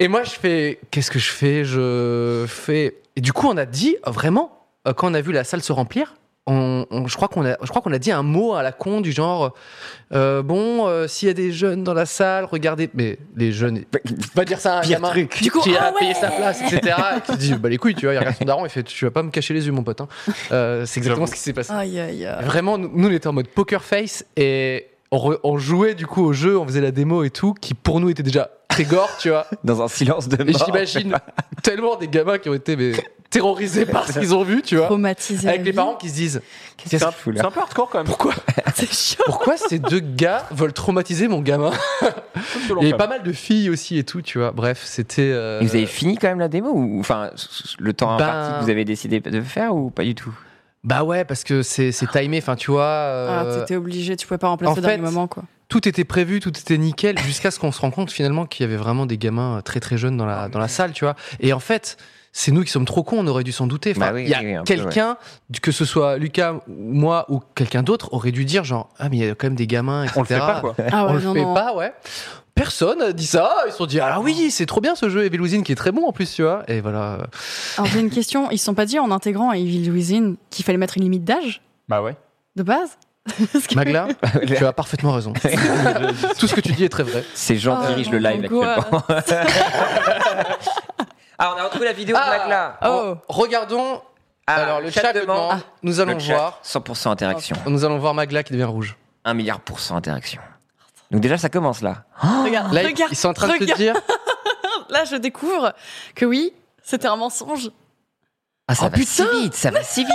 S2: Et moi, je fais. Qu'est-ce que je fais Je fais. Et du coup, on a dit euh, vraiment euh, quand on a vu la salle se remplir. On, on- je crois qu'on a, je crois qu'on a dit un mot à la con du genre euh, bon euh, s'il y a des jeunes dans la salle regardez mais les jeunes va dire ça à un
S3: Pire
S2: gamin
S3: truc.
S2: du
S5: Du
S2: coup,
S5: coup,
S2: qui a
S5: ah ouais.
S2: payé sa place, etc. et qui se dit, bah les couilles, tu vois, il regarde son daron, il fait, tu vas pas me cacher les yeux, mon pote. hein. Euh, c'est exactement
S4: J'avoue.
S2: ce qui s'est passé.
S5: <laughs> Aïe, aïe, aïe.
S2: Vraiment, nous, nous, on était en mode poker face et on, re- on jouait du coup au jeu, on faisait la démo et tout, qui pour nous était déjà très gore, tu vois.
S3: Dans un silence de
S2: Et
S3: mort.
S2: j'imagine tellement des gamins qui ont été mais, terrorisés par ce qu'ils ont vu, tu vois.
S5: Traumatisé. à
S2: Avec les
S5: vie.
S2: parents qui se disent,
S3: Qu'est-ce
S4: C'est
S3: que
S4: un,
S3: tu fous
S4: c'est
S3: là
S4: un peu hardcore quand même.
S2: pourquoi,
S5: C'est chiant.
S2: pourquoi ces deux gars veulent traumatiser mon gamin
S4: Violent,
S2: Il y avait
S4: quand
S2: pas mal de filles aussi et tout, tu vois. Bref, c'était. euh,
S3: <laughs> Et Vous avez fini quand même la démo ou enfin s- le temps
S2: Ben-
S3: imparti que vous avez décidé de faire ou pas du tout
S2: Bah ouais, parce que c'est c'est timé, enfin tu vois.
S5: Ah,
S2: euh,
S5: t'étais obligé, tu pouvais pas
S2: en
S5: remplacer au dernier
S2: fait,
S5: moment, quoi.
S2: tout était prévu, tout était nickel, jusqu'à ce qu'on se rende compte finalement qu'il y avait vraiment des gamins euh, très très jeunes dans la, dans la salle, tu vois. Et en fait, c'est nous qui sommes trop cons, on aurait dû s'en douter. Enfin,
S3: Bah oui,
S2: il y a
S3: oui, oui, un peu,
S2: quelqu'un, que ce soit Lucas, ou moi ou quelqu'un d'autre, aurait dû dire genre, ah mais il y a quand même des gamins, etc.
S4: On le fait pas quoi.
S5: Ah
S2: On
S5: ouais,
S2: le
S5: non,
S2: fait
S5: non.
S2: pas, ouais. Personne a dit ça. Ils se sont dit, ah oui, c'est trop bien ce jeu, Evil Within, qui est très bon en plus, tu vois. Et voilà.
S5: Alors j'ai une question, ils se sont pas dit en intégrant à Evil Within qu'il fallait mettre une limite d'âge
S4: Bah ouais.
S5: de base Parce que-
S2: Magla,
S3: Bah, <laughs>
S2: tu as parfaitement raison. Tout ce que tu dis est très vrai.
S3: C'est Jean qui
S5: Ah,
S3: dirige le
S5: mon
S3: live
S5: angoisse.
S3: actuellement. ah, on a retrouvé la vidéo
S2: Ah.
S3: de Magla.
S5: Oh,
S2: Regardons.
S3: Ah,
S2: Alors le chat demande.
S3: Ah,
S2: Nous allons
S3: le chat,
S2: voir. Ah.
S3: 100% interaction.
S2: Nous allons voir Magla qui devient rouge.
S3: 1 milliard pour cent interaction. Donc déjà ça commence là.
S5: <laughs> regarde,
S2: Là, ils-
S5: regarde,
S2: ils sont en train de te
S5: regarde.
S2: dire
S5: Là, je découvre que oui, c'était un mensonge.
S3: Ah ça
S2: Oh,
S3: va
S2: putain.
S3: si vite, ça va si vite.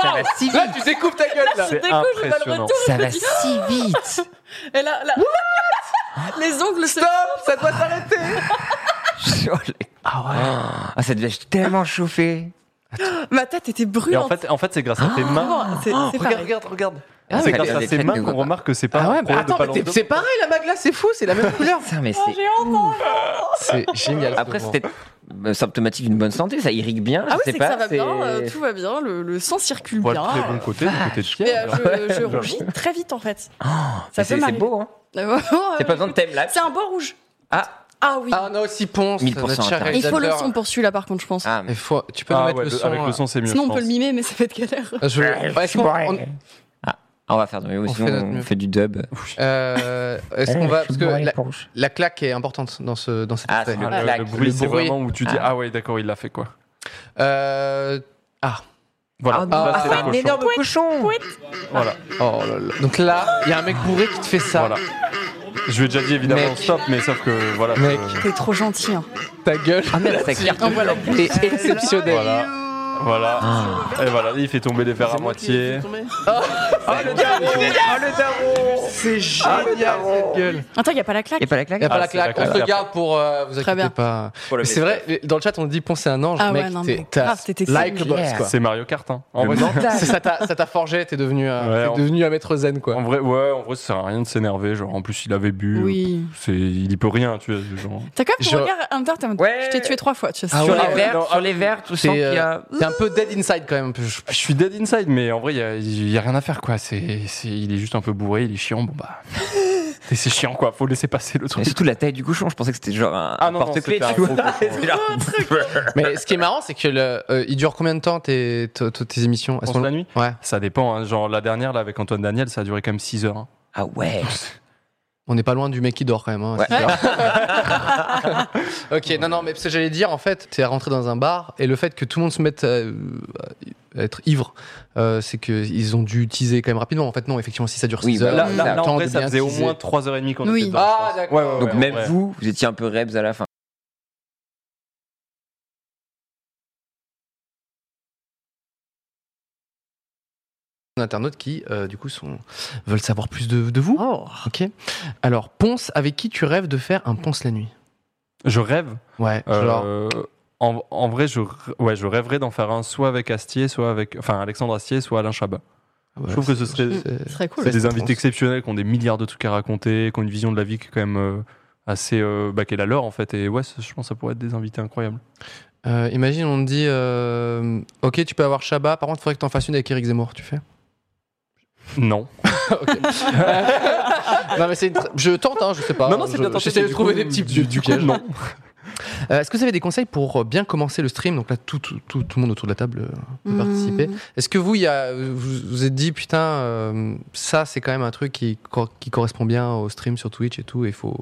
S3: Ça va si
S2: Là,
S3: vite.
S2: tu découpes ta gueule là
S4: C'est
S5: D'un coup, je vois le
S4: impressionnant.
S5: retour.
S3: Ça va si vite.
S5: Et là, là- <laughs> les ongles se.
S2: Stop Ça doit s'arrêter
S3: Oh, les- Ah, ça devait être tellement chauffé.
S5: Ma tête était
S4: Et en
S5: brûlante.
S4: fait, en fait c'est grâce à tes mains.
S5: Vraiment,
S4: Ah,
S5: c'est c'est pareil.
S2: Oh, regarde, regarde
S3: Ah,
S4: c'est
S3: mais
S4: grâce
S3: il y a
S4: à
S3: des
S4: ses
S3: traits
S4: mains
S3: de
S4: qu'on
S3: gauche.
S4: remarque que c'est pas
S2: Ah ouais, mais
S4: un problème de
S2: attends, mais t'es-
S4: palando.
S2: c'est pareil la Magla, c'est fou, <laughs> c'est la même couleur
S3: Putain, mais c'est
S5: Oh, J'ai honte. hein.
S2: C'est génial. ce
S3: Après,
S2: moment.
S3: c'est peut-être euh, symptomatique d'une bonne santé, ça irrigue bien.
S5: Ah
S3: je
S5: oui,
S3: sais
S5: c'est que
S3: pas,
S5: ça va
S3: c'est-
S5: bien, euh, tout va bien, le, le sang circule
S4: Voilà
S5: bien.
S4: le très bon côté, le côté de
S5: Mais,
S4: fier.
S5: euh, je, je rougis très vite en fait.
S2: Oh,
S5: ça
S3: Mais
S5: peut
S3: c'est- C'est
S5: <laughs> m'arriver.
S3: beau, hein. C'est pas besoin de thème là.
S5: C'est un beau rouge.
S3: Ah,
S5: Ah oui.
S2: Ah, on a aussi Ponce,
S3: 1000%
S2: notre cher
S3: intérêt.
S5: Il faut le
S2: réalisateur.
S5: son pour celui-là par contre, je pense.
S3: ah, mais-
S2: Il faut- Tu peux nous
S4: Ah
S2: mettre
S4: ouais,
S2: le
S4: le-
S2: son.
S4: avec le
S2: euh,
S4: son c'est mieux.
S5: Sinon,
S4: je
S5: on peut le
S4: pense.
S5: mimer, mais ça va être galère.
S2: je- Est-ce qu'on on-
S3: Ah, on va faire de mieux.
S2: On
S3: Sinon,
S2: fait notre
S3: on
S2: mieux.
S3: fait du dub.
S2: euh, est-ce qu'on
S3: Eh,
S2: va parce que la, la claque est importante dans ce dans cet
S3: Ah,
S2: aspect.
S3: c'est
S4: Ah,
S3: Clac.
S4: le, le bruit, c'est
S2: bruit.
S4: vraiment où tu dis
S3: Ah.
S4: ah ouais d'accord il l'a fait quoi.
S2: Euh, ah non,
S4: Voilà. Là,
S2: ah,
S4: c'est
S2: un
S4: le cochon.
S3: énorme cochon
S4: Voilà.
S2: oh là là. Donc là, il y a un mec bourré qui te fait ça.
S4: Voilà. Je lui ai déjà dit évidemment
S2: Ah. Mec.
S4: stop, mais sauf que voilà. euh,
S2: Mec.
S4: je-
S5: T'es trop gentil. Hein.
S2: Ta gueule.
S3: Ah merde, ça claque.
S2: est exceptionnelle.
S4: Voilà. Voilà. Et voilà, il fait tomber les verres à moitié.
S2: C'est génial cette gueule.
S5: Attends, il n'y a pas la claque.
S3: Et pas la
S2: Y a
S3: claque
S2: pas
S4: Ah,
S2: la
S4: c'est la
S2: claque,
S4: claque.
S2: on se garde pour euh, vous
S5: Très
S2: inquiétez
S5: bien.
S2: pas. Mais c'est vrai, dans le chat on dit Ponce est un ange,
S5: Ah
S2: mec,
S5: ouais, non, mais
S2: t'es- t'as
S5: grave, t'étais
S2: like a
S5: full.
S2: boss
S3: Yeah.
S2: quoi.
S4: C'est Mario Kart hein. En
S3: Le
S4: vrai,
S3: mental.
S2: C'est- Ça t'a ça t'a forgé, t'es devenu, un-
S4: Ouais,
S2: t'es
S4: on-
S2: devenu un maître zen quoi.
S4: en vrai, ouais, en vrai, ça sert à rien de s'énerver. Genre, en plus, il avait bu.
S5: Oui.
S4: C'est, il y peut rien, tu vois. Genre.
S5: T'as quand même
S2: Je-
S5: ton regard en même temps, t'es en mode,
S3: Ouais.
S5: Je t'ai tué trois fois, tu vois.
S2: Ah
S3: Sur
S2: ouais.
S3: les verres,
S4: non,
S3: sur
S4: ah,
S3: les verres, tout
S2: T'es
S3: ça. qu'il y
S2: euh,
S3: a-
S2: t'es un peu dead inside quand même. Je-
S4: Je suis dead inside, mais en vrai, il y a- il y, a rien à faire, quoi. C'est, c'est- il est juste un peu bourré, il est chiant. Bon bah, Et c'est chiant, quoi. Faut laisser passer le
S3: Mais
S4: truc.
S3: surtout la taille du cochon, je pensais que c'était genre un
S4: Ah non, non,
S3: porte-clés,
S4: c'était
S3: tu
S4: un
S3: vois.
S4: gros cochon.
S3: C'est genre-
S2: Mais ce qui est marrant, c'est que le, euh, il dure combien de temps tes, tes, tes- tes émissions à ce
S4: Pense la
S2: moment-là
S4: nuit
S2: Ouais,
S4: <laughs> Ça dépend. hein. Genre la dernière là avec Antoine Daniel, ça a duré quand même 6 heures. hein.
S3: Ah ouais.
S2: on n'est pas loin du mec qui dort quand même. hein,
S3: Ouais.
S2: c'est bizarre. <laughs> ok, non, non, mais ce que j'allais dire, en fait, t'es rentré dans un bar et le fait que tout le monde se mette à, à être ivre, euh, c'est qu'ils ont dû teaser quand même rapidement. En fait, non, effectivement, si ça dure
S3: Oui,
S2: 6
S3: bah,
S2: heures,
S4: Là,
S2: on
S4: là,
S2: a le
S4: là, en
S2: temps
S4: vrai,
S2: de
S4: ça
S2: Ah, bien
S4: faisait au
S2: teaser.
S4: moins 3h30 qu'on
S5: Oui.
S4: était dedans.
S2: Ah, d'accord.
S4: Ouais, ouais, ouais,
S3: Donc
S4: en
S3: même
S4: vrai.
S3: vous, vous étiez un peu rebs à la fin.
S2: d'internautes qui, euh, du coup, sont, veulent savoir plus de, de vous.
S5: Oh.
S2: Ok. Alors, Ponce, avec qui tu rêves de faire un Ponce la nuit
S4: Je rêve.
S2: Ouais,
S4: euh,
S2: genre.
S4: en, en vrai, je, r- ouais, je rêverais d'en faire un soit avec Astier, soit avec. Enfin, Alexandre Astier, soit Alain Chabat.
S2: voilà,
S4: je trouve que
S2: c'est-
S4: ce serait-
S2: c'est-
S5: Ce serait cool.
S4: C'est des
S2: c'est
S4: invités
S2: pense.
S4: exceptionnels qui ont des milliards de trucs à raconter, qui ont une vision de la vie qui est quand même euh, assez. euh, bah, qui est la leur en fait. Et ouais, ça, je pense que ça pourrait être des invités incroyables.
S2: Euh, imagine, on te dit, euh, ok, tu peux avoir Chabat. Par contre, il faudrait que tu en fasses une avec Eric Zemmour. Tu fais
S4: Non.
S2: Ok. non, mais c'est une tr- Je tente, hein, je sais pas.
S4: non, non, c'est
S2: Je-
S4: bien tenté,
S2: J'essaie
S4: mais
S2: de
S4: du
S2: trouver
S4: coup,
S2: des petits
S4: du-
S2: du,
S4: du coup,
S2: piège.
S4: non.
S2: Euh, Est-ce que vous avez des conseils pour euh, bien commencer le stream Donc là, tout, tout, tout, tout le monde autour de la table euh,
S5: Hmm.
S2: peut participer. Est-ce que vous, il y a, vous vous êtes dit, putain, euh, ça, c'est quand même un truc qui, cor- qui correspond bien au stream sur Twitch et tout, et il faut,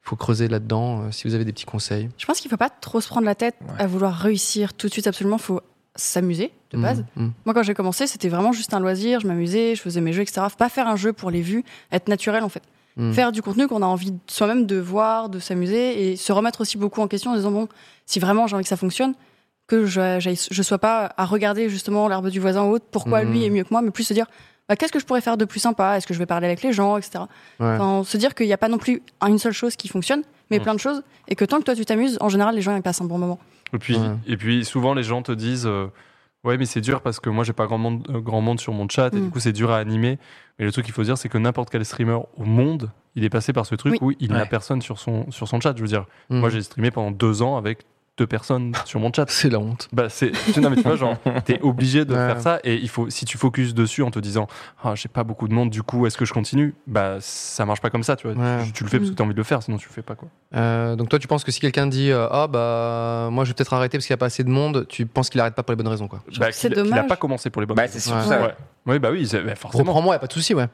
S2: faut creuser là-dedans euh, si vous avez des petits conseils
S5: Je pense qu'il faut pas trop se prendre la tête
S3: Ouais.
S5: à vouloir réussir tout de suite absolument. Faut s'amuser de base.
S2: Mm, mm.
S5: Moi, quand j'ai commencé, c'était vraiment juste un loisir. Je m'amusais, je faisais mes jeux, etc. Faut pas faire un jeu pour les vues, être naturel en fait.
S2: Mm.
S5: Faire du contenu qu'on a envie de- soi-même de voir, de s'amuser et se remettre aussi beaucoup en question en disant bon, si vraiment j'ai envie que ça fonctionne, que je, j'aille- je sois pas à regarder justement l'herbe du voisin ou autre, pourquoi
S2: Mhm.
S5: lui est mieux que moi, mais plus se dire bah, qu'est-ce que je pourrais faire de plus sympa, est-ce que je vais parler avec les gens, etc.
S2: Ouais.
S5: Enfin, se dire qu'il n'y a pas non plus une seule chose qui fonctionne,
S2: Mm.
S5: mais plein de choses, et que tant que toi tu t'amuses, en général les gens ils passent un bon moment.
S4: Et puis,
S2: Ouais.
S4: et puis souvent les gens te disent euh, Ouais, mais c'est dur parce que moi j'ai pas grand monde, euh, grand monde sur mon chat et
S5: Mm.
S4: du coup c'est dur à animer. Mais le truc qu'il faut se dire, c'est que n'importe quel streamer au monde, il est passé par ce truc où il n'a
S2: Ouais.
S4: personne sur son, sur son chat. Je veux dire,
S2: Mm.
S4: moi j'ai streamé pendant deux ans avec deux personnes sur mon chat.
S2: C'est la honte.
S4: Bah, c'est. tu- Non, mais tu
S2: <laughs>
S4: vois, genre, t'es obligé de
S2: Ouais.
S4: faire ça et il faut, si tu focuses dessus en te disant Ah, j'ai pas beaucoup de monde, du coup, est-ce que je continue Bah, ça marche pas comme ça, tu vois.
S2: Ouais.
S4: Tu, tu le fais
S5: Mm.
S4: parce que t'as envie de le faire, sinon tu le fais pas, quoi.
S2: Euh, donc toi, tu penses que si quelqu'un dit, euh, ah bah, moi, je vais peut-être arrêter parce qu'il n'y a pas assez de monde, tu penses qu'il arrête pas pour les bonnes raisons, quoi.
S4: Bah,
S5: c'est
S4: qu'il- qu'il a
S5: dommage.
S4: pas commencé pour les bonnes
S3: Bah,
S4: raisons.
S3: c'est
S2: Ouais.
S3: surtout ça.
S4: Ouais. Oui, bah oui, c'est- bah, forcément.
S2: Reprends-moi, y a pas de souci, ouais.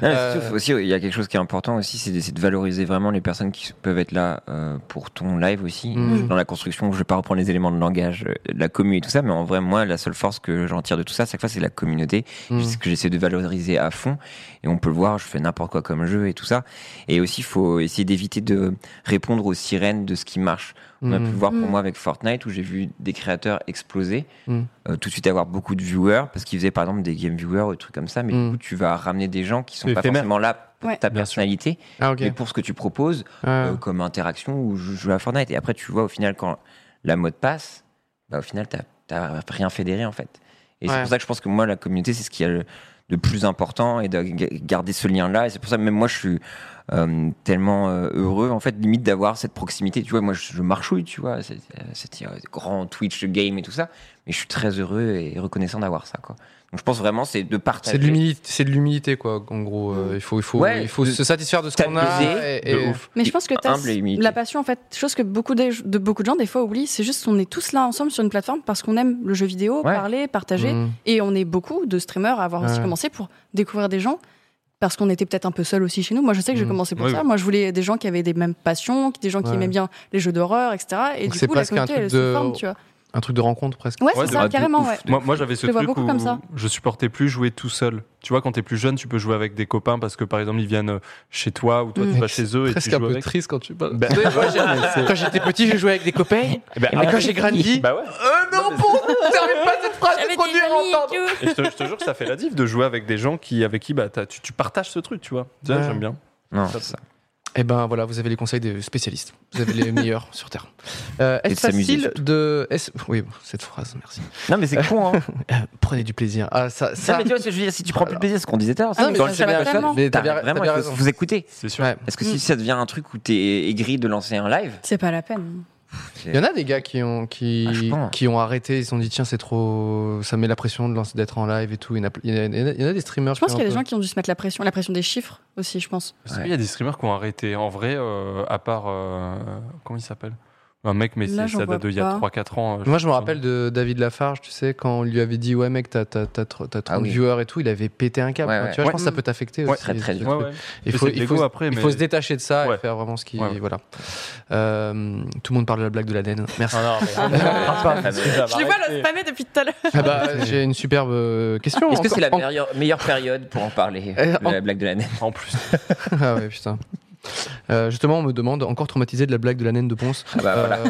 S3: Non, mais
S2: Euh,
S3: surtout, faut Ah, aussi, il y a quelque chose qui est important aussi, c'est de, c'est de valoriser vraiment les personnes qui peuvent être là euh, pour ton live aussi.
S2: Mm.
S3: Dans la construction, je vais pas reprendre les éléments de langage, euh, de la commu et tout ça, mais en vrai, moi, la seule force que j'en tire de tout ça, à chaque fois, c'est la communauté.
S2: Mm.
S3: C'est ce que j'essaie de valoriser à fond. Et on peut le voir, je fais n'importe quoi comme jeu et tout ça. Et aussi, il faut essayer d'éviter de répondre aux sirènes de ce qui marche. On a pu le voir pour
S5: Mm.
S3: moi avec Fortnite où j'ai vu des créateurs exploser,
S2: Mm.
S3: euh, tout de suite avoir beaucoup de viewers parce qu'ils faisaient par exemple des game viewers ou des trucs comme ça, mais
S2: Mm.
S3: du coup tu vas ramener des gens qui sont
S4: C'est
S3: pas
S4: éphémère.
S3: forcément là pour
S5: Ouais.
S3: ta
S4: Bien sûr.
S3: personnalité,
S2: Ah, ok.
S3: mais pour ce que tu proposes
S2: Ah.
S3: euh, comme interaction ou jou- jouer à Fortnite. Et après tu vois au final quand la mode passe, bah, au final t'as- t'as rien fédéré en fait. Et c'est
S2: Ouais.
S3: pour ça que je pense que moi la communauté c'est ce qui a le- de plus important et de ga- garder ce lien là. Et c'est pour ça que même moi je suis euh, tellement euh, heureux en fait limite d'avoir cette proximité tu vois moi je, je marchouille tu vois c'est euh, c'est, euh, grand Twitch game et tout ça mais je suis très heureux et reconnaissant d'avoir ça quoi donc je pense vraiment c'est de partager
S2: C'est de l'humilité, c'est de l'humilité quoi. En gros, Euh, il faut, il faut,
S3: Ouais,
S2: il faut
S3: de-
S2: se satisfaire de ce qu'on a.
S3: t'amuser,
S2: et-
S4: Mm. de
S2: et-
S4: ouf.
S5: Mais je pense que t'as
S3: Humble et humilité.
S5: la passion en fait, chose que beaucoup de, de beaucoup de gens des fois oublient, c'est juste qu'on est tous là ensemble sur une plateforme parce qu'on aime le jeu vidéo,
S3: Ouais.
S5: parler, partager,
S2: Mm.
S5: et on est beaucoup de streamers à avoir aussi
S2: Ouais.
S5: commencé pour découvrir des gens. Parce qu'on était peut-être un peu seuls aussi chez nous. Moi, je sais que j'ai
S2: Mm.
S5: commencé pour
S4: Oui,
S5: ça. Moi, je voulais des gens qui avaient des mêmes passions, des gens qui
S2: Ouais.
S5: aimaient bien les jeux d'horreur, etc. Et
S2: Donc
S5: du
S2: c'est
S5: coup, la
S2: presque un
S5: communauté,
S2: truc
S5: elle
S2: de-
S5: se forme, tu vois.
S2: Un truc de rencontre presque.
S5: Ouais,
S4: Ouais,
S5: c'est
S4: de-
S5: ça,
S3: ah, de
S5: carrément,
S3: ouf.
S5: ouais.
S4: Moi, moi j'avais
S5: Je
S4: ce
S5: le vois
S4: truc
S5: beaucoup
S4: où
S5: comme ça.
S4: je supportais plus jouer tout seul. Tu vois, quand t'es plus jeune, tu peux jouer avec des copains parce que par exemple, ils viennent euh, chez toi ou toi
S5: Mm.
S4: tu vas chez eux et tu
S2: Presque un
S4: joues
S2: peu
S4: avec.
S2: triste quand tu parles.
S4: Ben,
S2: Vous savez, moi, j'ai- quand j'étais petit, j'ai joué avec des
S4: <laughs>
S2: copains.
S4: Eh ben,
S2: Mais
S4: ah,
S2: quand j'ai grandi,
S4: bah ouais.
S2: euh, non, bon, termine pas cette phrase, c'est trop dur à entendre.
S4: Et je, te, je te jure que ça fait la diff de jouer avec des gens qui, avec qui bah, t'as- tu, tu partages ce truc, tu vois. Ça,
S2: Ouais.
S4: J'aime bien.
S3: non c'est ça
S2: Eh ben voilà, vous avez les conseils des spécialistes. Vous avez
S3: <laughs>
S2: les meilleurs sur terre. Euh,
S3: Et
S2: est-ce
S3: de s'amuser,
S2: facile de, est-ce- oui, bon, cette phrase, merci.
S3: non mais c'est con hein
S2: Euh, prenez du plaisir. Ah ça,
S3: ça,
S2: ça.
S3: mais tu vois ce que je veux dire si tu prends plus de plaisir ce qu'on disait tout à l'heure
S2: Ah,
S3: c'est
S2: mais
S3: dans
S2: ça, Mm.
S3: le
S2: j'avais-
S3: chat
S5: vraiment.
S2: mais t'avais-
S3: t'as vraiment
S2: t'avais
S3: il faut
S2: raison.
S3: vous écouter
S4: C'est sûr.
S2: Ouais.
S3: parce que si ça devient un truc où t'es aigri de lancer un live
S5: C'est pas la peine.
S2: Il y en a des gars qui ont, qui,
S3: Ah, je pense.
S2: qui ont arrêté, ils se sont dit tiens c'est trop, ça met la pression de lancer- d'être en live et tout. Il y en a, il y en a- il y en a des streamers.
S5: Je pense
S2: qui ont
S5: qu'il y a
S2: un
S5: des
S2: peu-
S5: gens qui ont dû se mettre la pression, la pression des chiffres aussi, je pense.
S4: Parce que Il y a des streamers qui ont arrêté. En vrai, euh, à part. euh, comment il s'appelle Un mec, mais
S5: Là,
S4: c'est-
S5: j'en
S4: ça
S5: vois
S4: date d'il y a
S5: pas.
S4: 3-4 ans. euh,
S2: Moi, je me
S4: sais
S2: rappelle de David Lafarge, tu sais, quand on lui avait dit Ouais, mec, t'as t'as- t'as trop t'as trop
S3: Ah
S2: de
S3: oui.
S2: viewers et tout, il avait pété un câble.
S3: Ouais,
S2: quoi.
S3: ouais.
S2: Tu vois, je
S4: Ouais.
S2: pense que ça peut t'affecter
S4: Ouais,
S2: aussi.
S3: très, très
S2: ce
S3: dur.
S4: pas.
S2: truc.
S4: Ouais, ouais.
S2: Il,
S4: Mais
S2: faut,
S4: c'est de
S2: il,
S4: l'ego
S2: faut,
S4: après,
S2: il
S4: mais-
S2: faut se détacher de ça et
S4: Ouais.
S2: faire vraiment ce qui.
S4: Ouais, ouais.
S2: Voilà. Euh, tout le monde parle de la blague de la naine. Merci.
S4: Ah
S2: <laughs>
S4: non, mais- Ah, pas, parce que ça va
S5: Je les vois le
S4: arrêter.
S5: spammer depuis tout à l'heure.
S2: Ah <laughs> bah, J'ai une superbe euh, question.
S3: est-ce que
S2: Encore-
S3: c'est la
S2: en-
S3: meilleure, meilleure période pour en parler
S2: Euh,
S3: de la blague de la naine
S4: En plus.
S2: <laughs> Ah ouais, putain. Euh, justement, on me demande encore traumatisé de la blague de la naine de Ponce.
S3: Ah bah,
S2: Euh,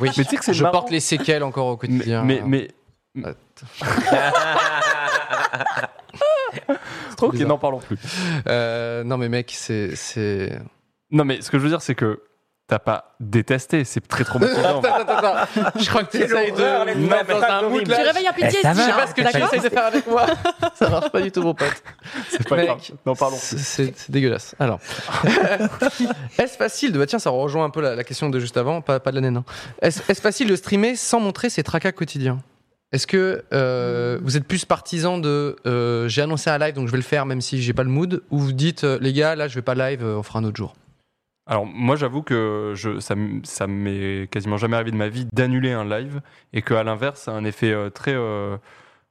S2: oui.
S4: Mais tu sais que c'est
S2: je
S4: marrant.
S2: porte les séquelles encore au
S4: Mais,
S2: quotidien.
S4: mais, mais, <laughs>
S2: trop
S4: Ok,
S2: bizarre.
S4: n'en parlons plus.
S2: Euh, non, mais mec, c'est. c'est-
S4: Non, mais ce que je veux dire, c'est que t'as pas détesté, c'est
S2: <laughs>
S4: très
S2: Attends,
S4: traumatisant.
S2: attends, attends, attends. Je crois que tu essayes
S3: horreur,
S2: de
S3: les
S2: me mettre dans
S3: meufs,
S2: un mood
S5: Tu
S2: là.
S5: réveilles un pitié,
S3: Eh, ça va,
S5: si je-
S2: Je sais pas ce que tu
S5: d'accord
S2: essayes de faire avec moi. Ça marche pas du tout, mon pote.
S4: c'est pas
S2: Mec,
S4: grave. N'en parlons plus.
S2: C'est c'est dégueulasse. Alors, <laughs> est-ce facile de. Bah tiens, ça rejoint un peu la, la question de juste avant, pas, pas de l'année, non. Est-ce est-ce facile de streamer sans montrer ses tracas quotidiens Est-ce que euh, vous êtes plus partisan de euh, j'ai annoncé un live donc je vais le faire même si j'ai pas le mood ou vous dites euh, les gars, là je vais pas live, euh, on fera un autre jour
S4: Alors moi j'avoue que je, ça, m- ça m'est quasiment jamais arrivé de ma vie d'annuler un live et que à l'inverse ça a un effet euh, très euh,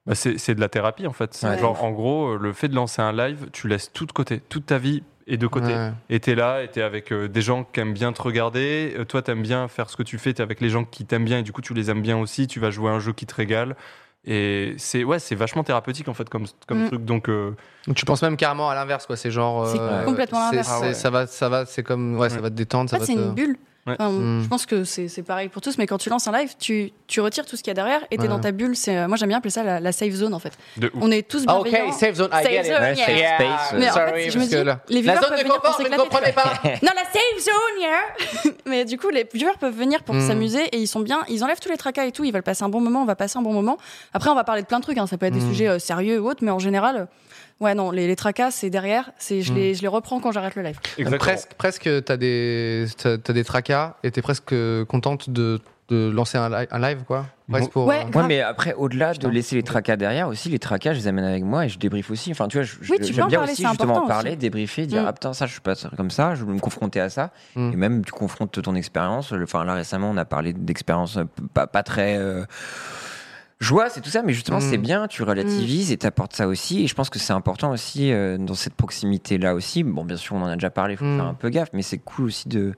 S4: bah, c'est c'est de la thérapie en fait. C'est
S3: Ouais.
S4: Genre en gros euh, le fait de lancer un live tu laisses tout de côté, toute ta vie est de côté.
S2: Ouais.
S4: Et t'es là, et t'es avec euh, des gens qui aiment bien te regarder. Euh, toi, t'aimes bien faire ce que tu fais. T'es avec les gens qui t'aiment bien et du coup, tu les aimes bien aussi. Tu vas jouer à un jeu qui te régale. Et c'est ouais, c'est vachement thérapeutique en fait comme, comme
S5: Mm.
S4: truc. Donc euh,
S2: Donc tu penses même carrément à l'inverse quoi, c'est genre euh,
S5: C'est complètement
S2: c'est-
S5: l'inverse.
S2: c'est-
S4: Ah ouais.
S2: ça va ça va, c'est comme ouais, ça
S4: Ouais.
S2: va te détendre,
S5: En
S2: ça
S5: fait,
S2: va
S5: c'est
S2: te-
S5: une bulle.
S4: Ouais.
S5: Enfin,
S2: Mm.
S5: Je pense que c'est c'est pareil pour tous, mais quand tu lances un live, tu, tu retires tout ce qu'il y a derrière et t'es
S2: Ouais.
S5: dans ta bulle. C'est, euh, moi, j'aime bien appeler ça la, la safe zone, en fait.
S4: de ouf.
S5: On est tous
S2: Ah, ok,
S5: bienveillants.
S2: safe zone, I
S5: Safe
S2: get it.
S5: zone,
S3: Ouais,
S5: yeah.
S3: safe space,
S5: Mais en
S3: euh,
S2: Sorry,
S5: fait, je me
S2: parce que
S5: dis,
S2: là-
S5: les
S2: La
S5: viewers
S2: zone
S5: peuvent
S2: de
S5: venir pour
S2: confort, vous ne
S5: s'éclater.
S2: comprenez pas
S5: Non, la safe zone, yeah <laughs> Mais du coup, les viewers peuvent venir pour
S3: Hmm.
S2: Mm.
S5: s'amuser et ils sont bien, ils enlèvent tous les tracas et tout, ils veulent passer un bon moment, on va passer un bon moment. Après, on va parler de plein de trucs, hein, ça peut être des
S3: Hmm.
S2: Mm.
S5: sujets euh, sérieux ou autres, mais en général, euh, ouais, non, les, les tracas, c'est derrière, c'est,
S3: Hmm.
S5: je, les, je les reprends quand j'arrête le live.
S4: Exactement.
S2: Presque, presque t'as des, t'as, t'as des tracas et t'es presque euh, contente de, de lancer un, li- un live, quoi. Presque
S4: Bon.
S2: pour,
S5: Ouais.
S2: euh,
S3: Oh. Ouais,
S5: Grave.
S3: mais après, au-delà de laisser les tracas derrière, aussi, les tracas, je les amène avec moi et je débriefe aussi. Enfin, tu vois, je- je-
S5: Oui, tu peux
S3: j'aime
S5: en
S3: bien
S5: parler,
S3: aussi
S5: c'est
S3: justement en
S5: important
S3: parler,
S5: aussi.
S3: débriefer, dire
S5: Mm.
S3: Ah putain, ça, je suis pas sûr comme ça, je vais me confronter à ça.
S2: Mm.
S3: Et même, tu confrontes ton expérience. Le- Enfin, là, récemment, on a parlé d'expériences euh, p- pas, pas très. euh, Joie, c'est tout ça, mais justement,
S2: Mm.
S3: c'est bien, tu
S5: Mm.
S3: relativises et t'apportes ça aussi. Et je pense que c'est important aussi euh, dans cette proximité-là aussi. Bon, bien sûr, on en a déjà parlé, il faut
S2: Mm.
S3: faire un peu gaffe, mais c'est cool aussi de,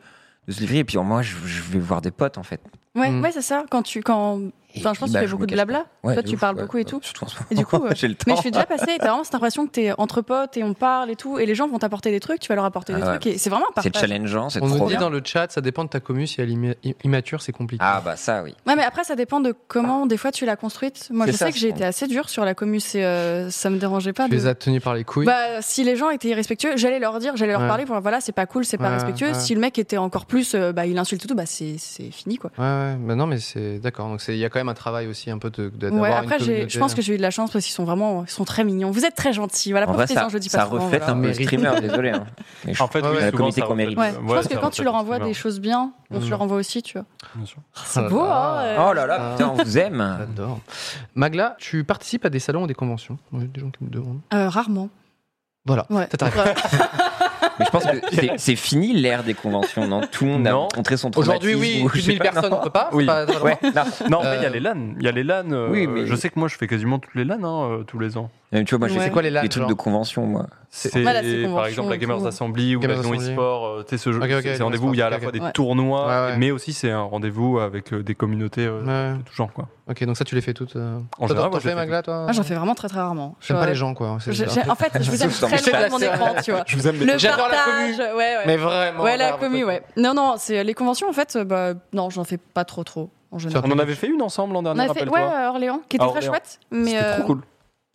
S3: de se livrer. Et puis, moi, je, je vais voir des potes, en fait.
S5: Ouais,
S2: Mm.
S5: ouais, c'est ça, quand tu, quand,
S3: hmm. Et
S5: Enfin, je pense
S3: puis, bah,
S5: que tu fais
S3: me
S5: beaucoup de
S3: cache pas.
S5: blabla.
S3: Ouais,
S5: Toi,
S3: de
S5: tu
S3: ouf,
S5: parles
S3: ouais.
S5: beaucoup et tout.
S3: Surtout en ce
S5: Et du
S3: moment,
S5: coup, euh,
S3: <laughs> j'ai le temps.
S5: Mais je suis déjà passée et t'as vraiment cette impression que t'es entre potes et on parle et tout, et les gens vont t'apporter des trucs, tu vas leur apporter des
S3: Ah ouais.
S5: trucs, et c'est vraiment un
S3: C'est
S5: partage.
S3: challengeant, c'est
S2: On nous
S3: trop
S2: dit
S3: bien.
S2: dans le chat, ça dépend de ta commu, si elle est imma- immature, c'est compliqué.
S3: Ah bah ça oui.
S5: Ouais, mais après, ça dépend de
S2: Ah.
S5: comment, des fois, tu l'as construite. Moi,
S3: C'est
S5: je
S3: ça,
S5: sais que j'ai
S3: c'est-
S5: été assez dure sur la commu, c'est, euh, ça me dérangeait pas.
S2: tu
S5: de-
S2: les as tenus par les couilles.
S5: Bah, si les gens étaient irrespectueux, j'allais leur dire, j'allais leur
S2: Ouais.
S5: parler pour leur voilà, c'est pas cool, c'est pas
S2: Ouais,
S5: respectueux.
S2: ouais.
S5: Si le mec était encore plus, euh, bah, il insulte et tout, bah, c'est c'est fini, quoi.
S2: Ouais, ouais, bah non, mais c'est d'accord. Donc c'est- il y a quand même un travail aussi un peu de, de- Bah, d'avoir
S5: Ouais,
S2: une
S5: après, j'ai-
S2: communauté.
S5: je pense que j'ai eu de la chance parce qu'ils sont vraiment, ils sont très mignons. Vous êtes très gentils, voilà,
S3: en vrai
S5: profitez-en,
S3: ça,
S5: je le dis pas
S3: ça
S5: souvent,
S3: reflète
S5: voilà.
S3: un peu le
S2: Mérite.
S3: streamer, désolé. hein. Mais je-
S4: En fait,
S2: Ouais,
S4: oui,
S2: ouais.
S3: Le
S4: souvent,
S3: comité
S4: ça
S3: qu'on
S4: reflète-
S3: mérite.
S5: Ouais, je
S4: ouais,
S5: pense
S4: ça
S5: que quand tu
S4: reflète
S5: leur envoies
S4: justement.
S5: des choses bien, on te
S2: Mm.
S5: leur envoie aussi, tu vois.
S4: Bien sûr.
S2: Oh
S5: C'est
S2: là
S5: beau,
S2: là.
S5: hein euh.
S3: Oh là là, putain, on vous aime.
S2: hein. J'adore. Magla, tu participes à des salons ou des conventions Il y a des gens qui me demandent.
S5: Euh, Rarement.
S2: Voilà.
S5: Ouais.
S2: Ça t'arrive.
S5: Ouais.
S3: Mais je pense que
S2: Ah.
S3: c'est- c'est fini l'ère des conventions, non Tout le monde
S4: Non.
S3: a montré son traumatisme.
S2: Aujourd'hui, oui,
S3: ou je
S2: plus de
S3: sais
S2: 1000
S3: pas,
S2: personnes,
S3: non.
S2: on peut pas.
S4: Oui.
S2: Pas- pas-
S3: Ouais, non.
S4: Non, mais il y
S2: Euh,
S4: a les LAN. Il y a les LAN. euh,
S3: Oui, mais-
S4: Je sais que moi, je fais quasiment toutes les LAN. hein, euh, tous les ans.
S3: Même, tu vois, moi, je
S5: Ouais.
S3: fais
S5: C'est
S2: quoi les LAN,
S3: trucs
S2: genre
S3: de convention, moi.
S4: C'est
S5: Voilà, c'est convention
S4: par exemple la
S5: et
S4: Gamers
S5: tout.
S4: Assembly ou
S2: Gamers
S4: la
S2: Assembly.
S4: e-sport. tu sais, ce jeu-
S2: Ok, ok,
S4: c'est
S2: Gamers
S4: un rendez-vous où il y a à la
S2: Sport,
S4: fois des
S5: ok, ok.
S4: tournois,
S2: Ouais, ouais.
S4: mais aussi c'est un rendez-vous avec euh, des communautés euh,
S2: Ouais.
S4: de tout genre. Quoi.
S2: Ok, donc ça, tu les fais toutes. euh. Toi, T'en
S4: général, moi,
S2: t'en
S4: je les
S2: fais,
S4: fais
S2: Magla, toi
S5: Moi, Ah, j'en fais vraiment très très rarement. Je-
S2: J'aime pas les gens, quoi. C'est-
S5: je-
S2: c'est un
S5: j'ai-
S2: peu-
S5: en fait, je vous aime
S3: Sauf
S5: très
S2: dans-
S5: loin de mon écran, tu vois.
S2: Je vous aime, les
S5: Le
S2: J'adore la commu.
S5: partage, ouais, ouais.
S2: Mais vraiment.
S5: ouais, la
S2: là,
S5: commu,
S2: votre-
S5: ouais. Non, non, c'est les conventions, en fait, euh, bah, non, j'en fais pas trop, trop, en général.
S4: On en avait fait une ensemble l'an
S5: On
S4: dernier,
S5: a fait, ouais,
S4: rappelle-toi.
S5: à Orléans, qui était
S2: Ah,
S4: À
S5: très
S4: Orléans.
S5: chouette. Mais
S4: C'était
S5: euh,
S4: trop cool.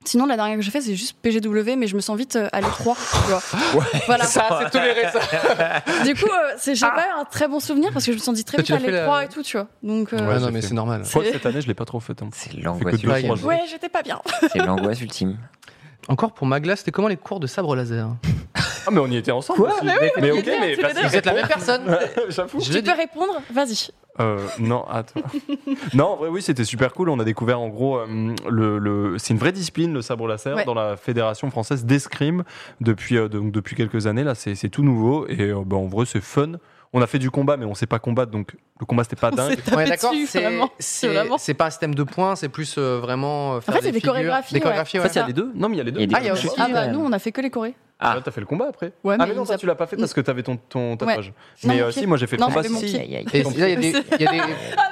S5: sinon, la dernière que j'ai fait, c'est juste PGW, mais je me sens vite euh, à l'étroit, tu
S2: <laughs>
S5: vois. Voilà.
S2: Ça, c'est toléré, ça.
S5: <laughs>
S2: Ah.
S5: Du coup, euh, c'est- j'ai pas un très bon souvenir parce que je me sens dit très
S2: Toi,
S5: vite
S2: tu
S5: à
S2: as fait la-
S5: l'étroit et tout, tu vois. Donc, euh,
S2: Ouais,
S4: Ouais,
S2: non,
S4: j'ai
S2: mais
S4: fait.
S2: c'est normal.
S4: Je crois que cette année, je l'ai pas trop faite. hein.
S3: C'est
S4: J'ai fait que
S3: l'angoisse
S4: deux,
S3: ultime.
S4: trois jours.
S5: ouais, j'étais pas bien.
S3: C'est l'angoisse ultime.
S2: Encore pour Magla, c'était comment les cours de sabre laser
S4: Ah, mais on y était ensemble. aussi.
S5: Mais oui, on
S4: mais
S5: y
S4: ok,
S5: était,
S4: mais
S5: tous les
S4: parce
S5: deux.
S4: que
S2: Vous êtes la même personne
S4: <laughs> J'avoue.
S2: Je dis-
S5: Tu peux répondre Vas-y.
S4: Euh, non, attends. <laughs> non, en vrai, oui, c'était super cool. On a découvert en gros, euh, le, le- c'est une vraie discipline, le sabre laser,
S5: Ouais.
S4: dans la Fédération française d'escrime depuis, euh, donc, depuis quelques années. Là, c'est c'est tout nouveau et euh, bah, en vrai, c'est fun. On a fait du combat, mais on sait pas combattre, donc le combat c'était pas
S5: On s'est
S4: dingue.
S5: tapé
S2: Ouais, d'accord,
S5: dessus,
S2: c'est-
S5: vraiment.
S2: c'est
S5: vraiment-
S2: c'est pas un système de points, c'est plus euh, vraiment euh, faire
S5: fait,
S2: des,
S5: c'est des
S2: figures,
S5: chorégraphies,
S2: Des
S5: ouais.
S2: chorégraphies,
S4: En
S2: ouais.
S4: fait, il y a les deux. Non, mais il y a les deux.
S3: Il y a des
S4: Ah, il y a
S3: crochets.
S4: aussi-
S5: Ah bah nous on a fait que les chorés.
S3: Ah.
S4: Ouais, t'as fait le combat après.
S5: Ouais, mais
S4: ah mais non,
S5: il
S4: toi,
S5: nous a-
S4: tu l'as pas fait parce que t'avais ton, ton tatouage.
S5: Non,
S4: Mais
S5: mon
S4: euh,
S5: pied.
S4: si, moi j'ai fait le
S5: Non,
S4: combat.
S5: j'avais mon pied.
S2: Et là, il y a des, il y a
S5: <laughs>
S2: des-
S4: <laughs>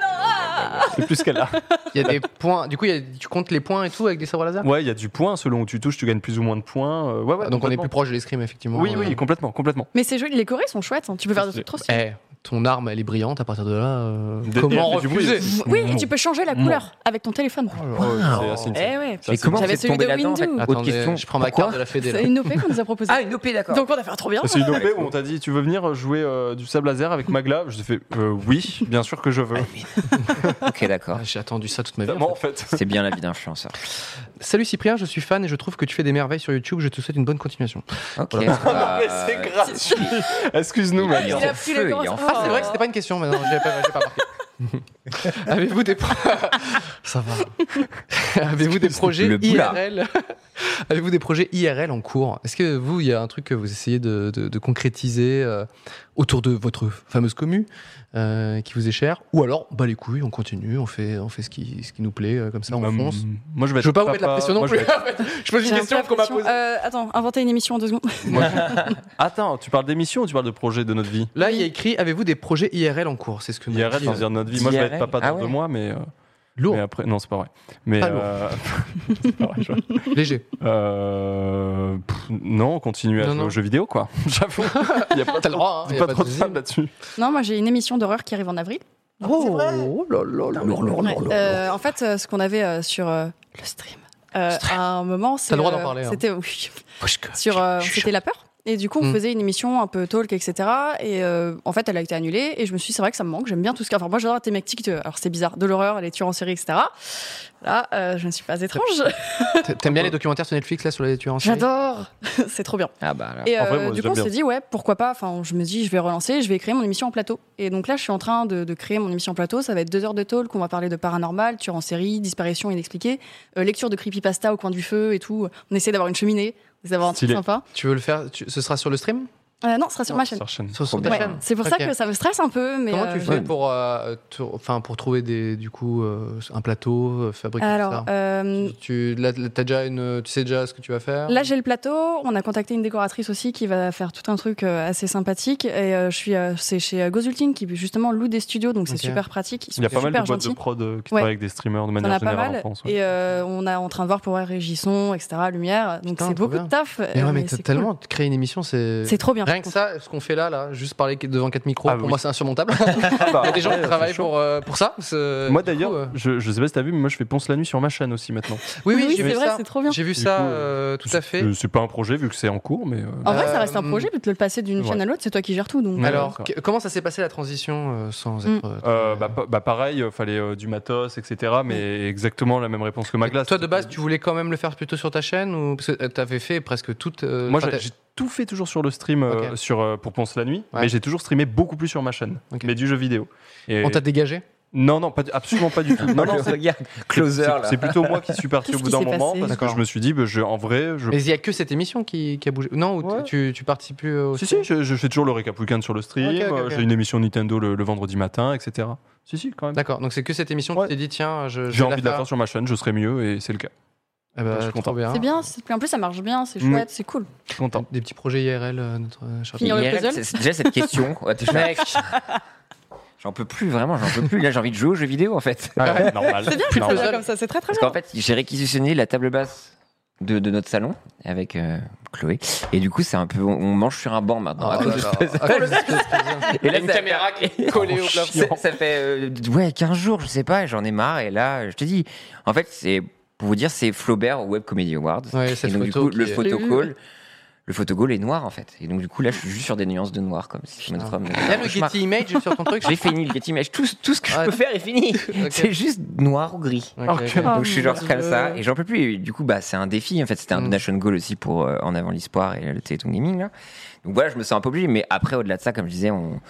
S4: C'est plus qu'elle a.
S2: il y a des points. Du coup, il y a- tu comptes les points et tout avec des sabres laser
S4: Ouais, il y a du point. Selon où tu touches, tu gagnes plus ou moins de points. Euh, ouais, ouais,
S2: Ah, Donc on est
S4: complètement.
S2: plus proche de l'escrime, effectivement.
S4: Oui,
S2: Euh,
S4: oui, complètement, complètement.
S5: Mais c'est joli, les chorés sont chouettes. hein. Tu peux faire des
S4: C'est-
S5: trucs trop stylés.
S2: Eh, ton arme, elle est brillante. À partir de là, euh,
S4: Des-
S2: comment
S4: et du coup,
S2: refuser
S4: il-
S5: Oui, et tu peux changer la
S4: Mon-
S5: couleur avec ton téléphone.
S4: C'est assez
S5: Eh ouais.
S4: Ça,
S3: Et
S4: c'est-
S3: comment vous
S5: J'avais
S3: êtes
S5: celui
S3: tombé
S5: de
S3: là-dedans
S5: Windows.
S3: Autre
S2: Attendez,
S3: question.
S2: je prends ma
S3: Pourquoi
S2: carte de la Fédé. là.
S5: C'est une OP qu'on nous a proposée.
S3: Ah, une OP, d'accord.
S5: Donc on a fait ah, trop bien.
S4: C'est une OP où on t'a dit tu veux venir jouer euh, du sable laser avec Magla Je t'ai fait euh, oui, bien sûr que je veux.
S3: Ok, d'accord.
S2: Ah, J'ai attendu ça toute ma vie. en
S4: Évidemment, en fait.
S3: C'est bien la vie d'influenceur.
S2: fait. Salut Cyprien, je suis fan et je trouve que tu fais des merveilles sur YouTube. Je te souhaite une bonne continuation. <laughs>
S3: Ok. Euh,
S2: Voilà.
S4: mais c'est gratuit. Excuse-nous,
S3: Il a-
S4: mais
S3: il
S5: Il a pris les
S3: Feu, il est en
S5: cordes.
S3: face.
S2: Ah, c'est vrai que c'était pas une question, maintenant. J'ai pas, j'ai pas marqué. <laughs> Avez-vous des pro- <laughs> ça va. <laughs> Avez-vous des projets
S3: Le boulard.
S2: IRL <laughs> Avez-vous des projets IRL en cours Est-ce que vous, il y a un truc que vous essayez de, de- de concrétiser euh, autour de votre fameuse commu euh, qui vous est chère Ou alors, bah les couilles, on continue, on fait, on fait ce qui, ce qui nous plaît, euh, comme ça, on fonce.
S4: Moi, je vais
S2: Je veux
S4: être
S2: pas vous mettre
S4: Bah, papa.
S2: la pression non
S4: Moi, je
S2: plus.
S4: vais être-
S2: <laughs> je pose
S5: J'ai
S2: une
S5: un
S2: question
S5: peu
S2: qu'on m'a
S5: l'impression-
S2: posée.
S5: Euh, attends, inventer une émission en deux secondes. <laughs>
S4: Attends, tu parles d'émission ou tu parles de projet de notre vie
S2: Là, il y a écrit Avez-vous des projets IRL en cours C'est ce que m'a
S4: IRL,
S2: dit,
S4: dans
S2: euh,
S4: de notre vie. Moi, je vais être
S3: IRL,
S4: papa dans
S3: ah ouais.
S4: deux mois, mais, euh,
S2: Lourd,
S4: mais après. Non, c'est pas vrai. Mais.
S2: Pas lourd.
S4: euh, <laughs> c'est pas vrai, je-
S2: léger.
S4: Euh, pff, non, on continue à
S2: Non,
S4: jouer
S2: non.
S4: aux jeux vidéo, quoi. <laughs> J'avoue. Il n'y a pas
S2: T'as
S4: trop,
S2: le droit, hein,
S4: dis
S2: y a
S4: pas
S2: pas de
S4: trop de
S2: souci.
S4: femmes là-dessus.
S5: Non, moi j'ai une émission d'horreur qui arrive en avril.
S2: Oh là là là là là.
S5: Ah, Euh, en fait, euh, ce qu'on avait euh, sur euh, le stream, euh, à un moment, c'est.
S2: T'as le droit d'en
S5: euh,
S2: parler, hein.
S5: C'était <laughs> oui,
S4: Ah,
S2: Pushka.
S5: sur. euh, c'était la peur. Et du coup, on
S2: Mm.
S5: faisait une émission un peu talk, etc. Et euh, en fait, elle a été annulée. Et je me suis dit, c'est vrai que ça me manque. J'aime bien tout ce qu'il y a. Enfin, moi, j'adore la thématique de. Alors, c'est bizarre, de l'horreur, les tueurs en série, etc. Là, euh, je ne suis pas étrange.
S2: T'a- T'aimes bien les documentaires sur Netflix là sur les tueurs en série
S5: J'adore. <laughs> c'est trop bien.
S3: Ah bah alors.
S5: Et
S4: En vrai,
S5: euh,
S4: moi,
S5: du
S4: j'aime
S5: coup, on
S4: bien.
S5: s'est dit, ouais, pourquoi pas. Enfin, je me dis, je vais relancer, je vais créer mon émission en plateau. Et donc là, je suis en train de, de créer mon émission en plateau. Ça va être deux heures de talk. On va parler de paranormal, tueur en série, disparition inexpliquée, euh, lecture de creepypasta au coin du feu et tout. On essaie d'avoir une cheminée, on essaie d'avoir un truc
S4: Stylé.
S5: sympa.
S2: Tu veux le faire tu- Ce sera sur le stream
S5: Euh, non, ce sera sur ma chaîne.
S4: Sur chaîne.
S2: Sur, sur ta
S5: Ouais.
S2: chaîne
S5: C'est pour
S2: Ok.
S5: ça que ça me stresse un peu. Mais
S2: Comment
S5: euh,
S2: tu fais pour, euh, te- enfin, pour trouver des, du coup euh, un plateau, euh, fabriquer
S5: Alors,
S2: ça
S5: euh,
S2: Tu là, là, t'as déjà une, tu sais déjà ce que tu vas faire
S5: Là, j'ai le plateau. On a contacté une décoratrice aussi qui va faire tout un truc euh, assez sympathique. Et euh, je suis, euh, c'est chez euh, Gozulting qui justement loue des studios, donc c'est
S2: Ok.
S5: super pratique. Ils sont
S4: Il y a pas mal de
S5: super
S4: boîtes
S5: gentils.
S4: de prod euh, qui
S5: Ouais.
S4: travaillent avec des streamers de
S5: On
S4: manière
S5: a pas
S4: générale en
S5: mal.
S4: France. ouais.
S5: Et euh, on est en train de voir pour voir régisson, etc., lumière. Donc
S2: Putain,
S5: c'est
S2: trop
S5: beaucoup
S2: bien.
S5: de taf.
S2: mais
S5: euh,
S2: ouais, mais
S5: mais
S2: t'as
S5: c'est
S2: tellement créer une émission, c'est
S5: cool. C'est trop bien.
S2: rien que ça, ce qu'on fait là, là, juste parler devant quatre micros.
S4: Ah,
S2: pour
S4: oui.
S2: moi, c'est insurmontable.
S4: Ah
S2: <laughs>
S4: bah,
S2: Il y a des gens
S4: ouais,
S2: qui travaillent
S4: c'est chaud.
S2: pour euh, pour ça. c'est-
S4: Moi
S2: du coup,
S4: d'ailleurs,
S2: euh,
S4: je, je sais pas si t'as vu, mais moi je fais Ponce la nuit sur ma chaîne aussi maintenant.
S2: Oui, oui,
S5: Oui,
S2: j'ai
S5: c'est
S2: vu
S5: vrai,
S2: ça.
S5: c'est trop bien.
S2: J'ai vu
S4: Du
S2: ça
S4: coup,
S2: euh, tout à fait.
S4: C'est- C'est pas un projet vu que c'est en cours, mais. euh,
S5: En vrai,
S2: Euh,
S5: ça reste un projet, mais de le passer d'une
S4: ouais.
S5: chaîne à l'autre, c'est toi qui gères tout. Donc, euh,
S4: Ouais.
S2: Alors,
S4: d'accord.
S2: que- comment ça s'est passé la transition euh, sans
S5: Mm.
S2: être. euh,
S4: euh, bah, pa- bah, pareil, euh, fallait euh, du matos, etc. Mais exactement la même réponse que ma glace.
S2: Mm. Toi, de base, tu voulais quand même le faire plutôt sur ta chaîne ou parce que euh, t'avais fait presque toute. euh,
S4: Moi,
S2: enfin,
S4: j'ai
S2: t'as-
S4: j'ai tout fait toujours sur le stream euh,
S2: Ok.
S4: sur, euh, pour Ponce la nuit,
S2: Ouais.
S4: mais j'ai toujours streamé beaucoup plus sur ma chaîne,
S2: Ok.
S4: mais du jeu vidéo. Et-
S2: on t'a dégagé.
S4: Non, non, pas du- absolument pas du tout.
S2: <laughs>
S4: Non, non, c'est-
S3: regarde, closer
S4: c'est-
S3: là.
S4: C'est plutôt moi qui suis parti au
S5: Qu'est-ce
S4: bout
S5: qui
S4: d'un
S5: s'est
S4: moment
S5: passé
S4: parce que
S2: D'accord.
S4: je me suis dit, bah, je- en vrai, je.
S2: Mais il y a que cette émission qui, qui a bougé. Non, ou t-
S4: Ouais.
S2: tu, tu participes plus au.
S4: Si, si, je, je fais toujours le récap week-end sur le stream,
S2: Ok, ok,
S4: euh,
S2: ok.
S4: j'ai une émission Nintendo le, le vendredi matin, etc. Si, si, quand même.
S2: D'accord. Donc c'est que cette émission.
S4: Ouais.
S2: Tu t'es dit tiens, je. je
S4: J'ai
S2: vais
S4: envie de la faire sur ma chaîne, je serai mieux et c'est le cas.
S2: Eh ben,
S4: Je suis
S2: trop
S4: content.
S2: Bien.
S5: C'est bien. c'est- puis En plus, ça marche bien, c'est
S4: Mm.
S5: chouette, c'est cool.
S4: Je suis content.
S2: Des petits projets IRL, euh, notre euh, cher
S5: Finir le
S3: IRL,
S5: puzzle.
S3: c'est- Déjà cette
S5: <laughs>
S3: question. ouais, déjà- J'en peux plus, vraiment, j'en peux plus. Là, j'ai envie de jouer aux jeux vidéo en fait.
S4: Ah ouais, normal.
S5: C'est bien que
S4: Normal.
S5: ça soit comme ça, c'est très très
S3: Parce
S5: bien.
S3: qu'en fait, j'ai réquisitionné la table basse de, de notre salon avec euh, Chloé. Et du coup, c'est un peu. On mange sur un banc maintenant.
S2: Ah,
S3: à cause de ce
S4: <laughs>
S3: puzzle. <laughs> Et là,
S2: une
S3: ça-
S2: caméra qui est collée au plafond.
S3: Ça, ça fait euh, ouais 15 jours, je sais pas, j'en ai marre. Et là, je te dis, en fait, c'est pour vous dire, c'est Flaubert au Web Comedy Awards.
S2: Ouais,
S3: et
S2: cette
S3: donc, du
S2: photo
S3: coup,
S2: qui
S3: le
S2: est-
S3: photocall. Le photocall est noir en fait. Et donc, du coup, là, je suis juste sur des nuances de noir comme si je me
S2: Putain.
S3: trompais.
S2: Il y a le Getty Image sur ton truc.
S3: J'ai fini le Getty Images. Tout, tout ce que
S2: Ouais.
S3: je peux faire est fini.
S2: Ah, <laughs> Ok.
S3: C'est juste noir ou gris.
S2: Ok,
S4: Alors
S2: ok. Oh,
S4: que-
S3: Donc je suis genre
S5: mon
S3: comme
S5: Dieu.
S3: ça et j'en peux plus. Et du coup, bah c'est un défi en fait. C'était un
S2: Mm.
S3: donation goal aussi pour euh, en avant l'espoir et le Téléthon Gaming. là. Donc voilà, je me sens un peu obligé. Mais après, au-delà de ça, comme je disais, on-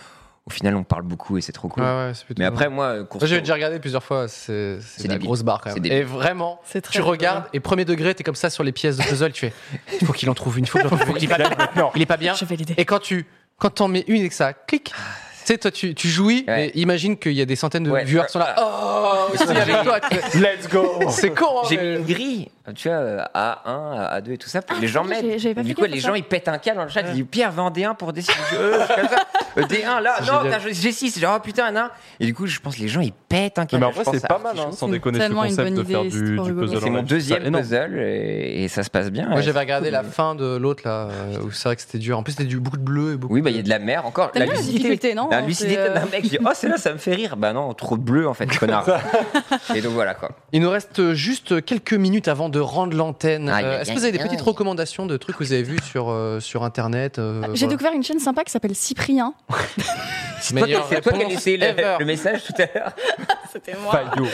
S3: au final, on parle beaucoup et c'est trop cool.
S2: Ah Ouais, ouais, c'est plutôt-
S3: Mais après, moi, euh, course
S2: Moi, j'ai déjà regardé plusieurs fois, c'est c'est
S3: C'est
S2: la
S3: débile.
S2: grosse barre quand
S3: C'est
S2: même.
S3: débile.
S2: Et vraiment,
S5: C'est très
S2: tu regardes et premier degré, t'es comme ça sur les pièces de puzzle, tu fais il faut qu'il en trouve une, il faut qu'il en trouve une, il est pas bien, il est pas bien.
S5: Je vais l'aider.
S2: Et quand tu quand t'en mets une et que ça clique, tu sais, toi tu, tu jouis,
S3: Ah. Ouais.
S2: mais imagine qu'il y a des centaines de
S3: Ouais. Ah.
S2: viewers qui sont là. Oh, je suis avec toi.
S4: Let's go
S2: C'est con, hein,
S5: Oh,
S3: J'ai mis
S2: mais-
S3: une grille Tu vois, euh, A1, A2 et tout ça. les gens
S5: Ah oui,
S3: mettent.
S5: j'ai- j'avais pas
S3: du
S5: fait
S3: coup,
S5: gaffe
S3: les
S5: à
S3: gens,
S5: ça.
S3: ils pètent un câble dans le chat. Ils disent Pierre, vend D1 pour D6. Euh, comme ça. Euh, D1, là, non,
S2: Génial.
S3: t'as G6. Genre, oh putain, non. Et du coup, je pense que les gens, ils pètent un câble.
S4: mais en
S3: Je
S4: vrai,
S3: pense
S4: c'est
S3: que
S4: pas
S3: ça-
S4: mal, hein, sans
S5: c'est
S4: déconner, ce
S5: tellement une
S4: concept
S5: bonne
S4: de faire
S5: idée, c'est
S4: du,
S5: trop
S4: du
S5: rigolo.
S4: puzzle.
S3: C'est
S4: en
S3: mon
S4: live.
S3: deuxième
S4: C'est énorme.
S3: puzzle et, et ça se passe bien.
S2: Moi,
S3: Ouais,
S2: j'avais
S3: c'est
S2: regardé
S3: cool.
S2: la fin de l'autre, là, euh, où c'est vrai que c'était dur. En plus, c'était du beaucoup de bleu et beaucoup
S3: Oui, bah il y a de la mer encore.
S5: T'aimes bien la difficulté, non
S3: La
S5: C'est,
S3: lucidité
S5: euh,
S3: d'un mec qui dit Oh, c'est là, ça me fait rire. Bah non, trop de bleu en fait,
S4: <laughs>
S3: connard. et donc voilà quoi.
S2: Il nous reste juste quelques minutes avant de rendre l'antenne.
S3: Aïe,
S2: Euh,
S3: aïe,
S2: Est-ce que vous avez des
S3: aïe,
S2: petites
S3: aïe.
S2: recommandations de trucs que vous avez vus sur, euh, sur Internet euh,
S5: Ah, J'ai
S2: voilà.
S5: découvert une chaîne sympa qui s'appelle Cyprien. <laughs>
S2: Meilleure
S3: c'est toi qui as
S2: réponse
S3: laissé
S2: ever.
S3: le, le message tout à l'heure.
S5: C'était
S4: Faillot.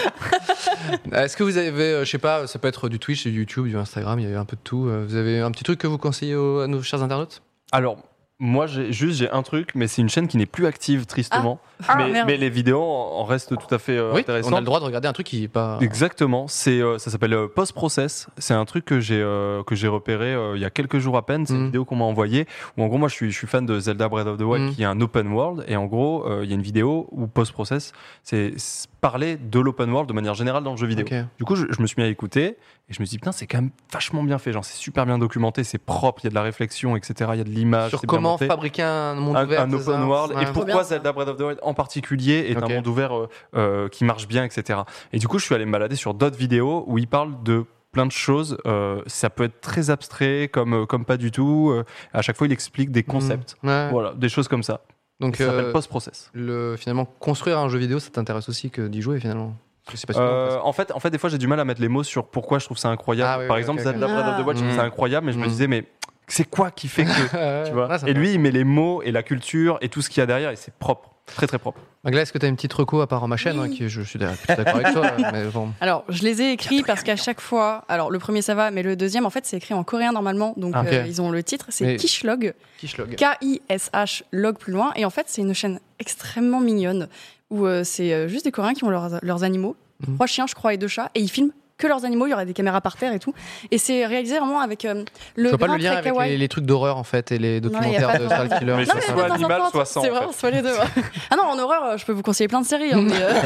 S2: Est-ce que vous avez, euh, je sais pas, ça peut être du Twitch, du YouTube, du Instagram, il y a un peu de tout. euh, Vous avez un petit truc que vous conseillez aux- à nos chers internautes
S4: Alors, moi, j'ai- juste, j'ai un truc, mais c'est une chaîne qui n'est plus active, tristement.
S5: Ah,
S4: mais,
S5: merde.
S4: mais les vidéos en en restent tout à fait euh,
S2: Oui, on a
S4: intéressantes.
S2: le droit de regarder un truc qui est pas.
S4: Exactement, c'est euh, ça s'appelle euh, Post Process. C'est un truc que j'ai euh, que j'ai repéré euh, il y a quelques jours à peine. C'est une
S2: Mhm.
S4: vidéo qu'on m'a envoyée. Où en gros, moi, je suis, je suis fan de Zelda Breath of the Wild,
S2: Mhm.
S4: qui est un open world. Et en gros, euh, il y a une vidéo où Post Process, c'est s- parler de l'open world de manière générale dans le jeu vidéo.
S2: Ok.
S4: Du coup, je, je me suis mis à écouter et je me suis dit putain, c'est quand même vachement bien fait. Genre, c'est super bien documenté, c'est propre, il y a de la réflexion, etc. Il y a de l'image.
S2: Sur
S4: c'est Ah, bien
S2: comment
S4: monté
S2: fabriquer un monde
S4: un,
S2: ouvert
S4: un
S2: c'est
S4: open
S2: ça
S4: world
S2: Ouais.
S4: et pourquoi
S5: bien, ça.
S4: Zelda Breath of the Wild en particulier est
S2: Ok.
S4: un monde ouvert euh, euh, qui marche bien, etc. Et du coup, je suis allé me balader sur d'autres vidéos où ils parlent de plein de choses. Euh, ça peut être très abstrait, comme, euh, comme pas du tout. Euh, à chaque fois, il explique des concepts.
S2: Mmh. Ouais.
S4: Voilà, des choses comme ça.
S2: Donc,
S4: ça
S2: euh,
S4: s'appelle post-process.
S2: le, finalement, construire un jeu vidéo, ça t'intéresse aussi que d'y jouer finalement Parce que c'est passionnant, en
S4: Euh,
S2: fait.
S4: en, fait, en fait, des fois, j'ai du mal à mettre les mots sur pourquoi je trouve ça incroyable.
S2: Ah oui,
S4: Par
S2: oui,
S4: exemple,
S2: ok,
S4: Zelda
S5: ok.
S4: Breath of the Wild, je trouve ça
S2: Ah.
S4: incroyable, mais je me
S2: Mm.
S4: disais, mais c'est quoi
S2: <laughs>
S4: qui fait que. tu vois
S2: Ouais, ça
S4: et
S2: me
S4: lui, il met les mots et la culture et tout ce qu'il y a derrière, et c'est propre. Très, très propre.
S2: Aglaé, est-ce que tu as une petite reco à part en ma chaîne hein,
S5: Oui.
S2: qui, Je suis d'accord je suis d'accord avec toi,
S5: <laughs>
S2: mais bon.
S5: Alors, je les ai écrits parce qu'à chaque fois, alors le premier ça va, mais le deuxième en fait c'est écrit en coréen normalement, donc
S2: Ah, ok.
S5: euh, ils ont le titre, c'est
S2: Mais-
S5: Kishlog,
S2: Kishlog.
S5: K-I-S-H log plus loin, et en fait c'est une chaîne extrêmement mignonne où euh, c'est euh, juste des coréens qui ont leurs, leurs animaux,
S2: Mhm.
S5: trois chiens je crois et deux chats, et ils filment que leurs animaux, il y aura des caméras par terre et tout, et c'est réalisé vraiment avec euh, le
S2: Je vois pas
S5: grain
S2: le lien
S5: très
S2: avec
S5: kawaii.
S2: les, les trucs d'horreur en fait et les
S5: Non, il y a
S2: documentaires
S5: pas
S2: de
S5: de-
S2: serial killer.
S4: Mais
S5: Non,
S4: ça
S5: mais
S4: soit
S5: de temps en temps,
S4: animal, soit sans,
S5: C'est
S4: en
S5: vraiment
S4: fait.
S5: soit les deux. ah non, en horreur, euh, je peux vous conseiller plein de séries. hein, mais, euh,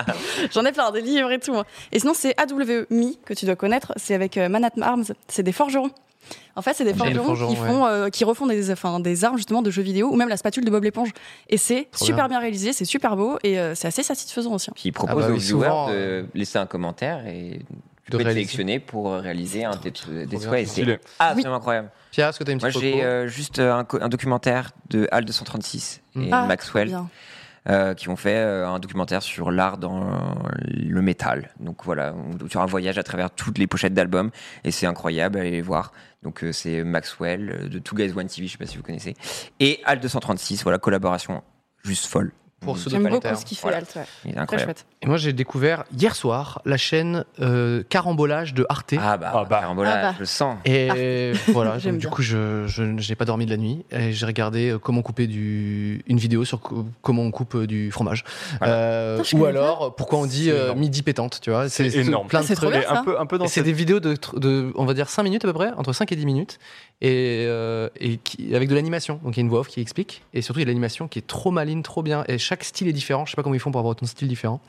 S5: <laughs> J'en ai plein, des livres et tout. moi. Et sinon, c'est AWE Mi que tu dois connaître. C'est avec euh, Manhattan Arms. C'est des forgerons. En fait, c'est des
S2: J'ai
S5: forgerons,
S2: des forgerons,
S5: qui,
S2: ouais.
S5: font, euh, qui refont des, enfin, des armes justement de jeux vidéo ou même la spatule de Bob l'éponge. Et c'est
S2: Trop
S5: super
S2: bien.
S5: bien. réalisé, c'est super beau et euh, c'est assez satisfaisant aussi. hein.
S3: Puis il propose
S2: Ah bah
S3: aux
S2: oui,
S3: viewers
S2: souvent, euh,
S3: de laisser un commentaire et tu
S2: de
S3: peux
S2: réaliser.
S3: te sélectionner pour réaliser un des, des
S2: bien,
S3: souhaits. Et
S2: c'est
S4: stylé.
S3: C'est absolument incroyable.
S2: Pierre, est-ce que tu as une
S3: Moi,
S2: petite
S3: j'ai
S2: reco
S3: euh, juste euh, un, co- un documentaire de HAL 236 et
S5: Ah,
S3: Maxwell
S5: Bien.
S3: euh, qui ont fait euh, un documentaire sur l'art dans le métal. Donc voilà, on- sur un voyage à travers toutes les pochettes d'albums et c'est incroyable, allez les voir. Donc euh, c'est Maxwell euh, de Two Guys One TV, je sais pas si vous connaissez, et HAL 236. Voilà, collaboration juste folle.
S2: Pour ce
S5: J'aime beaucoup
S2: documentaire.
S5: ce qu'il fait,
S3: Voilà.
S5: Alt. ouais.
S3: Il est
S5: Très
S3: incroyable.
S5: chouette.
S2: Et moi, j'ai découvert hier soir la chaîne euh, Carambolage de Arte.
S3: Ah bah,
S4: Ah bah.
S3: Carambola,
S5: Ah bah.
S3: je sens.
S2: Et
S5: <laughs>
S2: voilà,
S5: Ah. J'aime
S2: donc, du
S5: bien.
S2: coup, je, je n'ai pas dormi de la nuit. Et j'ai regardé euh, comment couper du, une vidéo sur co- comment on coupe euh, du fromage.
S3: Voilà.
S2: Euh,
S5: Putain, je
S2: ou
S5: connais
S2: alors, pourquoi on dit
S4: C'est
S2: euh,
S4: énorme.
S2: midi pétante, tu vois.
S4: C'est énorme.
S2: Plein de
S5: Ah, C'est trop
S2: trucs.
S5: bien,
S4: Et
S5: ça.
S4: un peu, un peu dans
S2: Et C'est
S4: cette
S2: des vidéos de, tr- de, on va dire, 5 minutes à peu près, entre 5 et 10 minutes, et, euh, et qui- avec de l'animation. Donc il y a une voix off qui explique, et surtout il y a de l'animation qui est trop maligne, trop bien, et chaque style est différent. Je sais pas comment ils font pour avoir autant de styles différents.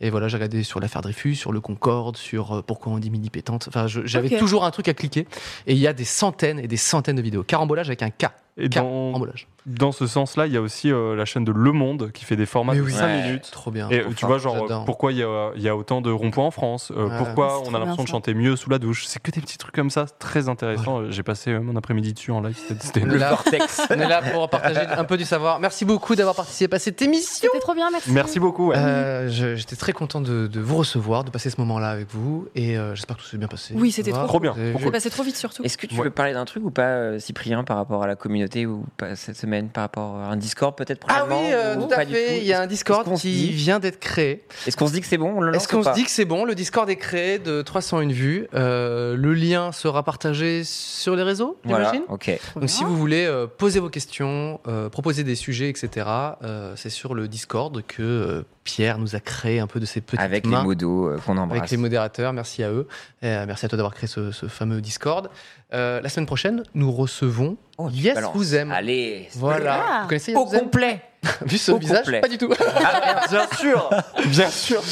S2: Et voilà, j'ai regardé sur l'affaire Dreyfus, sur le Concorde, sur euh, pourquoi on dit mini pétante. Enfin, je- j'avais
S5: Ok.
S2: toujours un truc à cliquer, et il y a des centaines et des centaines de vidéos. Carambolage avec un K.
S4: Et dans-
S2: Carambolage.
S4: Dans ce sens-là, il y a aussi euh, la chaîne de Le Monde qui fait des formats
S2: Mais
S4: de
S2: oui.
S4: 5
S3: Ouais.
S4: minutes.
S2: Trop bien.
S4: Et
S2: trop
S4: tu
S2: fort,
S4: vois, genre,
S2: j'adore.
S4: pourquoi il y a, il y a autant de ronds-points en France euh,
S2: Ouais.
S4: Pourquoi
S5: C'est
S4: on
S5: trop
S4: a l'impression
S5: bien,
S4: de
S5: ça.
S4: chanter mieux sous la douche C'est que des petits trucs comme ça, c'est très intéressant. Euh, J'ai passé euh, mon après-midi dessus en live, c'était- c'était
S2: Là, on est là pour partager un peu du savoir. Merci beaucoup d'avoir participé à cette émission.
S5: C'était trop bien, merci.
S4: <laughs> Merci beaucoup. ouais.
S2: Euh, je- J'étais très content de, de vous recevoir, de passer ce moment-là avec vous, et euh, j'espère que tout s'est bien passé.
S5: Oui, c'était
S2: Ça va Euh,
S4: Trop bien.
S2: Vous avez
S4: Trop
S2: vu
S5: C'est passé trop vite surtout.
S3: <laughs> Est-ce que tu
S4: Ouais.
S3: veux parler d'un truc ou pas, euh, Cyprien, par rapport à la communauté ou pas cette semaine, par rapport à un Discord peut-être
S2: Ah
S3: prochainement
S2: oui, euh,
S3: ou
S2: tout à
S3: pas du
S2: fait.
S3: tout
S2: Il y a un
S3: Est-ce-
S2: Discord
S3: est-ce qu'on se
S2: qui
S3: dit-
S2: vient d'être créé.
S3: Est-ce qu'on se dit que c'est bon on le lance
S2: Est-ce qu'on
S3: ou
S2: se
S3: pas
S2: dit que c'est bon Le Discord est créé de 301 vues. Euh, le lien sera partagé sur les réseaux,
S3: Voilà,
S2: j'imagine
S3: ok.
S5: Trop
S2: Donc si
S5: bien.
S2: vous voulez euh, poser vos questions, euh, proposer des sujets, etc., euh, c'est sur le Discord que euh, Pierre nous a créé un peu de ses petites
S3: Avec les
S2: mains.
S3: modos euh, qu'on embrasse.
S2: avec les modérateurs, merci à eux. Euh, merci à toi d'avoir créé ce, ce fameux Discord. Euh, la semaine prochaine, nous recevons
S3: Oh, tu
S2: Yes
S3: balances.
S2: Vous Aime.
S3: Allez,
S2: Voilà.
S5: Ah.
S2: Vous connaissez Yes
S3: au
S2: Vous Aime
S3: complet.
S2: Vu ce
S3: Au
S2: visage,
S3: complet.
S2: pas du tout. Ah,
S4: Bien sûr Bien sûr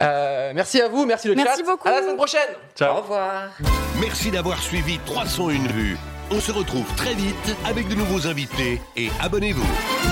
S2: Euh, merci à vous, merci le
S5: Merci
S2: chat.
S5: beaucoup.
S2: À la semaine prochaine.
S3: <laughs> Au
S4: Ciao
S3: revoir.
S6: Merci d'avoir suivi 301 vues. On se retrouve très vite avec de nouveaux invités et abonnez-vous.